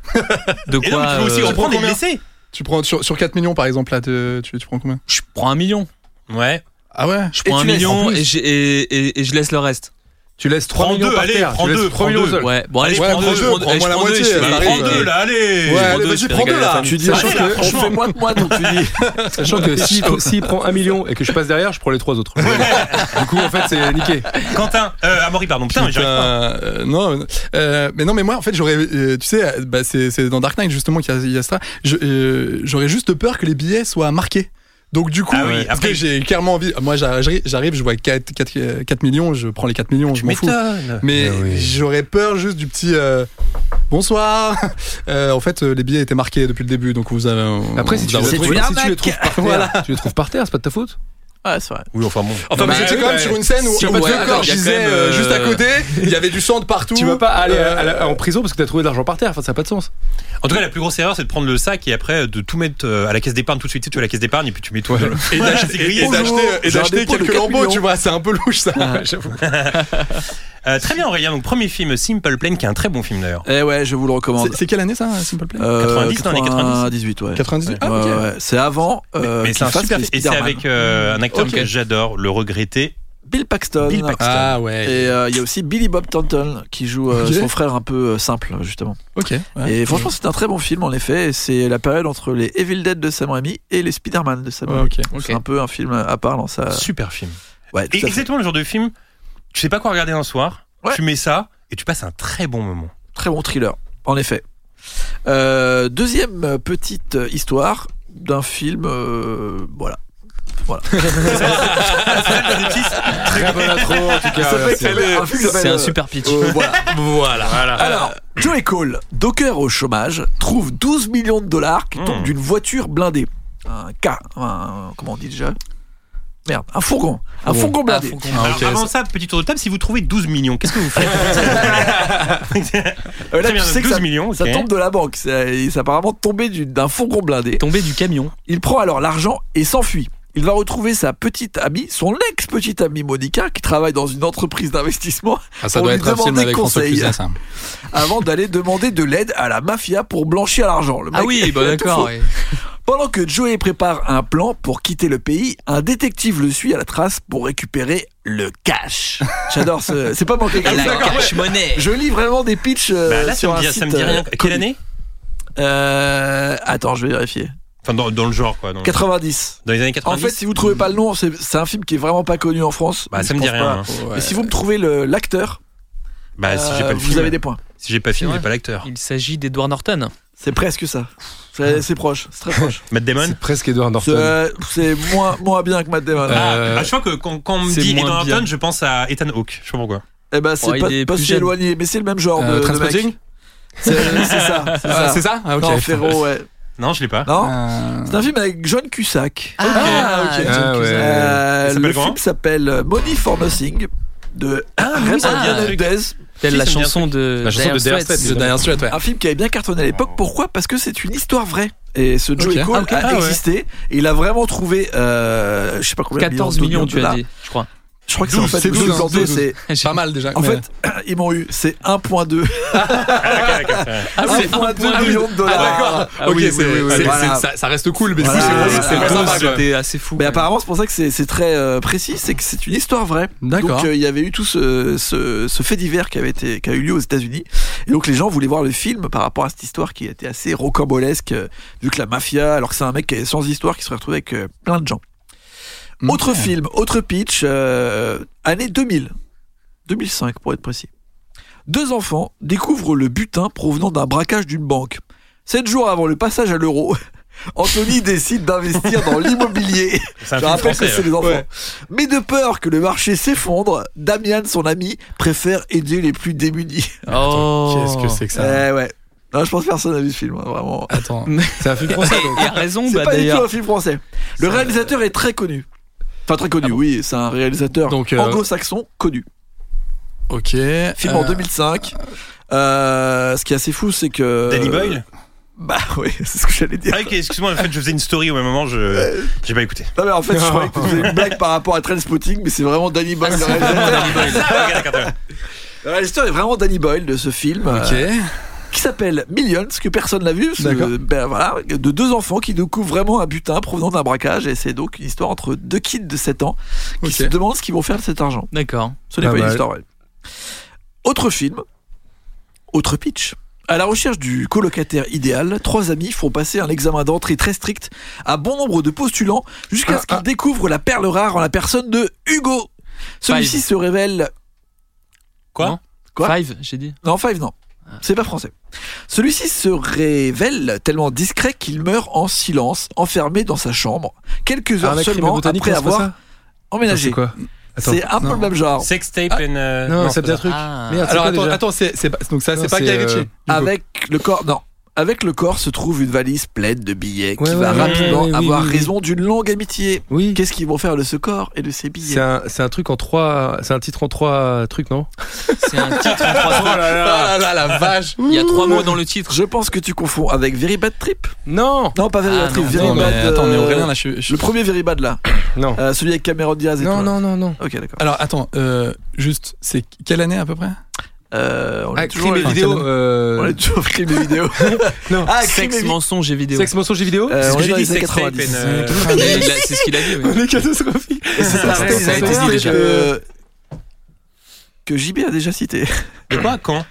[SPEAKER 7] De
[SPEAKER 4] Et non, mais
[SPEAKER 7] quoi
[SPEAKER 4] tu peux aussi
[SPEAKER 7] euh,
[SPEAKER 4] en prendre des
[SPEAKER 6] combien
[SPEAKER 4] blessés.
[SPEAKER 6] Tu prends sur, sur 4 millions par exemple là, te- tu, tu prends combien
[SPEAKER 7] Je prends un million.
[SPEAKER 4] Ouais.
[SPEAKER 6] Ah ouais
[SPEAKER 7] Je prends un
[SPEAKER 8] tu laisses, en
[SPEAKER 7] million
[SPEAKER 8] plus.
[SPEAKER 7] et, j'ai- et- et- et je laisse le reste.
[SPEAKER 5] Tu laisses 3
[SPEAKER 4] Prends
[SPEAKER 5] millions
[SPEAKER 4] deux,
[SPEAKER 5] par
[SPEAKER 4] allez,
[SPEAKER 5] terre.
[SPEAKER 4] prends
[SPEAKER 5] tu laisses
[SPEAKER 4] deux,
[SPEAKER 5] 3
[SPEAKER 4] prends
[SPEAKER 5] millions
[SPEAKER 4] deux.
[SPEAKER 5] au sol.
[SPEAKER 7] Ouais, bon, allez, je
[SPEAKER 11] Ouais,
[SPEAKER 7] prends
[SPEAKER 11] prends
[SPEAKER 7] deux.
[SPEAKER 11] deux,
[SPEAKER 7] je prends-
[SPEAKER 11] prends-moi
[SPEAKER 7] je
[SPEAKER 11] la
[SPEAKER 7] prends
[SPEAKER 11] moitié,
[SPEAKER 7] deux, je
[SPEAKER 11] elle
[SPEAKER 8] bah,
[SPEAKER 7] fais
[SPEAKER 11] arrive.
[SPEAKER 4] Bah, Prends
[SPEAKER 7] rigoler.
[SPEAKER 4] deux, là, allez
[SPEAKER 11] Ouais,
[SPEAKER 7] prends deux,
[SPEAKER 11] allez,
[SPEAKER 7] je
[SPEAKER 11] vas-y,
[SPEAKER 7] fais
[SPEAKER 11] prends deux
[SPEAKER 7] rigoler la
[SPEAKER 11] là.
[SPEAKER 7] famille.
[SPEAKER 6] Tu dis,
[SPEAKER 5] Sachant
[SPEAKER 6] je
[SPEAKER 5] que-
[SPEAKER 6] je fais moins de moi, donc tu dis.
[SPEAKER 5] Sachant que s'il prend- s'il prend 1 million et que je passe derrière, je prends les 3 autres. Du coup, en fait, c'est niqué.
[SPEAKER 4] Quentin, euh, Amaury, pardon. Putain, mais j'arrive pas.
[SPEAKER 11] Putain, euh, non, euh, mais non, mais moi, en fait, j'aurais, euh, tu sais, euh, bah, c'est c'est dans Dark Knight justement qu'il y, a- il y a ça. Je, euh, J'aurais juste peur que les billets soient marqués. Donc du coup,
[SPEAKER 4] Ah oui,
[SPEAKER 11] parce
[SPEAKER 4] après-
[SPEAKER 11] que j'ai clairement envie. Moi, j'arrive, j'arrive, je vois 4, 4, 4 millions, je prends les 4 millions, je m'en fous. Mais
[SPEAKER 5] Ah oui.
[SPEAKER 11] j'aurais peur juste du petit. euh, Bonsoir. [LAUGHS] Euh, en fait, euh, les billets étaient marqués depuis le début, donc vous avez. on-
[SPEAKER 5] Après, si
[SPEAKER 11] vous
[SPEAKER 5] tu,
[SPEAKER 11] a
[SPEAKER 5] les
[SPEAKER 11] retrouvé.
[SPEAKER 5] trouves, si tu les
[SPEAKER 6] arnaque.
[SPEAKER 5] trouves par terre, tu les trouves par terre, c'est pas de ta faute.
[SPEAKER 6] Ouais, c'est vrai.
[SPEAKER 4] Oui, enfin bon.
[SPEAKER 11] Enfin, mais
[SPEAKER 5] Bah,
[SPEAKER 11] c'était
[SPEAKER 5] oui,
[SPEAKER 11] quand même
[SPEAKER 5] bah,
[SPEAKER 11] sur une scène où,
[SPEAKER 7] si,
[SPEAKER 11] en fait,
[SPEAKER 7] ouais,
[SPEAKER 11] le corps
[SPEAKER 7] il y a quand
[SPEAKER 11] gisait
[SPEAKER 7] même,
[SPEAKER 11] euh, juste à
[SPEAKER 7] euh,
[SPEAKER 11] côté. Il y avait du sang de partout.
[SPEAKER 5] Tu vas pas aller à- à la-
[SPEAKER 11] Euh,
[SPEAKER 5] en prison parce que t'as trouvé de l'argent par terre. Enfin, ça n'a pas de sens.
[SPEAKER 4] En tout cas, la plus grosse erreur, c'est de prendre le sac et après de tout mettre euh, à la caisse d'épargne tout de suite. Tu sais, tu vas à la caisse d'épargne et puis tu mets tout. dans le-
[SPEAKER 11] et
[SPEAKER 4] Voilà,
[SPEAKER 11] d'acheter-
[SPEAKER 4] c'est grillé.
[SPEAKER 11] et d'acheter et
[SPEAKER 6] j'ai un
[SPEAKER 11] d'acheter
[SPEAKER 6] dépôt de
[SPEAKER 11] quelques
[SPEAKER 6] 4
[SPEAKER 11] lambeaux,
[SPEAKER 6] millions.
[SPEAKER 11] tu vois, c'est un peu louche ça.
[SPEAKER 4] Euh, très bien, Aurélien. Donc, premier film, Simple Plan, qui est un très bon film d'ailleurs.
[SPEAKER 6] Eh ouais, je vous le recommande.
[SPEAKER 11] C'est- C'est quelle année ça, Simple Plan
[SPEAKER 6] Euh,
[SPEAKER 4] 90, dans les
[SPEAKER 6] 98, ouais.
[SPEAKER 11] 98. Ah,
[SPEAKER 6] Ouais,
[SPEAKER 11] ok.
[SPEAKER 6] ouais, ouais. C'est avant. euh,
[SPEAKER 4] mais c'est
[SPEAKER 6] qu'il
[SPEAKER 4] un
[SPEAKER 6] fasse
[SPEAKER 4] super
[SPEAKER 6] les
[SPEAKER 4] film. Et c'est
[SPEAKER 6] Spider-Man.
[SPEAKER 4] avec euh, un acteur
[SPEAKER 6] Ok.
[SPEAKER 4] que j'adore, le regretté.
[SPEAKER 6] Bill Paxton.
[SPEAKER 4] Bill Paxton.
[SPEAKER 11] Ah ouais.
[SPEAKER 6] Et euh, il y a aussi Billy Bob Thornton qui joue euh,
[SPEAKER 11] Ok.
[SPEAKER 6] son frère un peu euh, simple, justement.
[SPEAKER 11] Ok. ouais.
[SPEAKER 6] Et franchement, c'est un très bon film en effet. Et C'est la période entre les Evil Dead de Sam Raimi et les Spider-Man de Sam
[SPEAKER 11] Ouais,
[SPEAKER 6] Raimi.
[SPEAKER 11] ok.
[SPEAKER 6] C'est un peu un film à part dans sa.
[SPEAKER 4] Super film.
[SPEAKER 6] Ouais, Euh, tout
[SPEAKER 4] Et
[SPEAKER 6] à fait.
[SPEAKER 4] exactement le genre de film, tu sais pas quoi regarder un soir,
[SPEAKER 6] Ouais.
[SPEAKER 4] tu mets ça et tu passes un très bon moment.
[SPEAKER 6] Très bon thriller, en effet. Euh, deuxième petite histoire d'un film. euh, voilà. [LAUGHS]
[SPEAKER 5] Très bonne intro, en tout cas. merci.
[SPEAKER 6] film qui s'appelle,
[SPEAKER 7] C'est un
[SPEAKER 6] euh,
[SPEAKER 7] super pitch.
[SPEAKER 6] euh, voilà.
[SPEAKER 4] Voilà.
[SPEAKER 6] Alors, Euh, Joey Cole, docker au chômage, trouve 12 millions de dollars qui
[SPEAKER 4] Hmm.
[SPEAKER 6] tombent d'une voiture blindée. Un K, un- comment on dit déjà Merde, un fourgon. Un fourgon
[SPEAKER 7] Ah,
[SPEAKER 6] blindé.
[SPEAKER 7] faut qu'on-
[SPEAKER 11] Ah, ok.
[SPEAKER 4] avant ça, petit tour de table, si vous trouvez 12 millions, qu'est-ce que vous
[SPEAKER 6] [LAUGHS]
[SPEAKER 4] faites
[SPEAKER 6] Euh, là,
[SPEAKER 4] Très
[SPEAKER 6] tu
[SPEAKER 4] bien,
[SPEAKER 6] sais que
[SPEAKER 4] 12
[SPEAKER 6] ça,
[SPEAKER 4] millions,
[SPEAKER 6] ça
[SPEAKER 4] ok.
[SPEAKER 6] tombe de la banque. C'est c'est apparemment tombé du- d'un fourgon blindé.
[SPEAKER 7] Tombé du camion.
[SPEAKER 6] Il prend alors l'argent et s'enfuit. Il va retrouver sa petite amie, son ex-petite amie Monica, qui travaille dans une entreprise d'investissement,
[SPEAKER 11] Ah, ça
[SPEAKER 6] On
[SPEAKER 11] doit
[SPEAKER 6] lui
[SPEAKER 11] être un film
[SPEAKER 6] demandait
[SPEAKER 11] avec François
[SPEAKER 6] conseil.
[SPEAKER 11] Cluzet, ça.
[SPEAKER 6] [LAUGHS] avant d'aller demander de l'aide à la mafia pour blanchir l'argent. Le
[SPEAKER 7] Ah
[SPEAKER 6] mec, [LAUGHS]
[SPEAKER 7] oui, bah
[SPEAKER 6] il a tout faux.
[SPEAKER 7] d'accord. ouais.
[SPEAKER 6] Pendant que Joey prépare un plan pour quitter le pays, un détective le suit à la trace pour récupérer le
[SPEAKER 11] [LAUGHS]
[SPEAKER 6] cash. J'adore ce. C'est pas manqué.
[SPEAKER 7] Et la cash monnaie.
[SPEAKER 6] Je lis vraiment des pitchs. euh,
[SPEAKER 4] Bah, là, ça
[SPEAKER 6] sur
[SPEAKER 4] me
[SPEAKER 6] un
[SPEAKER 4] dit,
[SPEAKER 6] site,
[SPEAKER 4] ça me dit rien.
[SPEAKER 6] euh,
[SPEAKER 4] Quelle
[SPEAKER 6] connu.
[SPEAKER 4] année
[SPEAKER 6] Euh, Attends, je vais vérifier.
[SPEAKER 4] Enfin, dans, dans le genre, quoi.
[SPEAKER 11] Mmh.
[SPEAKER 4] Dans,
[SPEAKER 6] 90.
[SPEAKER 4] dans les années
[SPEAKER 6] En
[SPEAKER 4] 90.
[SPEAKER 6] fait, si vous trouvez pas le nom, c'est c'est un film qui est vraiment pas connu en France.
[SPEAKER 4] bah,
[SPEAKER 6] Je
[SPEAKER 4] ça me dit
[SPEAKER 6] pense pas.
[SPEAKER 4] rien. hein.
[SPEAKER 6] Et si vous me trouvez le- l'acteur,
[SPEAKER 4] Bah, si j'ai
[SPEAKER 6] euh,
[SPEAKER 4] pas le
[SPEAKER 6] vous
[SPEAKER 4] film,
[SPEAKER 6] avez des points.
[SPEAKER 4] si j'ai pas le film,
[SPEAKER 7] C'est
[SPEAKER 4] j'ai
[SPEAKER 7] vrai.
[SPEAKER 4] pas l'acteur.
[SPEAKER 7] Il s'agit d'Edward Norton.
[SPEAKER 6] C'est presque ça.
[SPEAKER 4] Ah.
[SPEAKER 6] C'est c'est proche, c'est
[SPEAKER 4] [LAUGHS]
[SPEAKER 6] très proche.
[SPEAKER 4] Matt Damon.
[SPEAKER 5] C'est presque Edward
[SPEAKER 6] C'est
[SPEAKER 5] Norton.
[SPEAKER 6] euh, c'est moins, moins bien que Matt Damon.
[SPEAKER 5] Euh,
[SPEAKER 4] Ah, ah, je crois que quand, quand on me
[SPEAKER 7] c'est
[SPEAKER 4] dit
[SPEAKER 7] moins
[SPEAKER 4] Edward
[SPEAKER 7] bien.
[SPEAKER 4] Norton, je pense à Ethan Hawke. Je sais pas pourquoi.
[SPEAKER 6] eh ben, c'est
[SPEAKER 7] oh, il
[SPEAKER 6] pas,
[SPEAKER 7] est
[SPEAKER 6] pas
[SPEAKER 7] plus
[SPEAKER 6] si
[SPEAKER 7] jeune.
[SPEAKER 6] éloigné, mais c'est le même genre.
[SPEAKER 11] Euh,
[SPEAKER 6] de- de, mec.
[SPEAKER 11] Trainspotting
[SPEAKER 6] C'est c'est ça.
[SPEAKER 11] Ah,
[SPEAKER 6] C'est ça.
[SPEAKER 11] C'est ça Ah, ok.
[SPEAKER 6] Non, Ferro, ouais.
[SPEAKER 4] Non, je l'ai
[SPEAKER 6] [LAUGHS]
[SPEAKER 4] pas.
[SPEAKER 6] Non
[SPEAKER 11] Euh,
[SPEAKER 6] C'est un film avec John Cusack.
[SPEAKER 7] Ah,
[SPEAKER 5] ok.
[SPEAKER 7] John
[SPEAKER 5] Ah, ouais.
[SPEAKER 7] Cusack.
[SPEAKER 6] Euh,
[SPEAKER 4] Il s'appelle
[SPEAKER 6] le
[SPEAKER 4] comment
[SPEAKER 6] film s'appelle Money for Nothing de
[SPEAKER 7] Ah,
[SPEAKER 4] oui, ça me dit un
[SPEAKER 6] Raymond
[SPEAKER 4] truc.
[SPEAKER 6] Hernandez.
[SPEAKER 7] Telle
[SPEAKER 4] Si,
[SPEAKER 7] la
[SPEAKER 4] ça me dit un
[SPEAKER 7] chanson de
[SPEAKER 5] La chanson de
[SPEAKER 7] Dire
[SPEAKER 5] Dire
[SPEAKER 7] Straits.
[SPEAKER 5] Straits.
[SPEAKER 11] The Dire Straits, ouais.
[SPEAKER 6] Un film qui avait bien cartonné à l'époque. Pourquoi Parce que c'est une histoire vraie. Et ce Joey
[SPEAKER 11] Ok.
[SPEAKER 6] Cole
[SPEAKER 11] Ah, ok.
[SPEAKER 6] a
[SPEAKER 11] Ah, ouais.
[SPEAKER 6] existé. Et il a vraiment trouvé, euh, je sais pas combien,
[SPEAKER 7] 14
[SPEAKER 6] de
[SPEAKER 7] millions,
[SPEAKER 6] de
[SPEAKER 7] tu as
[SPEAKER 6] dollars.
[SPEAKER 7] dit, je crois.
[SPEAKER 6] Je crois que c'est en
[SPEAKER 11] 12,
[SPEAKER 6] fait
[SPEAKER 11] c'est 12,
[SPEAKER 6] 12,
[SPEAKER 11] hein,
[SPEAKER 6] planté,
[SPEAKER 11] 12.
[SPEAKER 6] c'est-
[SPEAKER 11] Pas mal déjà.
[SPEAKER 6] En
[SPEAKER 11] mais-
[SPEAKER 6] fait, [CLEARS THROAT] ils m'ont eu. C'est 1.2
[SPEAKER 4] Ah, d'accord, d'accord.
[SPEAKER 7] Ah, oui, c'est
[SPEAKER 6] 1.2
[SPEAKER 7] 1,2
[SPEAKER 6] millions de dollars.
[SPEAKER 11] Ah, d'accord.
[SPEAKER 7] Ah
[SPEAKER 11] ok,
[SPEAKER 7] oui,
[SPEAKER 11] c'est-
[SPEAKER 7] oui, oui, oui.
[SPEAKER 11] c'est- c'est-
[SPEAKER 6] Voilà.
[SPEAKER 11] ça, ça reste cool, mais
[SPEAKER 6] Voilà,
[SPEAKER 11] c'est-
[SPEAKER 6] voilà,
[SPEAKER 11] c'est- c'est
[SPEAKER 6] voilà.
[SPEAKER 11] pas
[SPEAKER 7] douze,
[SPEAKER 11] sympa. quoi.
[SPEAKER 7] C'était assez fou.
[SPEAKER 6] Mais apparemment, c'est pour ça que c'est c'est très euh, précis, c'est que c'est une histoire vraie.
[SPEAKER 11] D'accord.
[SPEAKER 6] Donc euh, il y avait eu tout ce, ce- ce fait divers qui avait été qui a eu lieu aux États-Unis. Et donc les gens voulaient voir le film par rapport à cette histoire qui était assez rocambolesque, euh, vu que la mafia, alors que c'est un mec qui est sans histoire, qui se retrouvé avec euh, plein de gens. Autre film, autre pitch, euh, année 2000, 2005 pour être précis. Deux enfants découvrent le butin provenant d'un braquage d'une banque. Sept jours avant le passage à l'euro, [LAUGHS] Anthony décide d'investir dans l'immobilier.
[SPEAKER 4] C'est un
[SPEAKER 6] Je
[SPEAKER 4] film
[SPEAKER 6] rappelle que
[SPEAKER 4] français. hein.
[SPEAKER 6] c'est
[SPEAKER 4] ouais.
[SPEAKER 6] les enfants.
[SPEAKER 11] Ouais.
[SPEAKER 6] Mais de peur que le marché s'effondre, Damian, son ami, préfère aider les plus démunis.
[SPEAKER 7] Oh.
[SPEAKER 11] Qu'est-ce que c'est que ça
[SPEAKER 6] Eh ouais. Non, je pense que personne n'a vu ce film, hein, vraiment.
[SPEAKER 11] Attends.
[SPEAKER 5] C'est un film français. donc.
[SPEAKER 7] Il a raison,
[SPEAKER 6] C'est
[SPEAKER 7] bah,
[SPEAKER 6] pas du tout
[SPEAKER 7] d'ailleurs.
[SPEAKER 6] un film français. Le réalisateur est très connu. Enfin, très connu, oui, c'est un réalisateur
[SPEAKER 11] Donc, euh,
[SPEAKER 6] anglo-saxon connu.
[SPEAKER 11] Ok.
[SPEAKER 6] Film en 2005. Euh, ce qui est assez fou, c'est que.
[SPEAKER 4] Danny Boyle
[SPEAKER 6] Bah oui, [LAUGHS] c'est ce que j'allais dire.
[SPEAKER 4] Ah, ok, excuse-moi, en fait, je faisais une story au même moment, je. J'ai pas écouté.
[SPEAKER 6] Non, mais en fait, je croyais que tu faisais une blague par rapport à Trainspotting, mais c'est vraiment Danny Boyle. le
[SPEAKER 4] [LAUGHS]
[SPEAKER 6] réalisateur.
[SPEAKER 4] Ok, d'accord, d'accord.
[SPEAKER 6] Le réalisateur est vraiment Danny Boyle de ce film.
[SPEAKER 11] Ok.
[SPEAKER 6] euh, qui s'appelle Millions, que personne n'a vu, ce-
[SPEAKER 11] D'accord.
[SPEAKER 6] ben voilà, de deux enfants qui découvrent vraiment un butin provenant d'un braquage, et c'est donc une histoire entre deux kids de 7 ans qui
[SPEAKER 11] Ok.
[SPEAKER 6] se demandent ce qu'ils vont faire de cet argent.
[SPEAKER 7] D'accord.
[SPEAKER 6] Ce n'est
[SPEAKER 5] Pas
[SPEAKER 6] pas, une
[SPEAKER 5] mal.
[SPEAKER 6] histoire, ouais. Autre film, autre pitch. À la recherche du colocataire idéal, trois amis font passer un examen d'entrée très strict à bon nombre de postulants jusqu'à ce qu'ils découvrent la perle rare en la personne de Hugo. Celui-ci
[SPEAKER 7] Five.
[SPEAKER 6] se révèle
[SPEAKER 4] Quoi
[SPEAKER 7] Non.
[SPEAKER 6] Quoi
[SPEAKER 7] Five, j'ai dit.
[SPEAKER 6] non, Five, non. C'est pas français. Celui-ci se révèle tellement discret qu'il meurt en silence, enfermé dans sa chambre, quelques heures
[SPEAKER 5] Arnaque crime
[SPEAKER 6] seulement
[SPEAKER 5] botanique,
[SPEAKER 6] après
[SPEAKER 5] non, c'est pas
[SPEAKER 6] avoir
[SPEAKER 5] ça Attends,
[SPEAKER 6] emménagé.
[SPEAKER 5] C'est quoi Attends.
[SPEAKER 6] C'est un peu
[SPEAKER 12] non.
[SPEAKER 6] le même genre.
[SPEAKER 4] Ah. Sextape and. euh,
[SPEAKER 5] Non, ça
[SPEAKER 4] c'est
[SPEAKER 5] me dit un
[SPEAKER 4] ça.
[SPEAKER 5] truc.
[SPEAKER 7] Ah.
[SPEAKER 5] Merde, c'est
[SPEAKER 12] Alors
[SPEAKER 5] quoi
[SPEAKER 12] attends,
[SPEAKER 5] déjà
[SPEAKER 12] attends, c'est c'est pas- donc ça
[SPEAKER 5] Non,
[SPEAKER 12] c'est pas
[SPEAKER 5] c'est,
[SPEAKER 12] Guy
[SPEAKER 5] euh,
[SPEAKER 12] Ritchie.
[SPEAKER 6] Avec le corps, non. Avec le corps se trouve une valise pleine de billets qui
[SPEAKER 5] Ouais,
[SPEAKER 6] va
[SPEAKER 5] ouais,
[SPEAKER 6] rapidement
[SPEAKER 5] ouais, ouais,
[SPEAKER 6] avoir
[SPEAKER 5] oui, oui, oui.
[SPEAKER 6] raison d'une longue amitié.
[SPEAKER 5] Oui.
[SPEAKER 6] Qu'est-ce qu'ils vont faire de ce corps et de ces
[SPEAKER 5] C'est
[SPEAKER 6] billets
[SPEAKER 5] un, c'est un truc en trois. C'est un titre en trois trucs, non
[SPEAKER 7] C'est un titre en trois
[SPEAKER 4] Oh
[SPEAKER 7] mots.
[SPEAKER 12] Ah là là, la
[SPEAKER 5] [LAUGHS]
[SPEAKER 12] vache.
[SPEAKER 7] Il y a trois mots dans le titre.
[SPEAKER 6] Je pense que tu confonds avec Very Bad Trip.
[SPEAKER 5] Non
[SPEAKER 6] Non, pas Very
[SPEAKER 7] Ah,
[SPEAKER 6] Bad Trip.
[SPEAKER 7] non,
[SPEAKER 6] Very
[SPEAKER 12] Non, mais
[SPEAKER 6] Bad,
[SPEAKER 12] attends, on est
[SPEAKER 6] euh,
[SPEAKER 12] Aurélien là. Je, suis- je suis-
[SPEAKER 6] Le premier Very Bad là.
[SPEAKER 5] Non.
[SPEAKER 6] Euh, celui avec Cameron Diaz et
[SPEAKER 5] Non,
[SPEAKER 6] tout, là.
[SPEAKER 5] non, non, non.
[SPEAKER 6] Ok, d'accord.
[SPEAKER 12] Alors attends, euh, juste, c'est quelle année à peu près
[SPEAKER 6] Euh, on est
[SPEAKER 5] Ah,
[SPEAKER 6] toujours
[SPEAKER 5] crime et
[SPEAKER 6] à-
[SPEAKER 5] vidéo.
[SPEAKER 6] On
[SPEAKER 5] euh,
[SPEAKER 6] est toujours crime et vidéo.
[SPEAKER 5] Non.
[SPEAKER 6] Ah, crime et
[SPEAKER 7] Sexe,
[SPEAKER 6] vidéo.
[SPEAKER 7] mensonge et vidéo.
[SPEAKER 5] Sexe, mensonge, jeux vidéo
[SPEAKER 6] Euh,
[SPEAKER 4] Ce
[SPEAKER 6] on
[SPEAKER 4] que
[SPEAKER 6] est
[SPEAKER 4] j'ai
[SPEAKER 6] dans
[SPEAKER 4] dit,
[SPEAKER 6] les années
[SPEAKER 4] sex tape
[SPEAKER 6] 90.
[SPEAKER 4] and. euh, [LAUGHS]
[SPEAKER 7] Ah, mais il a- C'est ce qu'il a dit. oui.
[SPEAKER 6] [LAUGHS]
[SPEAKER 5] On est catastrophique.
[SPEAKER 6] Et c'est un
[SPEAKER 7] Ça
[SPEAKER 6] texte
[SPEAKER 7] a été dit
[SPEAKER 6] que-
[SPEAKER 7] déjà.
[SPEAKER 6] que JB a déjà cité [LAUGHS]
[SPEAKER 4] De quoi Quand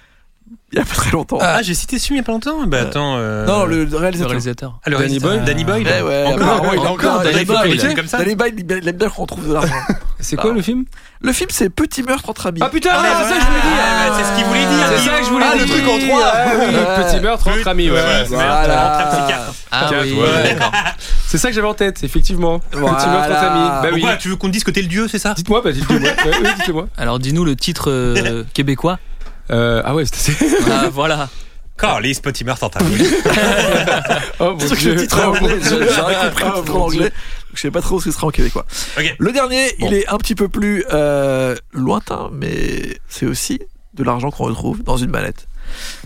[SPEAKER 6] il y a pas très longtemps.
[SPEAKER 4] Ah, j'ai cité ce film il y a pas longtemps. Bah attends. euh,
[SPEAKER 6] non, le le
[SPEAKER 7] Le
[SPEAKER 6] réalisateur.
[SPEAKER 7] réalisateur.
[SPEAKER 4] ah, le
[SPEAKER 5] Danny
[SPEAKER 4] réalisateur.
[SPEAKER 5] Boyle.
[SPEAKER 4] Danny Boyle.
[SPEAKER 6] Ouais, ouais,
[SPEAKER 4] Encore,
[SPEAKER 6] apparemment, il a encore
[SPEAKER 4] Danny
[SPEAKER 6] Danny Boyle.
[SPEAKER 4] Boyle. Comme ça.
[SPEAKER 6] Danny Boyle, il aime bien qu'on trouve de l'argent.
[SPEAKER 5] C'est quoi le film
[SPEAKER 6] Le film, c'est Petit meurtre entre amis.
[SPEAKER 5] Ah putain,
[SPEAKER 4] Ah,
[SPEAKER 5] c'est ça que je voulais dire
[SPEAKER 4] ah, bah, C'est ce qu'il voulait dire.
[SPEAKER 5] C'est ça que je voulais
[SPEAKER 12] Ah,
[SPEAKER 5] dire
[SPEAKER 12] le truc en trois, là.
[SPEAKER 5] Ouais,
[SPEAKER 6] Ouais.
[SPEAKER 5] Petit meurtre entre amis, ouais.
[SPEAKER 4] Ouais,
[SPEAKER 5] ouais.
[SPEAKER 4] c'est merde,
[SPEAKER 6] Voilà.
[SPEAKER 4] entre un psychiatre.
[SPEAKER 7] Ah
[SPEAKER 5] Quatre,
[SPEAKER 7] oui.
[SPEAKER 5] ouais. C'est ça que j'avais en tête, effectivement. Petit
[SPEAKER 6] Voilà.
[SPEAKER 5] meurtre entre amis. Bah oui.
[SPEAKER 4] Pourquoi Tu veux qu'on te dise que t'es le dieu, c'est ça
[SPEAKER 5] Dites-moi, bah, dites-le moi. Ouais, oui, dites-le moi.
[SPEAKER 7] Alors dis-nous le titre euh, québécois.
[SPEAKER 5] Euh, ah ouais, c'était.
[SPEAKER 7] Ah voilà.
[SPEAKER 4] Carlis, petit Martin. t'as vu.
[SPEAKER 5] Oh mon
[SPEAKER 6] C'est sûr que le
[SPEAKER 5] dieu. Ah,
[SPEAKER 6] titre est en anglais. J'aurais compris le titre en anglais. Je sais pas trop ce que ce sera en québécois.
[SPEAKER 4] Ok.
[SPEAKER 6] Le dernier,
[SPEAKER 4] Bon.
[SPEAKER 6] il est un petit peu plus euh, lointain, mais c'est aussi de l'argent qu'on retrouve dans une mallette.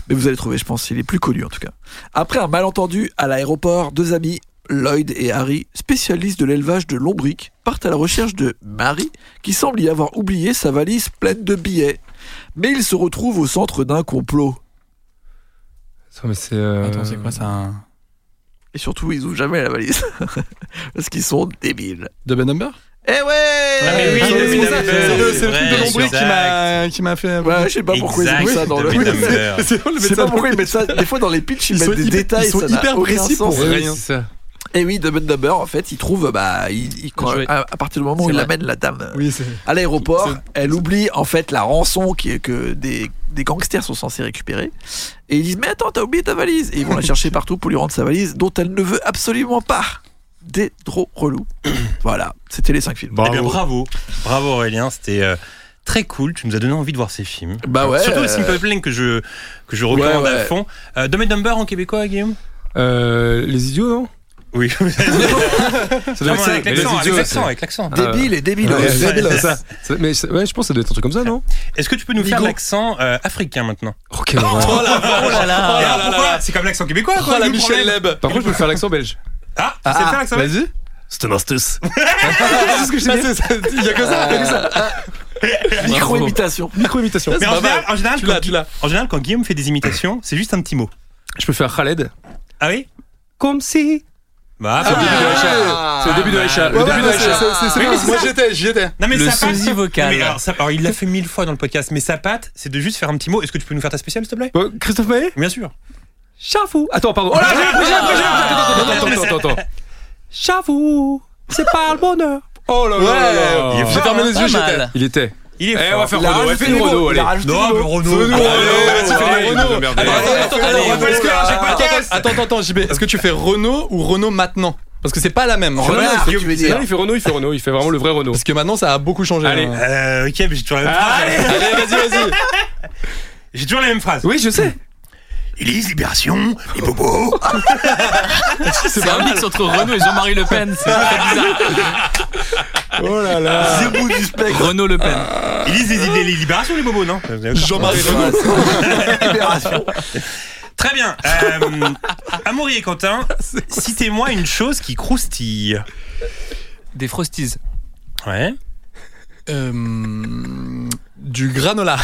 [SPEAKER 6] Mais vous allez trouver, je pense, il est plus connu en tout cas. Après un malentendu à l'aéroport, deux amis, Lloyd et Harry, spécialistes de l'élevage de lombriques, partent à la recherche de Marie, qui semble y avoir oublié sa valise pleine de billets. Mais ils se retrouvent au centre d'un complot.
[SPEAKER 5] Attends, mais c'est. euh,
[SPEAKER 12] Attends, c'est quoi
[SPEAKER 5] [LAUGHS]
[SPEAKER 12] ça un...
[SPEAKER 6] Et surtout, ils ouvrent jamais la valise. [LAUGHS] Parce qu'ils sont débiles.
[SPEAKER 12] Double Number
[SPEAKER 6] Eh ouais
[SPEAKER 4] Ah, mais oui,
[SPEAKER 12] Ah,
[SPEAKER 4] Double
[SPEAKER 12] c'est pour ça,
[SPEAKER 4] Number,
[SPEAKER 12] C'est le, c'est le
[SPEAKER 4] vrai,
[SPEAKER 12] truc de l'ombrique qui
[SPEAKER 4] exact.
[SPEAKER 12] m'a qui m'a fait.
[SPEAKER 6] Ouais, je sais pas pourquoi ils ont
[SPEAKER 4] Exact, Ben
[SPEAKER 6] mis ça dans le. [LAUGHS]
[SPEAKER 4] David Amber.
[SPEAKER 12] C'est drôle, le
[SPEAKER 6] Je sais
[SPEAKER 12] médecin.
[SPEAKER 6] pas pourquoi ils mettent ça. Des fois, dans les pitchs, ils,
[SPEAKER 12] Ils
[SPEAKER 6] mettent
[SPEAKER 12] sont
[SPEAKER 6] des
[SPEAKER 12] hyper-
[SPEAKER 6] détails.
[SPEAKER 12] ils sont
[SPEAKER 6] ça n'a
[SPEAKER 12] hyper
[SPEAKER 6] aucun
[SPEAKER 12] précis
[SPEAKER 6] sens.
[SPEAKER 12] pour
[SPEAKER 5] Ouais,
[SPEAKER 12] rien.
[SPEAKER 5] c'est ça.
[SPEAKER 6] Et oui, Dumb and Dumber, en fait, il trouve, bah, il, il- quand-
[SPEAKER 7] joué.
[SPEAKER 6] à, à partir du moment où
[SPEAKER 7] C'est
[SPEAKER 6] il
[SPEAKER 7] vrai.
[SPEAKER 6] amène la dame euh,
[SPEAKER 12] Oui, c'est.
[SPEAKER 6] à l'aéroport, elle oublie, en fait, la rançon qui est que des, des gangsters sont censés récupérer. Et ils disent, mais attends, t'as oublié ta valise. Et ils vont la chercher partout pour lui rendre sa valise, dont elle ne veut absolument pas. Des trop relous. voilà, c'était les cinq films.
[SPEAKER 4] Eh bien, bravo. Bravo Aurélien, c'était euh, très cool. Tu nous as donné envie de voir ces films.
[SPEAKER 6] Bah ouais.
[SPEAKER 4] Surtout le
[SPEAKER 6] euh,
[SPEAKER 4] Simple Plan que je, que je recommande
[SPEAKER 6] ouais,
[SPEAKER 4] à
[SPEAKER 6] ouais.
[SPEAKER 4] fond. Euh, Dumb and Dumber en québécois, Guillaume
[SPEAKER 5] Euh, les idiots, non
[SPEAKER 4] [LAUGHS] Oui.
[SPEAKER 5] Ça
[SPEAKER 4] Non,
[SPEAKER 5] doit être ça.
[SPEAKER 4] avec
[SPEAKER 5] Mais les
[SPEAKER 4] l'accent, avec
[SPEAKER 5] idiots,
[SPEAKER 4] l'accent,
[SPEAKER 5] c'est-
[SPEAKER 4] avec l'accent.
[SPEAKER 5] Ah,
[SPEAKER 6] Débile et débile.
[SPEAKER 5] Ouais,
[SPEAKER 4] c'est
[SPEAKER 5] débile, [LAUGHS]
[SPEAKER 4] ça.
[SPEAKER 5] ça. Ça- Mais ça- ouais, je pense que ça doit être un truc comme ça, non
[SPEAKER 4] Est-ce que tu peux nous faire
[SPEAKER 6] Bigot.
[SPEAKER 4] l'accent euh, africain maintenant
[SPEAKER 5] Oh, quelle horreur.
[SPEAKER 7] Oh là là.
[SPEAKER 4] Et alors, pourquoi C'est comme l'accent québécois,
[SPEAKER 12] Oh
[SPEAKER 4] quoi,
[SPEAKER 12] la
[SPEAKER 4] le
[SPEAKER 12] Michel
[SPEAKER 4] problème.
[SPEAKER 12] Leb.
[SPEAKER 5] Par contre, je peux faire l'accent belge.
[SPEAKER 4] Ah, tu sais faire l'accent
[SPEAKER 5] Vas-y. Bah,
[SPEAKER 4] C'est une astuce.
[SPEAKER 5] C'est ce que je
[SPEAKER 12] Ah,
[SPEAKER 5] sais
[SPEAKER 12] c'est- c'est- Il y a que ça. il y a que ça.
[SPEAKER 6] Micro-imitation.
[SPEAKER 5] Micro-imitation. Bah,
[SPEAKER 4] Mais en général, en, général,
[SPEAKER 12] Tu l'as,
[SPEAKER 4] quand,
[SPEAKER 12] tu l'as.
[SPEAKER 4] en général, quand Guillaume fait des imitations, c'est juste un petit mot.
[SPEAKER 5] Je peux faire Khaled.
[SPEAKER 4] Ah oui
[SPEAKER 5] Comme si.
[SPEAKER 4] Bah,
[SPEAKER 5] C'est le début de Aïcha. C'est le début de Aïcha. Le
[SPEAKER 12] Ouais,
[SPEAKER 5] début de
[SPEAKER 12] ouais, c'est-
[SPEAKER 5] Aïcha.
[SPEAKER 12] c'est- c'est-
[SPEAKER 4] Mais
[SPEAKER 12] c'est- Moi j'étais, j'y étais.
[SPEAKER 4] Non, mais
[SPEAKER 7] Le
[SPEAKER 4] sa patte-
[SPEAKER 7] sosie vocal.
[SPEAKER 4] Mais alors, sa- alors, il l'a fait mille fois dans le podcast, mais sa patte, c'est de juste faire un petit mot. Est-ce que tu peux nous faire ta spéciale, s'il te plaît
[SPEAKER 5] Bon, Christophe Maé
[SPEAKER 4] Bien sûr.
[SPEAKER 5] Chafou. Attends, pardon. Oh là, j'ai j'ai- j'ai- j'ai- Attends, attends, attends, attends, attends, attends. Chafou. C'est pas le bonheur. Oh là là là
[SPEAKER 4] Il est
[SPEAKER 5] là.
[SPEAKER 12] J'ai
[SPEAKER 4] fort,
[SPEAKER 12] fermé les
[SPEAKER 7] Pas
[SPEAKER 12] yeux, j'étais.
[SPEAKER 7] mal.
[SPEAKER 5] Il était.
[SPEAKER 4] Il est
[SPEAKER 5] Eh,
[SPEAKER 4] fort.
[SPEAKER 5] on va faire
[SPEAKER 6] Il a
[SPEAKER 5] Renaud. Ouais,
[SPEAKER 6] rajouté
[SPEAKER 5] Fais-nous
[SPEAKER 6] des mots.
[SPEAKER 5] Renaud,
[SPEAKER 6] Il
[SPEAKER 5] allez.
[SPEAKER 6] a rajouté
[SPEAKER 4] Non, mais
[SPEAKER 6] des
[SPEAKER 4] Ah
[SPEAKER 6] mots.
[SPEAKER 4] bah, Renaud.
[SPEAKER 5] Fais-nous
[SPEAKER 4] allez,
[SPEAKER 5] Renaud.
[SPEAKER 4] vas-y, fais-nous
[SPEAKER 5] Ouais,
[SPEAKER 4] Renaud.
[SPEAKER 5] Renaud.
[SPEAKER 4] Allez,
[SPEAKER 12] Attends,
[SPEAKER 4] allez,
[SPEAKER 12] attends,
[SPEAKER 4] allez,
[SPEAKER 12] attends,
[SPEAKER 4] Renaud,
[SPEAKER 12] parce que-
[SPEAKER 4] Renaud, j'ai pas de
[SPEAKER 12] attends,
[SPEAKER 4] caisse.
[SPEAKER 12] attends, attends, attends, JB. Est-ce que tu fais Renault ou Renault maintenant Parce que c'est pas la même.
[SPEAKER 6] Renard,
[SPEAKER 12] Renault,
[SPEAKER 6] tu veux dire.
[SPEAKER 5] Non, il fait Renaud, il fait Renaud, il fait vraiment le vrai Renaud.
[SPEAKER 12] Parce que maintenant ça a beaucoup changé.
[SPEAKER 5] Allez.
[SPEAKER 12] hein.
[SPEAKER 4] Euh, ok, mais j'ai toujours la même phrase.
[SPEAKER 5] Allez, vas-y, vas-y.
[SPEAKER 4] J'ai toujours la même phrase.
[SPEAKER 5] [LAUGHS] Oui, je sais.
[SPEAKER 4] Élise, Libération et Bobo.
[SPEAKER 7] C'est un mix entre Renaud et Jean-Marie Le Pen. C'est très bizarre.
[SPEAKER 5] Oh là là.
[SPEAKER 6] Des bouts du spectre.
[SPEAKER 7] Renaud Le Pen.
[SPEAKER 4] Élise, Euh, les idées, les Libérations, les Bobos, non
[SPEAKER 12] Jean-Marie Renault.
[SPEAKER 6] Libération.
[SPEAKER 4] Très bien. Euh, Amaury et Quentin, citez-moi une chose qui croustille.
[SPEAKER 7] Des Frosties.
[SPEAKER 4] Ouais.
[SPEAKER 12] Euh, Du granola.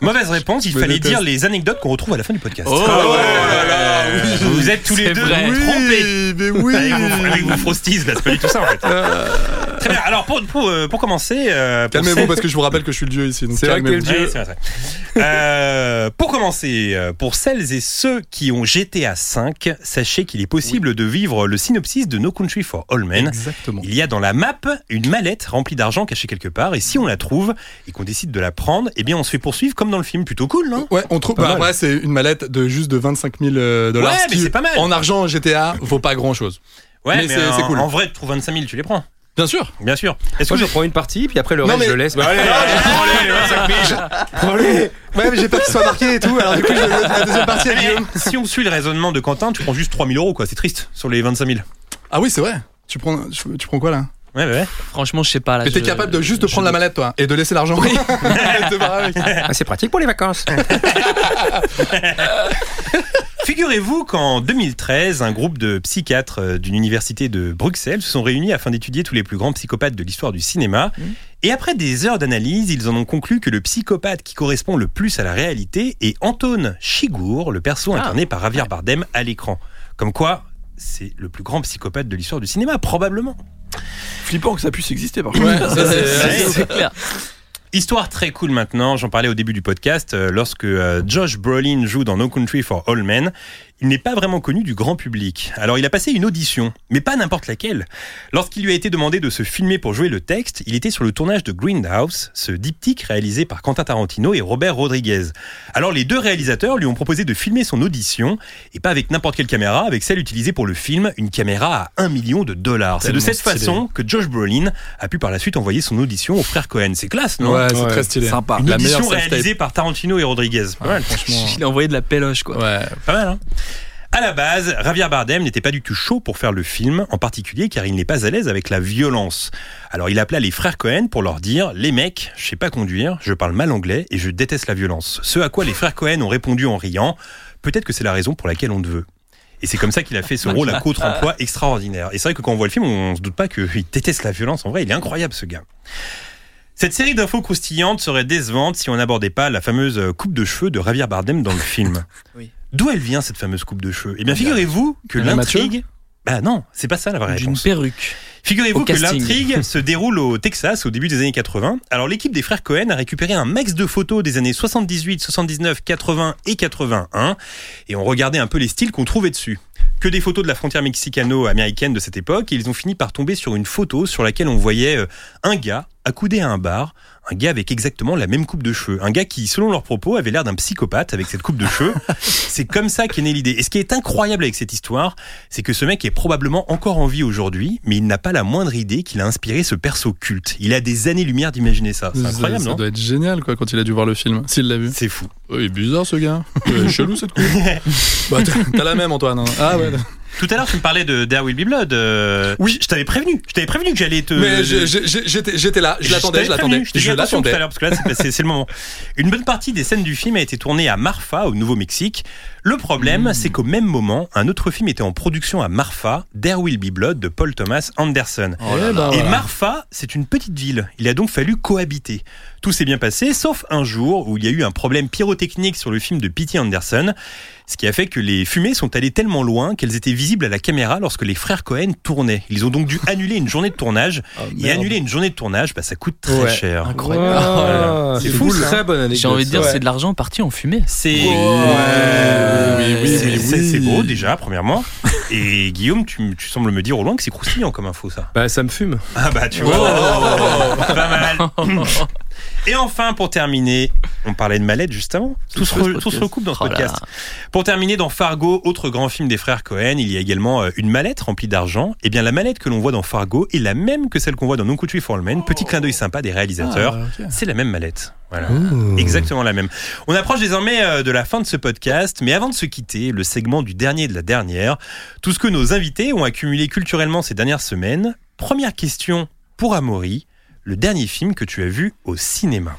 [SPEAKER 4] Mauvaise réponse, il
[SPEAKER 12] Je me
[SPEAKER 4] fallait
[SPEAKER 12] déteste.
[SPEAKER 4] dire les anecdotes qu'on retrouve à la fin du podcast. Ah
[SPEAKER 7] Oh là là, oui.
[SPEAKER 4] Vous êtes tous les
[SPEAKER 7] C'est
[SPEAKER 4] deux
[SPEAKER 7] vrai.
[SPEAKER 6] Eh,
[SPEAKER 4] trompés.
[SPEAKER 12] mais oui.
[SPEAKER 6] [LAUGHS]
[SPEAKER 4] Avec vos, avec vos frosties, là, c'est pas du tout ça en fait. Très bien. Alors, pour, pour, euh, pour commencer. euh, pour
[SPEAKER 6] Calmez-vous
[SPEAKER 4] celles-
[SPEAKER 6] parce que je vous rappelle que je suis le dieu ici. donc
[SPEAKER 5] C'est vrai que
[SPEAKER 6] calmez-vous.
[SPEAKER 4] Ouais, c'est vrai, c'est vrai. Euh, pour commencer, euh, pour celles et ceux qui ont GTA V, sachez qu'il est possible de vivre le synopsis de No Country for All Men.
[SPEAKER 6] Exactement.
[SPEAKER 4] Il y a dans la map une mallette remplie d'argent cachée quelque part, et si on la trouve et qu'on décide de la prendre, eh bien on se fait poursuivre comme dans le film, plutôt cool, non
[SPEAKER 6] Ouais, on trouve.
[SPEAKER 5] Pas
[SPEAKER 6] Bah,
[SPEAKER 5] mal.
[SPEAKER 6] après, c'est une mallette de juste de 25 000 euh, dollars.
[SPEAKER 4] Ouais,
[SPEAKER 6] ce
[SPEAKER 4] mais
[SPEAKER 6] qui,
[SPEAKER 4] c'est pas mal.
[SPEAKER 6] En argent GTA, vaut pas grand chose.
[SPEAKER 4] Ouais,
[SPEAKER 6] Mais
[SPEAKER 4] mais,
[SPEAKER 6] c'est-
[SPEAKER 4] en,
[SPEAKER 6] c'est cool.
[SPEAKER 4] en vrai, tu trouves 25 000, tu les prends,
[SPEAKER 6] Bien sûr.
[SPEAKER 4] bien sûr. Est-ce que
[SPEAKER 5] Moi, je
[SPEAKER 4] vous-
[SPEAKER 5] prends une partie, puis après le
[SPEAKER 6] Non,
[SPEAKER 5] reste,
[SPEAKER 6] mais-
[SPEAKER 5] je le laisse.
[SPEAKER 4] allez, allez, prends-les, Ah, les 25 000.
[SPEAKER 6] Ouais, mais j'ai pas qu'il soit marqué et tout. Alors du coup, je vais mettre la
[SPEAKER 4] [LAUGHS]
[SPEAKER 6] deuxième partie à
[SPEAKER 4] Mais
[SPEAKER 6] Guillaume.
[SPEAKER 4] si on suit le raisonnement de Quentin, tu prends juste 3 000 euros, quoi. C'est triste sur les 25 000.
[SPEAKER 6] Ah oui, c'est vrai. Tu prends, tu, tu prends quoi là
[SPEAKER 4] Ouais, ouais, ouais.
[SPEAKER 7] Franchement, je sais pas. Là,
[SPEAKER 6] Mais t'es
[SPEAKER 7] Ah, je-
[SPEAKER 6] capable de juste de
[SPEAKER 7] je-
[SPEAKER 6] prendre la mallette, toi, et de laisser l'argent. [LAUGHS] Oui.
[SPEAKER 5] Ah, c'est pratique pour les vacances.
[SPEAKER 4] Figurez-vous qu'en 2013, un groupe de psychiatres euh, d'une université de Bruxelles se sont réunis afin d'étudier tous les plus grands psychopathes de l'histoire du cinéma. Et après des heures d'analyse, ils en ont conclu que le psychopathe qui correspond le plus à la réalité est Anton Chigour, le perso incarné par Javier Bardem à l'écran. Comme quoi, c'est le plus grand psychopathe de l'histoire du cinéma, probablement.
[SPEAKER 8] Flippant que ça puisse exister par contre.
[SPEAKER 6] Ouais, ça, c'est-
[SPEAKER 4] Ouais.
[SPEAKER 7] Euh, C'est clair.
[SPEAKER 4] Histoire très cool maintenant, j'en parlais au début du podcast, euh, lorsque euh, Josh Brolin joue dans No Country for All Men, il n'est pas vraiment connu du grand public. Alors il a passé une audition, mais pas n'importe laquelle. Lorsqu'il lui a été demandé de se filmer pour jouer le texte, il était sur le tournage de Greenhouse, ce diptyque réalisé par Quentin Tarantino et Robert Rodriguez. Alors les deux réalisateurs lui ont proposé de filmer son audition, et pas avec n'importe quelle caméra, avec celle utilisée pour le film, une caméra à 1 million de dollars. C'est de
[SPEAKER 6] Tellement
[SPEAKER 4] cette
[SPEAKER 6] stylé.
[SPEAKER 4] façon que Josh Brolin a pu par la suite envoyer son audition aux frères Cohen. C'est classe, non
[SPEAKER 6] Ouais, c'est
[SPEAKER 5] Ouais.
[SPEAKER 6] très stylé.
[SPEAKER 8] Sympa.
[SPEAKER 4] une
[SPEAKER 6] La
[SPEAKER 4] audition
[SPEAKER 6] meilleure self-tape.
[SPEAKER 4] réalisée par Tarantino et Rodriguez. Pas mal,
[SPEAKER 6] Franchement.
[SPEAKER 7] Il a envoyé de la péloche, quoi.
[SPEAKER 6] Ouais.
[SPEAKER 4] pas mal, hein À la base, Javier Bardem n'était pas du tout chaud pour faire le film, en particulier car il n'est pas à l'aise avec la violence. Alors il appela les frères Cohen pour leur dire Les mecs, je sais pas conduire, je parle mal anglais et je déteste la violence. Ce à quoi les frères Cohen ont répondu en riant Peut-être que c'est la raison pour laquelle on te veut. Et c'est comme ça qu'il a fait ce rôle à contre-emploi extraordinaire. Et c'est vrai que quand on voit le film, on se doute pas qu'il déteste la violence. En vrai, il est incroyable ce gars. Cette série d'infos croustillantes serait décevante si on n'abordait pas la fameuse coupe de cheveux de Javier Bardem dans le film.
[SPEAKER 7] Oui.
[SPEAKER 4] D'où elle vient cette fameuse coupe de cheveux Eh bien, figurez-vous que
[SPEAKER 6] Madame
[SPEAKER 4] l'intrigue. Bah non, c'est pas ça la vraie
[SPEAKER 7] D'une
[SPEAKER 4] réponse.
[SPEAKER 7] perruque.
[SPEAKER 4] Figurez-vous
[SPEAKER 7] Au
[SPEAKER 4] que
[SPEAKER 7] casting. [LAUGHS]
[SPEAKER 4] l'intrigue se déroule au Texas au début des années 80. Alors l'équipe des frères Cohen a récupéré un max de photos des années 78, 79, 80 et 81 et on regardait un peu les styles qu'on trouvait dessus. Que des photos de la frontière mexicano-américaine de cette époque et ils ont fini par tomber sur une photo sur laquelle on voyait euh, un gars accoudé à un bar, un gars avec exactement la même coupe de cheveux, un gars qui selon leurs propos avait l'air d'un psychopathe avec cette coupe de cheveux.
[SPEAKER 6] [LAUGHS]
[SPEAKER 4] C'est comme ça qu'est née l'idée. Et ce qui est incroyable avec cette histoire, c'est que ce mec est probablement encore en vie aujourd'hui, mais il n'a pas la moindre idée qu'il a inspiré ce perso culte. Il a des années-lumière d'imaginer ça. C'est incroyable,
[SPEAKER 6] ça,
[SPEAKER 4] non
[SPEAKER 6] ça doit être génial quoi quand il a dû voir le film, s'il l'a vu.
[SPEAKER 4] C'est fou.
[SPEAKER 6] Oh, il est bizarre ce gars. Euh, chelou cette coupe. [LAUGHS] bah, t'as- t'as la même Antoine. hein. Ah ouais.
[SPEAKER 4] Tout à l'heure, tu me parlais de There Will Be Blood. euh,
[SPEAKER 6] Oui.
[SPEAKER 4] je t'avais prévenu. Je t'avais prévenu que j'allais te.
[SPEAKER 6] Mais je- je- je- j'étais j'étais là, je l'attendais, je
[SPEAKER 4] t'avais
[SPEAKER 6] l'attendais,
[SPEAKER 4] prévenu, t'ai dit
[SPEAKER 6] je
[SPEAKER 4] attention tout à
[SPEAKER 6] l'attendais.
[SPEAKER 4] l'heure, parce que là, c'est- c'est c'est le
[SPEAKER 6] [LAUGHS]
[SPEAKER 4] moment. Une bonne partie des scènes du film a été tournée à Marfa, au Nouveau-Mexique. Le problème,
[SPEAKER 6] Hmm.
[SPEAKER 4] c'est qu'au même moment, un autre film était en production à Marfa, There Will Be Blood, de Paul Thomas Anderson.
[SPEAKER 6] Oh là là.
[SPEAKER 4] Et Marfa, c'est une petite ville. Il a donc fallu cohabiter. Tout s'est bien passé, sauf un jour où il y a eu un problème pyrotechnique sur le film de P.T. Anderson, ce qui a fait que les fumées sont allées tellement loin qu'elles étaient visibles à la caméra lorsque les frères Cohen tournaient. Ils ont donc dû annuler une journée de
[SPEAKER 6] [LAUGHS]
[SPEAKER 4] tournage.
[SPEAKER 6] Oh,
[SPEAKER 4] et annuler une journée de tournage, bah, ça coûte très
[SPEAKER 7] Ouais.
[SPEAKER 4] cher.
[SPEAKER 7] Incroyable.
[SPEAKER 5] Ah,
[SPEAKER 4] C'est
[SPEAKER 5] c'est
[SPEAKER 4] fou,
[SPEAKER 5] fou,
[SPEAKER 4] ça.
[SPEAKER 5] très bonne anecdote.
[SPEAKER 7] J'ai envie de dire,
[SPEAKER 5] Ouais.
[SPEAKER 7] c'est de l'argent parti en fumée.
[SPEAKER 4] C'est
[SPEAKER 6] Ouais, oui, oui,
[SPEAKER 4] c'est-
[SPEAKER 6] oui,
[SPEAKER 4] c'est-
[SPEAKER 6] oui.
[SPEAKER 4] c'est beau déjà, premièrement. Et Guillaume, tu, m- tu sembles me dire au loin que c'est croustillant comme info, ça.
[SPEAKER 5] Bah, ça me fume.
[SPEAKER 4] Ah bah tu vois,
[SPEAKER 7] Oh.
[SPEAKER 4] pas mal.
[SPEAKER 7] [LAUGHS]
[SPEAKER 4] Et enfin, pour terminer, on parlait de mallette juste avant. Tout se,
[SPEAKER 7] ce
[SPEAKER 4] re-
[SPEAKER 7] podcast.
[SPEAKER 4] tout se recoupe dans ce
[SPEAKER 7] Oh là
[SPEAKER 4] podcast.
[SPEAKER 7] là.
[SPEAKER 4] Pour terminer, dans Fargo, autre grand film des frères Cohen, il y a également euh, une mallette remplie d'argent. Et bien, la mallette que l'on voit dans Fargo est la même que celle qu'on voit dans No Country for All Men. Petit clin d'œil sympa des réalisateurs. C'est la même mallette. Voilà. Exactement la même. On approche désormais euh, de la fin de ce podcast, mais avant de se quitter, le segment du dernier de la dernière, tout ce que nos invités ont accumulé culturellement ces dernières semaines. Première question pour Amaury, le dernier film que tu as vu au cinéma.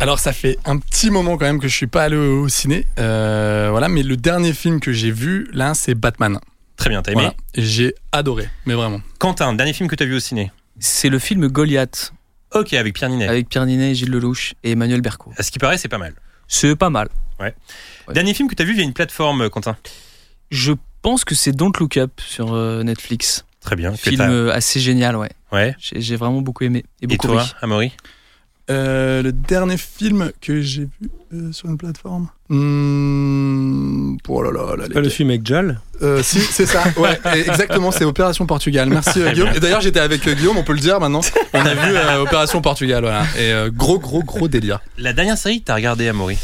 [SPEAKER 6] Alors ça fait un petit moment quand même que je suis pas allé au, au ciné, Euh, voilà. Mais le dernier film que j'ai vu là, c'est Batman.
[SPEAKER 4] Très bien, t'as aimé.
[SPEAKER 6] Voilà. Et J'ai adoré, mais vraiment.
[SPEAKER 4] Quentin, dernier film que tu as vu au ciné.
[SPEAKER 7] C'est le film Goliath
[SPEAKER 4] Ok, avec Pierre Ninet.
[SPEAKER 7] avec Pierre Ninet, Gilles Lelouch et Emmanuel Berco.
[SPEAKER 4] À ce qui paraît, c'est pas mal.
[SPEAKER 7] C'est pas mal. Ouais.
[SPEAKER 4] Dernier film que tu as vu via une plateforme, euh, Quentin.
[SPEAKER 7] Je pense que c'est Don't Look Up sur euh, Netflix.
[SPEAKER 4] Très bien. que
[SPEAKER 7] Film
[SPEAKER 4] t'as-
[SPEAKER 7] euh, assez génial, ouais.
[SPEAKER 4] Ouais.
[SPEAKER 7] J'ai j'ai vraiment beaucoup aimé.
[SPEAKER 4] Et
[SPEAKER 7] Et beaucoup
[SPEAKER 4] toi,
[SPEAKER 7] ri.
[SPEAKER 4] Amaury
[SPEAKER 6] Euh, le dernier film que j'ai vu euh, sur une plateforme. Hmm, oh là là,
[SPEAKER 8] Bah,
[SPEAKER 6] là, les
[SPEAKER 5] Pas le
[SPEAKER 6] gars.
[SPEAKER 5] film avec Jal
[SPEAKER 6] Euh, si, c'est ça. [LAUGHS] Ouais, et exactement. C'est Opération Portugal. Merci euh, Guillaume. Et d'ailleurs, j'étais avec euh, Guillaume. On peut le dire maintenant. On a vu euh, Opération Portugal. Voilà. Et euh, gros, gros, gros délire.
[SPEAKER 4] La dernière série que t'as regardée, Amaury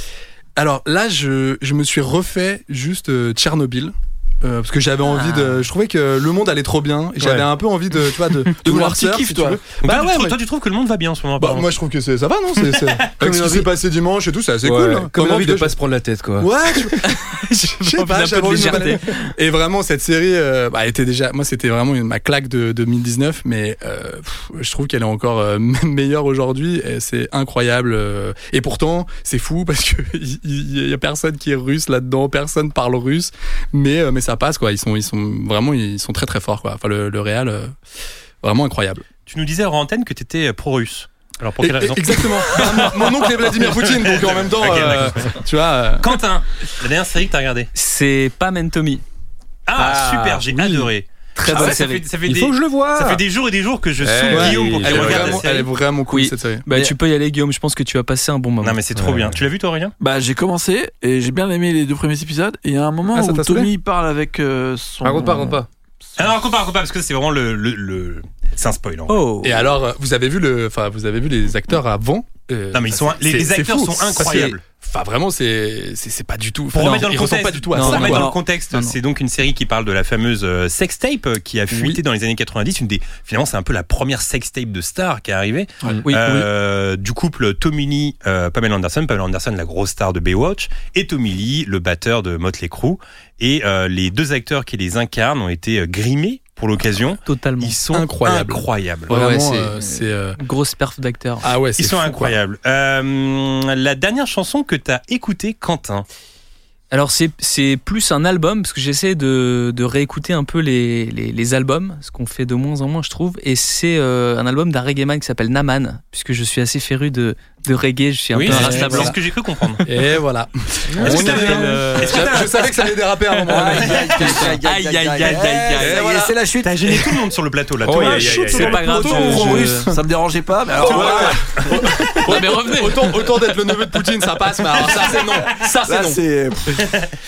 [SPEAKER 6] Alors là, je, je me suis refait juste euh, Tchernobyl. euh, parce que j'avais envie de. Je trouvais que le monde allait trop bien. et J'avais
[SPEAKER 5] Ouais.
[SPEAKER 6] un peu envie de, tu vois, de, de,
[SPEAKER 8] vouloir
[SPEAKER 6] voir
[SPEAKER 8] t'y
[SPEAKER 6] Sir,
[SPEAKER 8] kiff,
[SPEAKER 6] si
[SPEAKER 8] toi.
[SPEAKER 6] tu veux.
[SPEAKER 4] Donc,
[SPEAKER 6] Bah
[SPEAKER 4] toi, tu
[SPEAKER 6] ouais,
[SPEAKER 4] trouves-
[SPEAKER 6] ouais.
[SPEAKER 4] toi, tu trouves que le monde va bien en ce moment
[SPEAKER 6] Bah,
[SPEAKER 4] apparemment.
[SPEAKER 6] moi, je trouve que c'est- ça va, non C'est- c'est- Avec ce qui s'est passé dimanche et tout, c'est assez cool. hein.
[SPEAKER 5] Comme
[SPEAKER 6] Comment,
[SPEAKER 5] envie
[SPEAKER 6] en
[SPEAKER 5] de
[SPEAKER 6] tout cas,
[SPEAKER 5] pas se prendre la tête, quoi.
[SPEAKER 6] Ouais,
[SPEAKER 7] [LAUGHS]
[SPEAKER 6] je je
[SPEAKER 7] envie
[SPEAKER 6] sais
[SPEAKER 7] d'un
[SPEAKER 6] pas, j'avais
[SPEAKER 7] peu de
[SPEAKER 6] envie de me
[SPEAKER 7] légèreté.
[SPEAKER 6] balader. Et vraiment, cette série, euh, bah, était déjà, moi, c'était vraiment une- ma claque de 2019, mais euh, pff, je trouve qu'elle est encore euh, [LAUGHS] meilleure aujourd'hui. et C'est incroyable. euh, et pourtant, c'est fou parce que [LAUGHS] il- il y a personne qui est russe là-dedans, personne parle russe, mais euh, mais ça passe quoi. Ils sont ils sont vraiment ils sont très très forts quoi. Enfin le le Real, euh, vraiment incroyable.
[SPEAKER 4] Tu nous disais hors antenne que t'étais euh, pro-russe. Alors pour quelle
[SPEAKER 6] Et- et-
[SPEAKER 4] raison
[SPEAKER 6] Exactement. Ah, mon mon oncle est Vladimir Poutine, donc en même temps,
[SPEAKER 4] Ok,
[SPEAKER 6] euh, tu vois. euh,
[SPEAKER 4] Quentin, la dernière série que t'as regardée
[SPEAKER 7] C'est pas Mentomy.
[SPEAKER 4] Ah,
[SPEAKER 7] Ah,
[SPEAKER 4] super, j'ai
[SPEAKER 7] oui.
[SPEAKER 4] adoré.
[SPEAKER 7] Très
[SPEAKER 4] Ah
[SPEAKER 7] bonne
[SPEAKER 4] ouais, ça
[SPEAKER 7] série.
[SPEAKER 4] fait, ça fait
[SPEAKER 5] Il
[SPEAKER 4] des,
[SPEAKER 5] faut que je le vois
[SPEAKER 4] ça fait des jours et des jours que je
[SPEAKER 5] Eh,
[SPEAKER 4] suis
[SPEAKER 5] ouais.
[SPEAKER 4] Guillaume pour
[SPEAKER 5] Elle
[SPEAKER 4] qu'elle
[SPEAKER 6] Elle est,
[SPEAKER 5] regarde
[SPEAKER 4] regarde la
[SPEAKER 6] vraiment, elle est
[SPEAKER 4] série.
[SPEAKER 6] vraiment cool
[SPEAKER 7] Oui.
[SPEAKER 6] cette série.
[SPEAKER 7] Bah,
[SPEAKER 8] Mais-
[SPEAKER 7] tu peux y aller, Guillaume. Je pense que tu vas passer un bon moment.
[SPEAKER 4] Non mais c'est trop
[SPEAKER 5] Ouais.
[SPEAKER 4] bien. Tu l'as vu toi Aurélien
[SPEAKER 8] Bah, j'ai commencé et j'ai bien aimé les deux premiers épisodes. Et il y a un moment
[SPEAKER 6] Ah, ça
[SPEAKER 8] où
[SPEAKER 6] t'a saoulé
[SPEAKER 8] Tommy parle avec euh, son.
[SPEAKER 5] Raconte pas, raconte pas.
[SPEAKER 4] Ah non, raconte pas, raconte pas parce que c'est vraiment le, le, le- c'est un spoil. en vrai.
[SPEAKER 7] Oh.
[SPEAKER 6] Et alors, euh, vous avez vu le, enfin, vous avez vu les acteurs avant. euh,
[SPEAKER 4] Non mais ils sont les,
[SPEAKER 6] c'est-
[SPEAKER 4] les
[SPEAKER 6] c'est
[SPEAKER 4] acteurs
[SPEAKER 6] fou.
[SPEAKER 4] sont incroyables.
[SPEAKER 6] C'est- Enfin, vraiment, c'est, c'est c'est pas du tout.
[SPEAKER 4] Pour
[SPEAKER 6] enfin,
[SPEAKER 4] remettre dans
[SPEAKER 6] non,
[SPEAKER 4] le
[SPEAKER 6] ils ressemblent
[SPEAKER 4] contexte,
[SPEAKER 6] pas du tout à
[SPEAKER 7] Non,
[SPEAKER 6] ça.
[SPEAKER 4] pour
[SPEAKER 7] non,
[SPEAKER 4] remettre
[SPEAKER 6] quoi.
[SPEAKER 4] dans le contexte,
[SPEAKER 7] Non, non.
[SPEAKER 4] c'est donc une série qui parle de la fameuse euh, sextape euh, qui a fuité dans les années 90, une des finalement c'est un peu la première sextape de star qui est arrivée.
[SPEAKER 7] Oui,
[SPEAKER 4] Euh, du couple Tommy Lee, euh, Pamela Anderson, Pamela Anderson la grosse star de Baywatch, et Tommy Lee, le batteur de Motley Crue. Et euh, les deux acteurs qui les incarnent ont été euh, grimés pour l'occasion.
[SPEAKER 7] oui, totalement.
[SPEAKER 4] Ils sont
[SPEAKER 6] Incroyable.
[SPEAKER 4] incroyables.
[SPEAKER 7] Ouais, ouais,
[SPEAKER 6] Vraiment,
[SPEAKER 7] c'est-
[SPEAKER 6] euh, c'est. euh,
[SPEAKER 7] Grosse perf d'acteur.
[SPEAKER 6] Ah ouais, c'est
[SPEAKER 4] Ils sont
[SPEAKER 6] fou, quoi.
[SPEAKER 4] incroyables. Euh, la dernière chanson que t'as écoutée, Quentin.
[SPEAKER 7] Alors c'est, c'est plus un album, parce que j'essaie de, de réécouter un peu les, les, les albums, ce qu'on fait de moins en moins je trouve, et c'est euh, un album d'un reggae man qui s'appelle Naman, puisque je suis assez féru de, de reggae, je suis un peu un
[SPEAKER 4] c'est
[SPEAKER 7] rasta
[SPEAKER 4] c'est
[SPEAKER 7] blanc.
[SPEAKER 4] ce que j'ai cru comprendre.
[SPEAKER 6] Et voilà.
[SPEAKER 4] Est-ce que
[SPEAKER 6] On y
[SPEAKER 4] t'as-
[SPEAKER 6] est, hein.
[SPEAKER 4] [LAUGHS] est-ce que t'as-
[SPEAKER 6] Je savais que ça allait déraper à un moment. donné.
[SPEAKER 7] Aïe, aïe, aïe, aïe, aïe.
[SPEAKER 6] Et
[SPEAKER 8] Ça y est,
[SPEAKER 6] voilà.
[SPEAKER 8] C'est la chute.
[SPEAKER 4] T'as gêné tout le monde sur le plateau là.
[SPEAKER 5] Oh,
[SPEAKER 4] Thomas,
[SPEAKER 5] aïe, aïe,
[SPEAKER 4] shoot,
[SPEAKER 5] aïe,
[SPEAKER 4] tout
[SPEAKER 7] C'est
[SPEAKER 4] le
[SPEAKER 7] pas
[SPEAKER 4] monde.
[SPEAKER 7] grave,
[SPEAKER 8] Autant
[SPEAKER 7] je-
[SPEAKER 8] en
[SPEAKER 7] je-
[SPEAKER 8] russe, Euh, ça me dérangeait pas. Mais alors,
[SPEAKER 6] Ouais,
[SPEAKER 8] voilà,
[SPEAKER 6] ouais.
[SPEAKER 7] Ouais, mais revenez Ah,
[SPEAKER 6] Autant, autant d'être le neveu de Poutine, ça passe, mais alors ça c'est non. Ça c'est
[SPEAKER 8] là,
[SPEAKER 6] non.
[SPEAKER 8] c'est.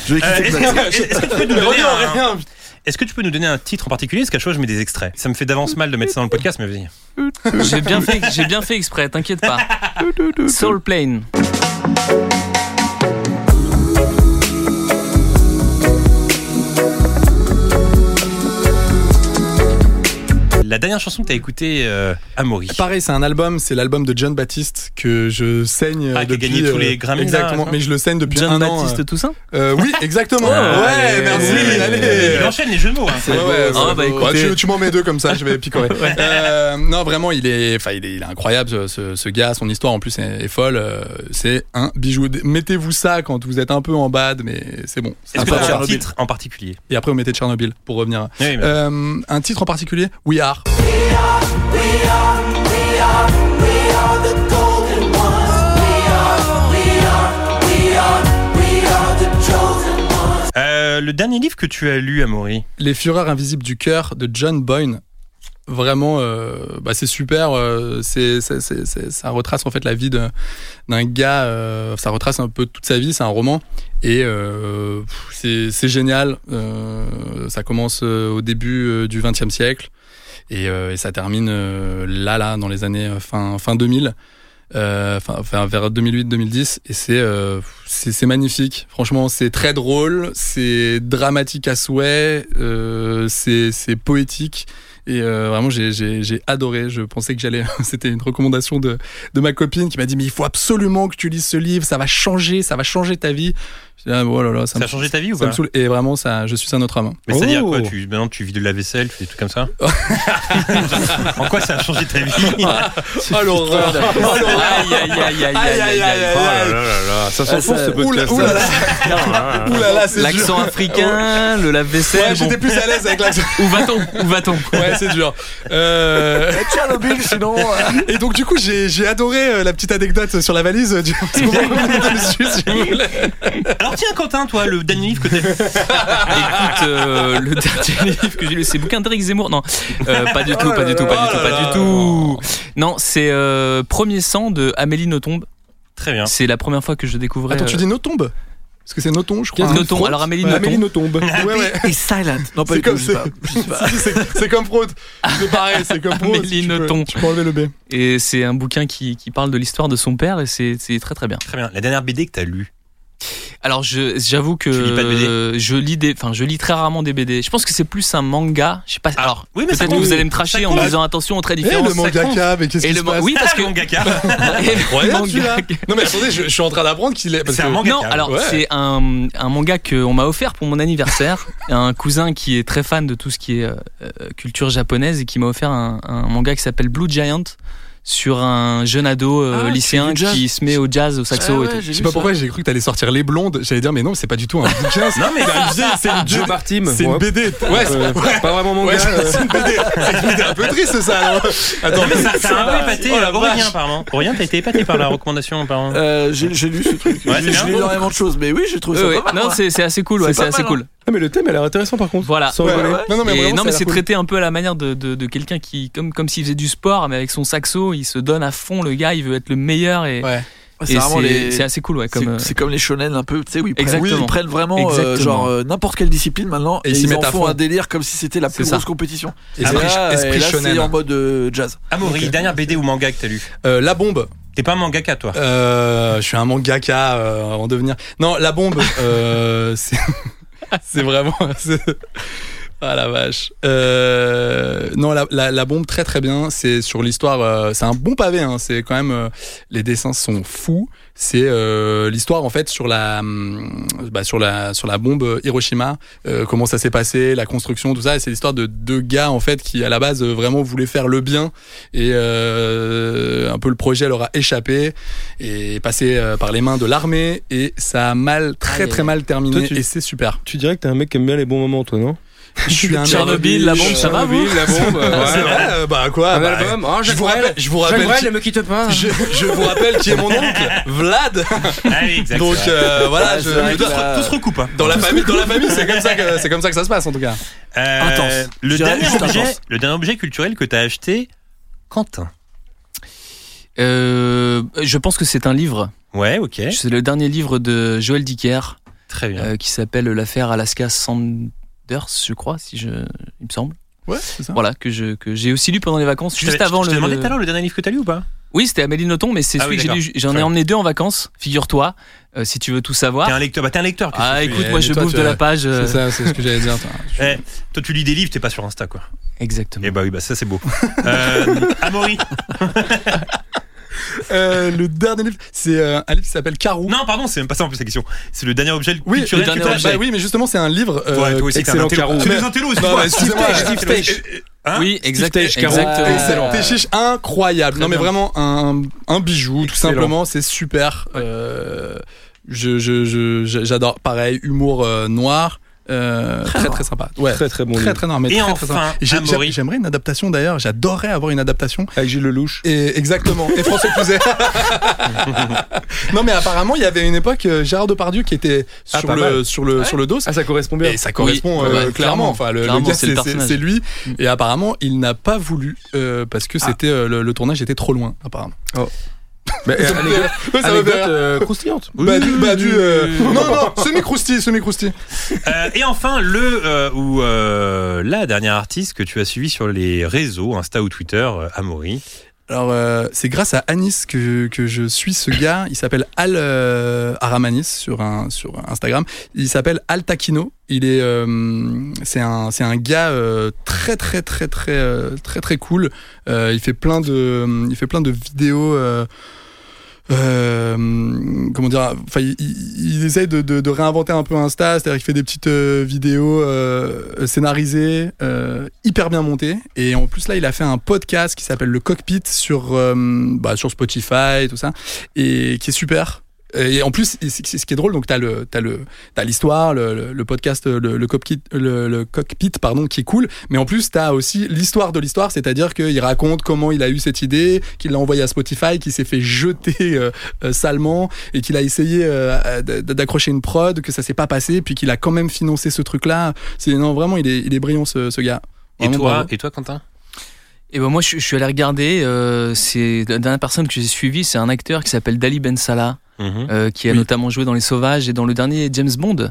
[SPEAKER 8] Je vais
[SPEAKER 4] Euh,
[SPEAKER 8] quitter
[SPEAKER 4] est-ce
[SPEAKER 8] le
[SPEAKER 4] que-
[SPEAKER 8] plateau.
[SPEAKER 4] est-ce que tu peux nous donner
[SPEAKER 6] Reviens,
[SPEAKER 4] un-
[SPEAKER 6] reviens.
[SPEAKER 4] Est-ce que tu peux nous donner un titre en particulier Parce qu'à chaque fois, je mets des extraits. Ça me fait d'avance mal de mettre ça dans le podcast, mais vas-y.
[SPEAKER 7] j'ai, bien fait, j'ai bien fait exprès, t'inquiète pas. Soul Plane.
[SPEAKER 4] La dernière chanson que t'as écoutée, euh, Amaury.
[SPEAKER 6] [LAUGHS] Pareil, c'est un album, c'est l'album de John Baptiste que je saigne euh,
[SPEAKER 4] Ah, qui a
[SPEAKER 6] depuis.
[SPEAKER 4] gagné tous
[SPEAKER 6] euh,
[SPEAKER 4] les Grammys, là,
[SPEAKER 6] Exactement,
[SPEAKER 4] hein.
[SPEAKER 6] mais je le saigne depuis
[SPEAKER 7] John
[SPEAKER 6] un an.
[SPEAKER 7] Baptiste
[SPEAKER 6] euh,
[SPEAKER 7] Toussaint
[SPEAKER 6] Euh, oui, exactement.
[SPEAKER 5] allez.
[SPEAKER 6] ouais, merci.
[SPEAKER 5] Oui,
[SPEAKER 6] Allez.
[SPEAKER 4] Euh, Il enchaîne les jeux de mots. hein.
[SPEAKER 6] Ouais, ouais,
[SPEAKER 7] Ah,
[SPEAKER 6] ouais,
[SPEAKER 7] bah,
[SPEAKER 6] ouais,
[SPEAKER 7] écoutez.
[SPEAKER 6] tu, tu m'en mets deux comme ça, je
[SPEAKER 7] [LAUGHS]
[SPEAKER 6] vais picorer. Euh, non, vraiment, il est, enfin, il est, il est incroyable ce- ce, ce gars. Son histoire en plus est, est folle. Euh, C'est un bijou. Mettez-vous ça quand vous êtes un peu en bad, mais c'est bon. C'est
[SPEAKER 4] Est-ce que
[SPEAKER 6] peu
[SPEAKER 4] t'as un
[SPEAKER 6] Tchernobyl.
[SPEAKER 4] titre en particulier
[SPEAKER 6] Et après, on mettait Tchernobyl pour revenir.
[SPEAKER 4] Oui, mais-
[SPEAKER 6] Euh, un titre en particulier, We Are.
[SPEAKER 4] Euh, Le dernier livre que tu as lu, Amaury.
[SPEAKER 6] Les Fureurs invisibles du cœur de John Boyne. Vraiment, euh, bah, c'est super. euh, c'est, c'est- c'est- c'est- ça retrace en fait la vie de- d'un gars. euh, ça retrace un peu toute sa vie. C'est un roman et euh, pff, c'est, c'est génial. Euh, ça commence euh, au début euh, du XXe siècle et, euh, et ça termine euh, là, là, dans les années euh, fin fin 2000. euh, Enfin, enfin, vers 2008-2010 et c'est euh, c'est c'est magnifique. Franchement, c'est très drôle, c'est dramatique à souhait, euh, c'est c'est poétique. Et euh, vraiment, j'ai- j'ai j'ai adoré. Je pensais que j'allais. [LAUGHS] C'était une recommandation de, de ma copine qui m'a dit Mais il faut absolument que tu lises ce livre, ça va changer, ça va changer ta vie. J'ai dit, Ah, oh là là, ça,
[SPEAKER 4] Ça
[SPEAKER 6] me-
[SPEAKER 4] a changé ta vie ou
[SPEAKER 6] ça me
[SPEAKER 4] pas
[SPEAKER 6] saoule. Et vraiment, ça, je suis un autre homme.
[SPEAKER 4] Mais c'est-à-dire
[SPEAKER 5] Oh.
[SPEAKER 4] quoi tu, Maintenant, tu vis de la vaisselle, tu fais des trucs comme ça [LAUGHS] En quoi ça a changé ta vie
[SPEAKER 6] Oh [LAUGHS] l'horreur Oh
[SPEAKER 7] Aïe, aïe, aïe, aïe, aïe, aïe, aïe.
[SPEAKER 5] Ça s'enfonce ce podcast.
[SPEAKER 6] Ouh là là
[SPEAKER 3] [LAUGHS]
[SPEAKER 6] Ouh là là, Ah, c'est dur.
[SPEAKER 7] L'accent africain, le
[SPEAKER 6] Ouais,
[SPEAKER 7] lave-vaisselle.
[SPEAKER 6] j'étais
[SPEAKER 7] bon.
[SPEAKER 6] plus à l'aise
[SPEAKER 8] [LAUGHS]
[SPEAKER 6] avec l'accent.
[SPEAKER 7] Où va-t-on Où va-t-on
[SPEAKER 6] Ouais, c'est dur. Euh...
[SPEAKER 8] Tchernobyl, sinon. euh,
[SPEAKER 6] [LAUGHS] Et donc du
[SPEAKER 8] [LAUGHS]
[SPEAKER 6] coup j'ai j'ai adoré euh, la petite anecdote sur la valise. euh, du- parce qu'on va revenir dessus, si vous voulez.
[SPEAKER 4] Alors tiens, Quentin, toi, le dernier livre que t'as lu.
[SPEAKER 7] Écoute, euh, le dernier [LAUGHS] livre que j'ai lu, c'est le bouquin d'Éric Zemmour. Non, euh, pas du tout, pas du tout, pas du tout,
[SPEAKER 6] Oh
[SPEAKER 7] pas du tout. Non, c'est euh, Premier sang de Amélie Nothomb.
[SPEAKER 4] Très bien.
[SPEAKER 7] C'est la première fois que je découvrais.
[SPEAKER 6] Attends, tu
[SPEAKER 7] euh,
[SPEAKER 6] dis Notombe Parce que c'est Noton, je crois. Hein?
[SPEAKER 7] Qu'est-ce que Nothomb Alors, Amélie
[SPEAKER 6] Ouais,
[SPEAKER 7] Nothomb.
[SPEAKER 6] Amélie Notombe. Ouais, ouais.
[SPEAKER 8] Et silent. Non, pas
[SPEAKER 6] C'est
[SPEAKER 8] du tout.
[SPEAKER 6] comme
[SPEAKER 8] je sais pas. Je sais pas.
[SPEAKER 6] Si, si, [LAUGHS] c'est- C'est comme Freud. C'est pareil, c'est comme Freud.
[SPEAKER 7] Amélie
[SPEAKER 6] Tu peux-
[SPEAKER 7] Nothomb.
[SPEAKER 6] Tu peux enlever le B.
[SPEAKER 7] Et c'est un bouquin qui, qui parle de l'histoire de son père et c'est c'est très très bien.
[SPEAKER 4] Très bien. La dernière BD que t'as lu.
[SPEAKER 7] Alors je- j'avoue que
[SPEAKER 4] Tu lis pas de BD
[SPEAKER 7] je lis des, enfin je lis très rarement des BD. Je pense que c'est plus un manga. Je sais pas. Alors
[SPEAKER 4] oui, mais ça
[SPEAKER 7] peut-être que
[SPEAKER 4] compte.
[SPEAKER 7] vous allez me tracher
[SPEAKER 4] Ça
[SPEAKER 7] en me
[SPEAKER 4] compte.
[SPEAKER 7] disant attention aux traits
[SPEAKER 6] Et
[SPEAKER 7] différents.
[SPEAKER 6] le manga cave, et qu'est-ce
[SPEAKER 7] Et
[SPEAKER 6] qui se
[SPEAKER 7] le man-
[SPEAKER 6] passe
[SPEAKER 7] oui parce que [LAUGHS]
[SPEAKER 4] le
[SPEAKER 6] [LAUGHS]
[SPEAKER 4] manga. [LAUGHS]
[SPEAKER 7] Et le
[SPEAKER 6] Regarde,
[SPEAKER 7] manga-
[SPEAKER 6] celui-là. Non, mais attendez, je, je suis en train d'apprendre qu'il est. parce
[SPEAKER 4] C'est un
[SPEAKER 6] que-
[SPEAKER 4] manga.
[SPEAKER 8] Ah
[SPEAKER 7] Non,
[SPEAKER 4] cave.
[SPEAKER 7] alors
[SPEAKER 6] Ouais.
[SPEAKER 7] c'est un, un manga qu'on m'a offert pour
[SPEAKER 8] [LAUGHS]
[SPEAKER 7] mon anniversaire. un cousin qui est très fan de tout ce qui est euh, euh, culture japonaise et qui m'a offert un, un manga qui s'appelle Blue Giant sur un jeune ado euh,
[SPEAKER 8] Ah,
[SPEAKER 7] lycéen
[SPEAKER 8] c'est du jazz. Ah
[SPEAKER 7] qui se met au jazz, au saxo
[SPEAKER 8] Ouais,
[SPEAKER 7] et
[SPEAKER 8] ouais,
[SPEAKER 7] tout.
[SPEAKER 8] j'ai
[SPEAKER 6] Je sais
[SPEAKER 8] lu
[SPEAKER 6] pas
[SPEAKER 8] ça.
[SPEAKER 6] pourquoi j'ai cru que t'allais sortir les blondes. J'allais dire, mais non, c'est pas du tout un bouquin.
[SPEAKER 7] [LAUGHS]
[SPEAKER 6] c'est-
[SPEAKER 4] Non, mais
[SPEAKER 6] C'est une
[SPEAKER 5] Joe Martim.
[SPEAKER 6] c'est une
[SPEAKER 5] Ouais,
[SPEAKER 6] BD. Ouais, c'est-
[SPEAKER 5] euh, Pas vraiment mon
[SPEAKER 6] ouais,
[SPEAKER 5] gars. euh,
[SPEAKER 6] c'est une BD. C'est une BD un peu triste, ça. alors. Attends,
[SPEAKER 4] Non, mais ça, ça a un peu épaté
[SPEAKER 6] Oh la
[SPEAKER 4] euh, Aurélien,
[SPEAKER 6] vache.
[SPEAKER 4] apparemment. Aurélien, t'as été épaté par la recommandation, apparemment.
[SPEAKER 8] Euh, J'ai j'ai lu ce
[SPEAKER 7] [LAUGHS]
[SPEAKER 8] truc.
[SPEAKER 4] Ouais, c'est
[SPEAKER 8] J'ai
[SPEAKER 4] bien.
[SPEAKER 8] j'ai lu énormément de choses, mais oui, j'ai trouvé ça
[SPEAKER 7] Ouais, ouais.
[SPEAKER 8] pas mal.
[SPEAKER 7] Non,
[SPEAKER 8] moi.
[SPEAKER 7] c'est c'est assez cool,
[SPEAKER 8] C'est
[SPEAKER 7] ouais, c'est
[SPEAKER 8] pas
[SPEAKER 7] assez
[SPEAKER 8] mal,
[SPEAKER 7] cool.
[SPEAKER 5] [LAUGHS] Ah, mais le thème a l'air intéressant par contre.
[SPEAKER 7] Voilà.
[SPEAKER 5] Sans
[SPEAKER 6] Ouais,
[SPEAKER 5] rigoler.
[SPEAKER 6] ouais. hein. Non, non, mais
[SPEAKER 7] Et
[SPEAKER 6] vraiment,
[SPEAKER 7] non,
[SPEAKER 6] ça
[SPEAKER 7] mais
[SPEAKER 6] a l'air
[SPEAKER 7] c'est
[SPEAKER 6] cool.
[SPEAKER 7] traité un peu à la manière de, de, de quelqu'un qui, comme, comme s'il faisait du sport, mais avec son saxo, il se donne à fond, le gars, il veut être le meilleur et,
[SPEAKER 6] Ouais.
[SPEAKER 8] Ouais,
[SPEAKER 7] et
[SPEAKER 8] C'est vraiment
[SPEAKER 7] c'est
[SPEAKER 8] les-
[SPEAKER 7] c'est assez cool, ouais.
[SPEAKER 8] C'est
[SPEAKER 7] Comme, euh,
[SPEAKER 8] c'est comme les shonen un peu, tu sais, où ils prennent,
[SPEAKER 7] Exactement.
[SPEAKER 8] ils prennent vraiment euh,
[SPEAKER 7] Exactement.
[SPEAKER 8] genre euh, n'importe quelle discipline maintenant et,
[SPEAKER 6] Et ils s'y
[SPEAKER 8] ils
[SPEAKER 6] mettent
[SPEAKER 8] en
[SPEAKER 6] à
[SPEAKER 8] font
[SPEAKER 6] fond.
[SPEAKER 8] un délire comme si c'était la
[SPEAKER 7] C'est
[SPEAKER 8] plus
[SPEAKER 7] ça.
[SPEAKER 8] grosse compétition.
[SPEAKER 6] Et
[SPEAKER 8] Et
[SPEAKER 6] c'est
[SPEAKER 8] là,
[SPEAKER 6] esprit
[SPEAKER 8] et là, c'est en
[SPEAKER 6] shonen.
[SPEAKER 8] mode euh, jazz.
[SPEAKER 4] Amaury, dernière BD ou manga que t'as lu.
[SPEAKER 6] Euh, La bombe.
[SPEAKER 4] T'es pas un mangaka, toi.
[SPEAKER 6] Euh, je suis un mangaka euh, en devenir. Non, la bombe, euh, [LAUGHS] c'est c'est vraiment. [LAUGHS] c'est- Ah la vache. Euh, non, la, la, la bombe, très très bien. C'est sur l'histoire. euh, c'est un bon pavé. Hein, c'est quand même. euh, les dessins sont fous. C'est euh, l'histoire en fait sur la hum, bah, sur la sur la bombe Hiroshima. euh, comment ça s'est passé, la construction, tout ça. Et c'est l'histoire de deux gars en fait qui à la base euh, vraiment voulaient faire le bien et euh, un peu le projet leur a échappé et est passé euh, par les mains de l'armée et ça a mal très
[SPEAKER 7] Aïe,
[SPEAKER 6] très
[SPEAKER 7] aïe.
[SPEAKER 6] mal terminé
[SPEAKER 5] Toi, tu-
[SPEAKER 6] et c'est super.
[SPEAKER 5] Tu dirais que t'es un mec qui aime bien les bons moments, toi, non
[SPEAKER 6] Je [LAUGHS] suis un
[SPEAKER 7] Tchernobyl, la bombe, ça va, vous
[SPEAKER 5] Euh, la bombe. [LAUGHS]
[SPEAKER 6] C'est vrai, euh, bah quoi bah, je, vous rappelle, je vous rappelle qui-
[SPEAKER 5] me quitte pas.
[SPEAKER 6] je, je vous rappelle qui est mon oncle, Vlad.
[SPEAKER 4] Ah oui, exact.
[SPEAKER 6] Donc
[SPEAKER 4] c'est vrai.
[SPEAKER 6] euh, voilà,
[SPEAKER 8] Ouais,
[SPEAKER 6] je-
[SPEAKER 8] c'est vrai que
[SPEAKER 4] tout, se,
[SPEAKER 8] là-
[SPEAKER 4] tout se recoupe. hein.
[SPEAKER 6] bah, dans la famille, dans la famille, c'est comme ça que c'est comme ça que ça se passe en tout cas.
[SPEAKER 4] Euh,
[SPEAKER 8] Intense.
[SPEAKER 4] Le
[SPEAKER 8] Je dirais
[SPEAKER 4] dernier,
[SPEAKER 8] juste
[SPEAKER 4] objet,
[SPEAKER 8] intense.
[SPEAKER 4] le dernier objet culturel que t'as acheté, Quentin.
[SPEAKER 7] euh, je pense que c'est un livre.
[SPEAKER 4] Ouais, ok.
[SPEAKER 7] C'est le dernier livre de Joël Dicker
[SPEAKER 4] Très bien.
[SPEAKER 7] euh, qui s'appelle L'affaire Alaska Sanders, je crois, si je, il me semble.
[SPEAKER 6] Ouais, c'est ça.
[SPEAKER 7] Voilà, que je- que j'ai aussi lu pendant les vacances,
[SPEAKER 4] Je
[SPEAKER 7] juste
[SPEAKER 4] t'avais-
[SPEAKER 7] avant
[SPEAKER 4] je t'ai
[SPEAKER 7] le.
[SPEAKER 4] demandé tout à l'heure le dernier livre que t'as lu ou pas
[SPEAKER 7] Oui, c'était Amélie Nothomb, mais c'est
[SPEAKER 4] Ah
[SPEAKER 7] celui
[SPEAKER 4] oui,
[SPEAKER 7] que j'ai lu. J'en ai
[SPEAKER 4] Très
[SPEAKER 7] emmené deux en vacances, figure-toi, euh, si tu veux tout savoir.
[SPEAKER 4] T'es un lecteur. Bah, t'es un lecteur. qu'est-ce
[SPEAKER 7] Ah,
[SPEAKER 4] que tu-
[SPEAKER 7] écoute,
[SPEAKER 6] Eh,
[SPEAKER 7] moi
[SPEAKER 6] mais
[SPEAKER 7] je
[SPEAKER 6] toi,
[SPEAKER 7] bouffe
[SPEAKER 6] tu
[SPEAKER 7] de
[SPEAKER 6] as-
[SPEAKER 7] la page. euh,
[SPEAKER 6] C'est ça, c'est ce que j'allais dire. toi.
[SPEAKER 4] Eh, toi, tu lis des livres, t'es pas sur Insta, quoi.
[SPEAKER 7] Exactement.
[SPEAKER 4] Eh bah oui, bah ça, c'est [LAUGHS] beau. Euh, Amaury.
[SPEAKER 6] [LAUGHS] Euh, le dernier livre, c'est euh, un livre qui s'appelle Carou.
[SPEAKER 4] Non, pardon, c'est même pas ça en plus la question. C'est le dernier objet
[SPEAKER 6] Oui,
[SPEAKER 4] culturel
[SPEAKER 6] le
[SPEAKER 4] que
[SPEAKER 6] dernier
[SPEAKER 4] t'as
[SPEAKER 6] objet.
[SPEAKER 4] acheté.
[SPEAKER 6] Bah oui, mais justement, c'est un livre. euh,
[SPEAKER 4] Ouais, toi aussi, t'es un
[SPEAKER 6] excellent
[SPEAKER 4] intello.
[SPEAKER 6] Carou.
[SPEAKER 4] C'est
[SPEAKER 6] Mais-
[SPEAKER 4] des intellos,
[SPEAKER 6] Non, mais excusez-moi,
[SPEAKER 4] Steve
[SPEAKER 6] Steve
[SPEAKER 4] Teich. Hein
[SPEAKER 7] oui, exact,
[SPEAKER 5] Teich, Caro.
[SPEAKER 7] exactement.
[SPEAKER 6] Excellent. Tes chiches incroyable. Non mais
[SPEAKER 7] bien.
[SPEAKER 6] vraiment un, un bijou tout
[SPEAKER 5] Excellent.
[SPEAKER 6] simplement, c'est super. Euh, je je- je- je- j'adore pareil humour euh, noir euh, très, très sympa. Ouais.
[SPEAKER 5] Très très bon.
[SPEAKER 6] Très
[SPEAKER 5] livre.
[SPEAKER 6] très noir mais
[SPEAKER 4] Ah. Et
[SPEAKER 6] très,
[SPEAKER 4] enfin,
[SPEAKER 6] très sympa. J'ai- j'ai-
[SPEAKER 4] Amaury.
[SPEAKER 6] J'aimerais une adaptation d'ailleurs, j'adorerais avoir une adaptation.
[SPEAKER 5] Avec Gilles Lelouch.
[SPEAKER 6] Et exactement. Et François
[SPEAKER 5] [LAUGHS]
[SPEAKER 6] Cluzet. non mais apparemment, il y avait une époque euh, Gérard Depardieu qui était
[SPEAKER 5] Ah,
[SPEAKER 6] sur
[SPEAKER 5] pas
[SPEAKER 6] le
[SPEAKER 5] mal.
[SPEAKER 6] sur le sur le dos.
[SPEAKER 5] [LAUGHS] Ah, ça correspond bien.
[SPEAKER 6] Et ça correspond
[SPEAKER 7] Oui, bah,
[SPEAKER 6] euh, clairement.
[SPEAKER 7] clairement.
[SPEAKER 6] Enfin, le, le
[SPEAKER 7] Clairement,
[SPEAKER 6] gars,
[SPEAKER 7] c'est le
[SPEAKER 6] c'est- c'est
[SPEAKER 7] personnage.
[SPEAKER 6] c'est lui. Et apparemment, il n'a pas voulu euh, parce que c'était euh, le, le tournage était trop loin. Apparemment.
[SPEAKER 5] Mais, euh,
[SPEAKER 6] Oh. Ça me fait
[SPEAKER 5] anecdote-
[SPEAKER 6] rire. Ouais, ça me fait
[SPEAKER 5] anecdote,
[SPEAKER 6] rire.
[SPEAKER 5] euh, croustillante.
[SPEAKER 6] Bah, du, bah, du, euh, non non semi croustille semi croustille.
[SPEAKER 4] Euh, et enfin, le euh, ou euh, la dernière artiste que tu as suivi sur les réseaux, Insta ou Twitter, euh, Amaury.
[SPEAKER 6] Alors euh, c'est grâce à Anis que, que je suis ce gars. Il s'appelle Al euh, Aramanis sur un sur Instagram. Il s'appelle Al Takino. Il est euh, c'est un c'est un gars euh, très très très très euh, très très cool. Euh, il fait plein de il fait plein de vidéos. euh, euh, comment dire Enfin, il, il- il essaie de, de- de réinventer un peu Insta, c'est-à-dire qu'il fait des petites euh, vidéos euh, scénarisées, euh, hyper bien montées. Et en plus là, il a fait un podcast qui s'appelle Le Cockpit sur euh, bah, sur Spotify et tout ça, et qui est super. Et en plus, c'est c'est ce qui est drôle, donc t'as le, t'as le, t'as l'histoire, le, le- le podcast, le, le cockpit, le, le cockpit, pardon, qui est cool. Mais en plus, t'as aussi l'histoire de l'histoire, c'est-à-dire qu'il raconte comment il a eu cette idée, qu'il l'a envoyé à Spotify, qu'il s'est fait jeter euh, euh, salement et qu'il a essayé euh, à- d- d'accrocher une prod, que ça s'est pas passé, puis qu'il a quand même financé ce truc-là. C'est non, vraiment, il est, il est brillant ce, ce gars.
[SPEAKER 4] Oh
[SPEAKER 10] Et
[SPEAKER 6] Vraiment,
[SPEAKER 10] toi,
[SPEAKER 6] bravo.
[SPEAKER 10] et toi, Quentin
[SPEAKER 7] Et ben moi, je, je suis allé regarder. euh, c'est la dernière personne que j'ai suivie, c'est un acteur qui s'appelle Dali Ben Salah,
[SPEAKER 4] Mhm.
[SPEAKER 7] euh, qui a
[SPEAKER 6] Oui.
[SPEAKER 7] notamment joué dans Les Sauvages et dans le dernier James Bond.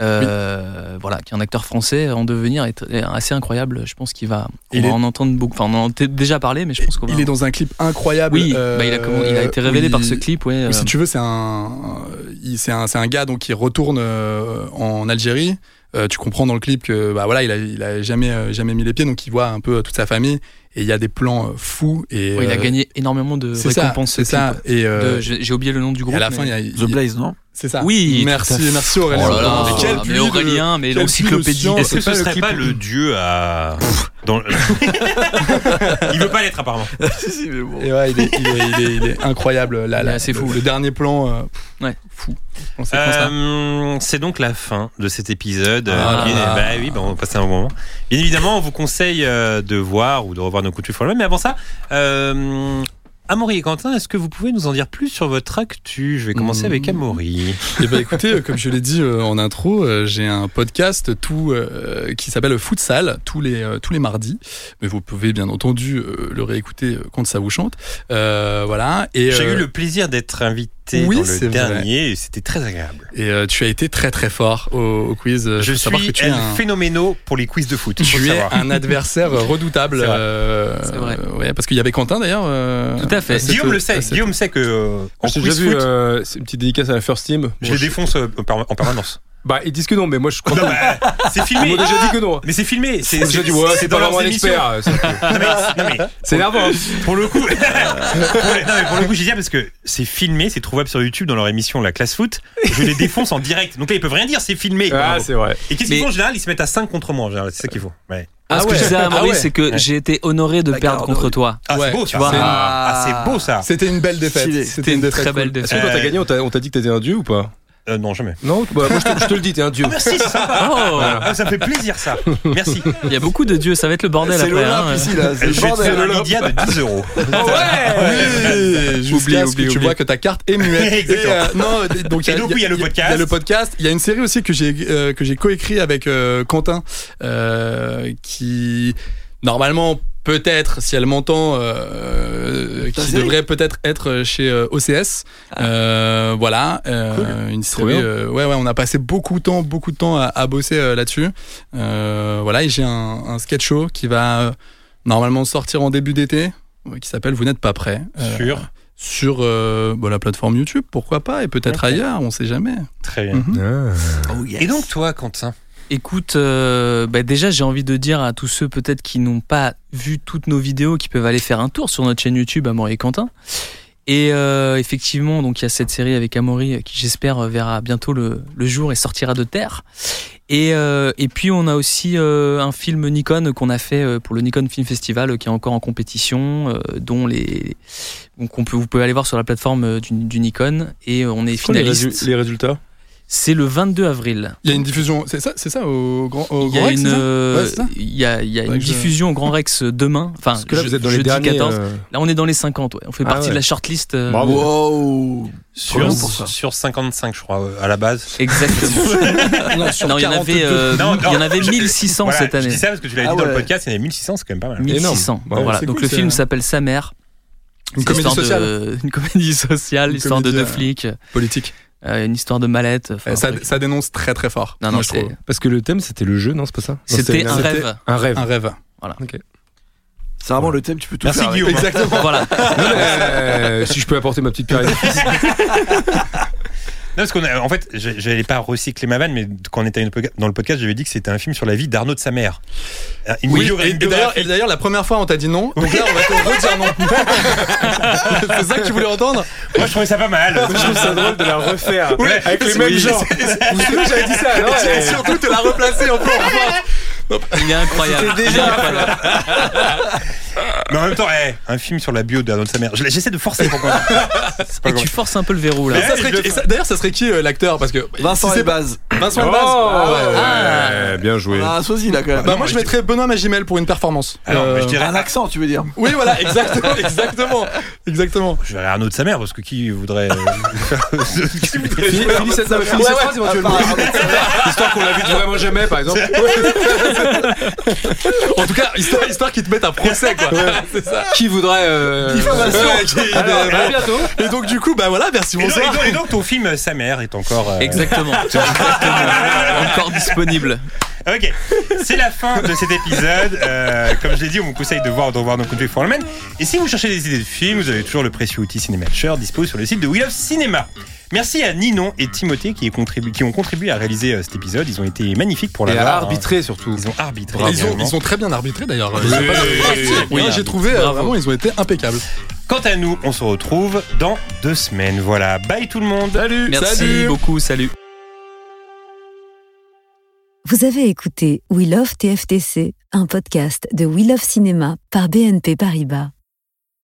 [SPEAKER 7] Euh, Voilà, qui est un acteur français en devenir est est assez incroyable. Je pense qu'il va, on
[SPEAKER 6] Il
[SPEAKER 7] va
[SPEAKER 6] est-
[SPEAKER 7] en entendre beaucoup. Enfin, on en a t- déjà parlé, mais je pense qu'on va.
[SPEAKER 6] Il est dans un clip incroyable.
[SPEAKER 7] Oui,
[SPEAKER 6] euh,
[SPEAKER 7] bah, il, a, comment- il a été révélé
[SPEAKER 6] où
[SPEAKER 7] par
[SPEAKER 6] il-
[SPEAKER 7] ce clip, ouais.
[SPEAKER 6] où,
[SPEAKER 7] euh,
[SPEAKER 6] si tu veux, c'est un, il- c'est un, c'est un gars donc qui retourne euh, en Algérie. Euh, tu comprends dans le clip que bah voilà, il a, il a jamais, euh, jamais mis les pieds, donc il voit un peu euh, toute sa famille et il y a des plans euh, fous et
[SPEAKER 7] ouais, il a
[SPEAKER 6] euh,
[SPEAKER 7] gagné énormément de
[SPEAKER 6] C'est ça,
[SPEAKER 7] récompenses.
[SPEAKER 6] c'est
[SPEAKER 7] ce clip.
[SPEAKER 6] ça. Et, euh,
[SPEAKER 7] De- J'ai j'ai oublié le nom du
[SPEAKER 6] et
[SPEAKER 7] groupe.
[SPEAKER 6] à la
[SPEAKER 7] mais-
[SPEAKER 6] fin, il y a, il-
[SPEAKER 8] The Blaze, non
[SPEAKER 6] c'est ça.
[SPEAKER 7] Oui, tout
[SPEAKER 6] merci,
[SPEAKER 7] à fait.
[SPEAKER 6] merci Aurélien.
[SPEAKER 7] Oh là là,
[SPEAKER 6] Mais quel puits
[SPEAKER 7] mais
[SPEAKER 6] de-
[SPEAKER 7] Aurélien, mais
[SPEAKER 6] quel puits de
[SPEAKER 7] l'encyclopédie.
[SPEAKER 6] science.
[SPEAKER 4] Est-ce que
[SPEAKER 6] c'est pas
[SPEAKER 4] ce
[SPEAKER 6] le
[SPEAKER 4] serait
[SPEAKER 6] clip
[SPEAKER 4] pas
[SPEAKER 6] le
[SPEAKER 4] le
[SPEAKER 6] plus-
[SPEAKER 4] dieu à. Dans
[SPEAKER 6] [LAUGHS]
[SPEAKER 4] le- Il veut pas l'être apparemment.
[SPEAKER 8] Si, si, mais bon.
[SPEAKER 6] Et ouais, il est, il est- il est- il est incroyable. Là,
[SPEAKER 7] Il
[SPEAKER 6] là,
[SPEAKER 7] est assez
[SPEAKER 6] le-
[SPEAKER 7] fou.
[SPEAKER 6] Le, dernier plan, euh, pff,
[SPEAKER 7] Ouais.
[SPEAKER 6] fou. On sait comment ça.
[SPEAKER 4] Euh, C'est donc la fin de cet épisode. Euh,
[SPEAKER 6] Ah.
[SPEAKER 4] bien- bah oui, bah on va passer un bon moment. Bien évidemment, on vous conseille euh, de voir ou de revoir nos coups de fil. Mais avant ça, euh, Amaury et Quentin, est-ce que vous pouvez nous en dire plus sur votre actu Je vais commencer
[SPEAKER 6] Mm.
[SPEAKER 4] avec Amaury.
[SPEAKER 6] Eh ben écoutez, euh, comme je l'ai dit euh, en intro, euh, j'ai un podcast tout euh, qui s'appelle Futsal tous les euh, tous les mardis. Mais vous pouvez bien entendu euh, le réécouter euh, quand ça vous chante. Euh, voilà. Et
[SPEAKER 4] J'ai
[SPEAKER 6] euh,
[SPEAKER 4] eu le plaisir d'être invité
[SPEAKER 6] oui,
[SPEAKER 4] dans
[SPEAKER 6] c'est
[SPEAKER 4] le
[SPEAKER 6] vrai.
[SPEAKER 4] dernier et c'était très agréable.
[SPEAKER 6] et euh, tu as été très très fort au, au quiz. Euh,
[SPEAKER 4] Je
[SPEAKER 6] faut savoir
[SPEAKER 4] suis
[SPEAKER 6] que tu es
[SPEAKER 4] El
[SPEAKER 6] un-
[SPEAKER 4] Phénoméno pour les quiz de foot. faut le
[SPEAKER 6] tu es
[SPEAKER 4] savoir.
[SPEAKER 6] un
[SPEAKER 4] [LAUGHS]
[SPEAKER 6] adversaire redoutable.
[SPEAKER 4] C'est vrai.
[SPEAKER 6] euh,
[SPEAKER 7] C'est vrai.
[SPEAKER 6] euh, ouais, parce qu'il y avait Quentin d'ailleurs. euh,
[SPEAKER 7] Tout à fait.
[SPEAKER 6] cette-
[SPEAKER 4] Guillaume le sait.
[SPEAKER 6] à cette-
[SPEAKER 4] Guillaume sait que euh, en
[SPEAKER 5] J'ai
[SPEAKER 4] quiz
[SPEAKER 5] déjà vu
[SPEAKER 4] foot,
[SPEAKER 5] euh, c'est une petite dédicace à la First Team. Bon,
[SPEAKER 4] je les défonce euh, en perma- en permanence.
[SPEAKER 5] Bah, ils disent que non, mais moi je crois.
[SPEAKER 4] Non, bah, c'est
[SPEAKER 5] Ils
[SPEAKER 4] filmé.
[SPEAKER 5] m'ont déjà dit que non. hein.
[SPEAKER 4] Mais c'est filmé.
[SPEAKER 5] Ils
[SPEAKER 4] C'est
[SPEAKER 5] m'ont déjà
[SPEAKER 4] c'est-
[SPEAKER 5] dit, ouais,
[SPEAKER 4] c'est
[SPEAKER 5] Ah c'est pas
[SPEAKER 4] leurs
[SPEAKER 5] vraiment un
[SPEAKER 4] émissions.
[SPEAKER 5] expert. euh,
[SPEAKER 4] Non, mais- non, mais-
[SPEAKER 5] [LAUGHS] C'est énervant. hein.
[SPEAKER 4] Pour le coup, [LAUGHS] pour le- non, mais pour le coup, j'ai dit parce que c'est filmé, c'est trouvable sur YouTube dans leur émission La Classe Foot. Je les défonce en direct. Donc là, ils peuvent rien dire, c'est filmé.
[SPEAKER 5] Ah, c'est vrai.
[SPEAKER 4] Et qu'est-ce qu'ils
[SPEAKER 7] Mais-
[SPEAKER 4] font en général Ils se mettent à 5 contre moi en général, c'est ça qu'il faut. Ouais.
[SPEAKER 7] Ah, ce que je disais à Maurice,
[SPEAKER 6] Ah ouais.
[SPEAKER 7] c'est que
[SPEAKER 4] Ouais.
[SPEAKER 7] j'ai été honoré de
[SPEAKER 8] La
[SPEAKER 7] perdre
[SPEAKER 8] garde,
[SPEAKER 7] contre
[SPEAKER 8] ouais.
[SPEAKER 7] toi.
[SPEAKER 4] Ah,
[SPEAKER 6] Ouais,
[SPEAKER 4] c'est beau,
[SPEAKER 6] tu
[SPEAKER 4] ça.
[SPEAKER 6] vois.
[SPEAKER 4] Ah, c'est beau, ça.
[SPEAKER 6] C'était une belle défaite.
[SPEAKER 8] Stylé.
[SPEAKER 7] C'était une très
[SPEAKER 6] défaite
[SPEAKER 7] belle
[SPEAKER 6] cool.
[SPEAKER 5] Est-ce que [LAUGHS]
[SPEAKER 7] défaite.
[SPEAKER 5] quand t'as gagné, on t'a on t'a dit que t'étais un dieu ou pas Ah,
[SPEAKER 4] Euh, non, jamais.
[SPEAKER 5] Euh. Non Bah, moi je te- je te le dis, t'es un dieu.
[SPEAKER 7] Ah,
[SPEAKER 4] Merci, c'est sympa.
[SPEAKER 7] Oh,
[SPEAKER 4] Ah, ça me fait plaisir, ça. Merci.
[SPEAKER 7] il y a beaucoup de dieux, ça va être le bordel
[SPEAKER 8] C'est
[SPEAKER 7] après.
[SPEAKER 8] l'Olympe
[SPEAKER 7] hein.
[SPEAKER 8] ici, là.
[SPEAKER 4] Je
[SPEAKER 8] C'est
[SPEAKER 4] vais
[SPEAKER 8] le
[SPEAKER 4] te
[SPEAKER 8] bordel.
[SPEAKER 4] faire un Lydia de 10 euros.
[SPEAKER 6] Oui,
[SPEAKER 7] Oublie,
[SPEAKER 6] jusqu'à ce que
[SPEAKER 7] oublie,
[SPEAKER 6] tu
[SPEAKER 7] oublie.
[SPEAKER 6] vois que ta carte est muette.
[SPEAKER 4] [LAUGHS]
[SPEAKER 6] Et,
[SPEAKER 4] Exactement.
[SPEAKER 6] euh, non, d- donc
[SPEAKER 4] Et donc, oui, il y a le podcast.
[SPEAKER 6] Il y a le podcast. Il y a une série aussi que j'ai euh, que j'ai coécrit avec euh, Quentin, euh, qui normalement. Peut-être, si elle m'entend, euh,
[SPEAKER 8] Ta
[SPEAKER 6] qui
[SPEAKER 8] série
[SPEAKER 6] devrait peut-être être chez euh, OCS. Euh, voilà, euh, une série.
[SPEAKER 5] bien.
[SPEAKER 6] euh, ouais, ouais, on a passé beaucoup de temps, beaucoup de temps à, à bosser euh, là-dessus. Euh, voilà, et j'ai un, un sketch show qui va euh, normalement sortir en début d'été, euh, qui s'appelle Vous n'êtes pas prêt. Euh,
[SPEAKER 4] Sur
[SPEAKER 6] sur euh, bah, la plateforme YouTube, pourquoi pas, et peut-être ailleurs, on sait jamais.
[SPEAKER 4] Très bien.
[SPEAKER 6] Mhm.
[SPEAKER 8] Oh, yes.
[SPEAKER 4] Et donc, toi, Quentin
[SPEAKER 7] Écoute, euh, bah déjà j'ai envie de dire à tous ceux peut-être qui n'ont pas vu toutes nos vidéos, qui peuvent aller faire un tour sur notre chaîne YouTube Amaury et Quentin. Et euh, effectivement, donc il y a cette série avec Amaury euh, qui j'espère euh, verra bientôt le, le jour et sortira de terre. Et, euh, et puis on a aussi euh, un film Nikon qu'on a fait euh, pour le Nikon Film Festival euh, qui est encore en compétition, euh, dont les donc on peut vous pouvez aller voir sur la plateforme euh, du, du Nikon et euh, on est
[SPEAKER 5] Quoi, les résu-
[SPEAKER 7] finaliste.
[SPEAKER 5] Les résultats
[SPEAKER 7] C'est le 22 avril.
[SPEAKER 6] Il y a une diffusion, c'est ça, c'est ça au grand, au
[SPEAKER 7] Il y
[SPEAKER 6] Grand
[SPEAKER 7] a
[SPEAKER 6] Rex,
[SPEAKER 7] une,
[SPEAKER 6] c'est ça
[SPEAKER 7] euh,
[SPEAKER 6] Ouais, c'est ça
[SPEAKER 7] il y a, il y a
[SPEAKER 6] Ouais,
[SPEAKER 7] une
[SPEAKER 6] je-
[SPEAKER 7] diffusion au Grand Rex euh, demain. Enfin,
[SPEAKER 5] Parce que là,
[SPEAKER 7] je-
[SPEAKER 5] vous êtes dans les
[SPEAKER 7] jeudi
[SPEAKER 5] derniers.
[SPEAKER 7] 14.
[SPEAKER 5] euh,
[SPEAKER 7] Là, on est dans les 50. ouais. On fait
[SPEAKER 5] Ah
[SPEAKER 7] partie
[SPEAKER 5] ouais.
[SPEAKER 7] de la shortlist. euh,
[SPEAKER 5] Bravo.
[SPEAKER 8] Wow.
[SPEAKER 4] sur,
[SPEAKER 8] Bravo pour ça.
[SPEAKER 4] sur 55, je crois, euh, à la base.
[SPEAKER 7] Exactement.
[SPEAKER 6] Non, [LAUGHS] sur
[SPEAKER 7] non, il y en
[SPEAKER 6] 42.
[SPEAKER 7] avait, euh,
[SPEAKER 4] Non,
[SPEAKER 7] il y en
[SPEAKER 4] non,
[SPEAKER 7] avait
[SPEAKER 4] je-
[SPEAKER 7] 1600
[SPEAKER 4] Voilà,
[SPEAKER 7] cette
[SPEAKER 4] Je
[SPEAKER 7] année.
[SPEAKER 4] dis ça parce que tu l'avais
[SPEAKER 8] Ah
[SPEAKER 4] dit dans le
[SPEAKER 8] ouais.
[SPEAKER 4] podcast, il y en a 1600, c'est quand même pas mal.
[SPEAKER 7] 1600.
[SPEAKER 5] Énorme. Ouais,
[SPEAKER 7] voilà.
[SPEAKER 6] c'est
[SPEAKER 7] Donc
[SPEAKER 6] cool,
[SPEAKER 7] le
[SPEAKER 6] ça.
[SPEAKER 7] film s'appelle Sa mère.
[SPEAKER 6] Une
[SPEAKER 7] C'est
[SPEAKER 6] comédie
[SPEAKER 7] l'histoire de-
[SPEAKER 6] sociale.
[SPEAKER 7] [LAUGHS] une comédie sociale,
[SPEAKER 6] Une
[SPEAKER 7] l'histoire de
[SPEAKER 6] comédie,
[SPEAKER 7] deux
[SPEAKER 6] euh,
[SPEAKER 7] flics,
[SPEAKER 6] politique.
[SPEAKER 7] euh, une histoire de mallette. enfin,
[SPEAKER 6] Eh, ça,
[SPEAKER 7] un truc.
[SPEAKER 6] ça dénonce très très fort.
[SPEAKER 7] non,
[SPEAKER 6] moi,
[SPEAKER 7] non,
[SPEAKER 6] je
[SPEAKER 7] c'est-
[SPEAKER 6] trouve.
[SPEAKER 5] Parce que le thème, c'était le jeu, non C'est pas ça Non,
[SPEAKER 7] c'était un
[SPEAKER 5] c'était
[SPEAKER 7] rêve.
[SPEAKER 5] Un rêve.
[SPEAKER 6] un rêve.
[SPEAKER 8] C'est vraiment le thème, tu peux tout
[SPEAKER 4] Merci,
[SPEAKER 8] faire. avec.
[SPEAKER 4] Guillaume.
[SPEAKER 6] Exactement.
[SPEAKER 7] [LAUGHS] Voilà.
[SPEAKER 5] Non, mais, euh, si je peux apporter ma petite pierre. [LAUGHS]
[SPEAKER 4] Non, parce qu'on a, en fait, je- j'allais pas recycler ma vanne, mais quand on était dans le podcast, j'avais dit que c'était un film sur la vie d'Arnaud de sa mère. Euh, Une
[SPEAKER 6] Oui,
[SPEAKER 4] biogra-
[SPEAKER 6] et, et
[SPEAKER 4] une
[SPEAKER 6] d'ailleurs,
[SPEAKER 4] biographie.
[SPEAKER 6] et d'ailleurs, la première fois, on t'a dit non. Donc là, on va te redire non. [LAUGHS] c'est ça que tu voulais entendre
[SPEAKER 4] Moi, je trouvais ça pas mal.
[SPEAKER 5] ça drôle de la refaire
[SPEAKER 4] [LAUGHS] Ouais, avec les mêmes [LAUGHS] gens.
[SPEAKER 5] Vous savez, j'avais dit
[SPEAKER 6] [LAUGHS]
[SPEAKER 5] ça. Non,
[SPEAKER 6] Et surtout, te la replacer encore.
[SPEAKER 7] Il est incroyable.
[SPEAKER 5] déjà.
[SPEAKER 4] Mais en même temps, eh, un film sur la bio d'Arnold Samer. Je- J'essaie de forcer pour moi. [LAUGHS] C'est pas
[SPEAKER 7] Et tu
[SPEAKER 4] grave.
[SPEAKER 7] forces un peu le verrou là.
[SPEAKER 6] Et ça
[SPEAKER 4] Ouais,
[SPEAKER 6] serait
[SPEAKER 4] je le
[SPEAKER 6] qui- et ça- D'ailleurs, ça serait qui euh, l'acteur Parce que
[SPEAKER 8] Vincent
[SPEAKER 6] si
[SPEAKER 8] et
[SPEAKER 6] c'est
[SPEAKER 8] Baz.
[SPEAKER 6] Vincent Elbaz. Ah ouais, ouais, ouais.
[SPEAKER 5] Oh, Ouais, bien joué.
[SPEAKER 8] On a un sosie là quand même.
[SPEAKER 6] Bah moi je mettrais Benoît Magimel pour une performance. Euh,
[SPEAKER 4] Alors, mais je dirais.
[SPEAKER 8] un accent, tu veux dire
[SPEAKER 6] Oui voilà exactement exactement [LAUGHS] exactement.
[SPEAKER 4] Je dirais Arnaud de sa mère parce que qui [LAUGHS] voudrait. euh, qui voudrait-
[SPEAKER 5] Fini- Finis cette finis cette phrase éventuellement. Histoire qu'on l'invite vraiment jamais, par exemple.
[SPEAKER 6] En tout cas histoire, histoire qu'ils te mettent un procès quoi. C'est ça.
[SPEAKER 5] Qui voudrait. euh,
[SPEAKER 6] Ouais, qui-
[SPEAKER 5] Alors,
[SPEAKER 6] mais
[SPEAKER 5] à
[SPEAKER 6] bon.
[SPEAKER 5] bientôt.
[SPEAKER 6] Et donc du coup bah voilà merci
[SPEAKER 4] Et donc,
[SPEAKER 6] bonsoir.
[SPEAKER 4] et donc- et donc, ton film euh, Sa mère est encore. euh, [LAUGHS]
[SPEAKER 7] Exactement. Exactement. Encore disponible.
[SPEAKER 4] Ok, c'est la fin de cet épisode. Euh, comme je l'ai dit, on vous conseille de voir, de revoir No Country for Old Men. Et si vous cherchez des idées de films, vous avez toujours le précieux outil Cinématcher dispo sur le site de We Love Cinéma. Merci à Ninon et Timothée qui, est contribu- qui ont contribué à réaliser euh, cet épisode. Ils ont été magnifiques pour
[SPEAKER 5] Et à
[SPEAKER 4] l'avoir.
[SPEAKER 5] arbitrer surtout.
[SPEAKER 4] Ils ont arbitré.
[SPEAKER 6] Et Ils ont,
[SPEAKER 4] également.
[SPEAKER 6] ils ont très bien arbitré d'ailleurs.
[SPEAKER 4] Oui.
[SPEAKER 6] Oui, j'ai trouvé euh,
[SPEAKER 7] Bravo.
[SPEAKER 6] vraiment ils ont été impeccables.
[SPEAKER 4] Quant à nous, on se retrouve dans deux semaines. Voilà, bye tout le monde. Salut.
[SPEAKER 7] Merci
[SPEAKER 6] Salut.
[SPEAKER 7] beaucoup. Salut.
[SPEAKER 2] Vous avez écouté We Love TFTC, un podcast de We Love Cinéma par BNP Paribas.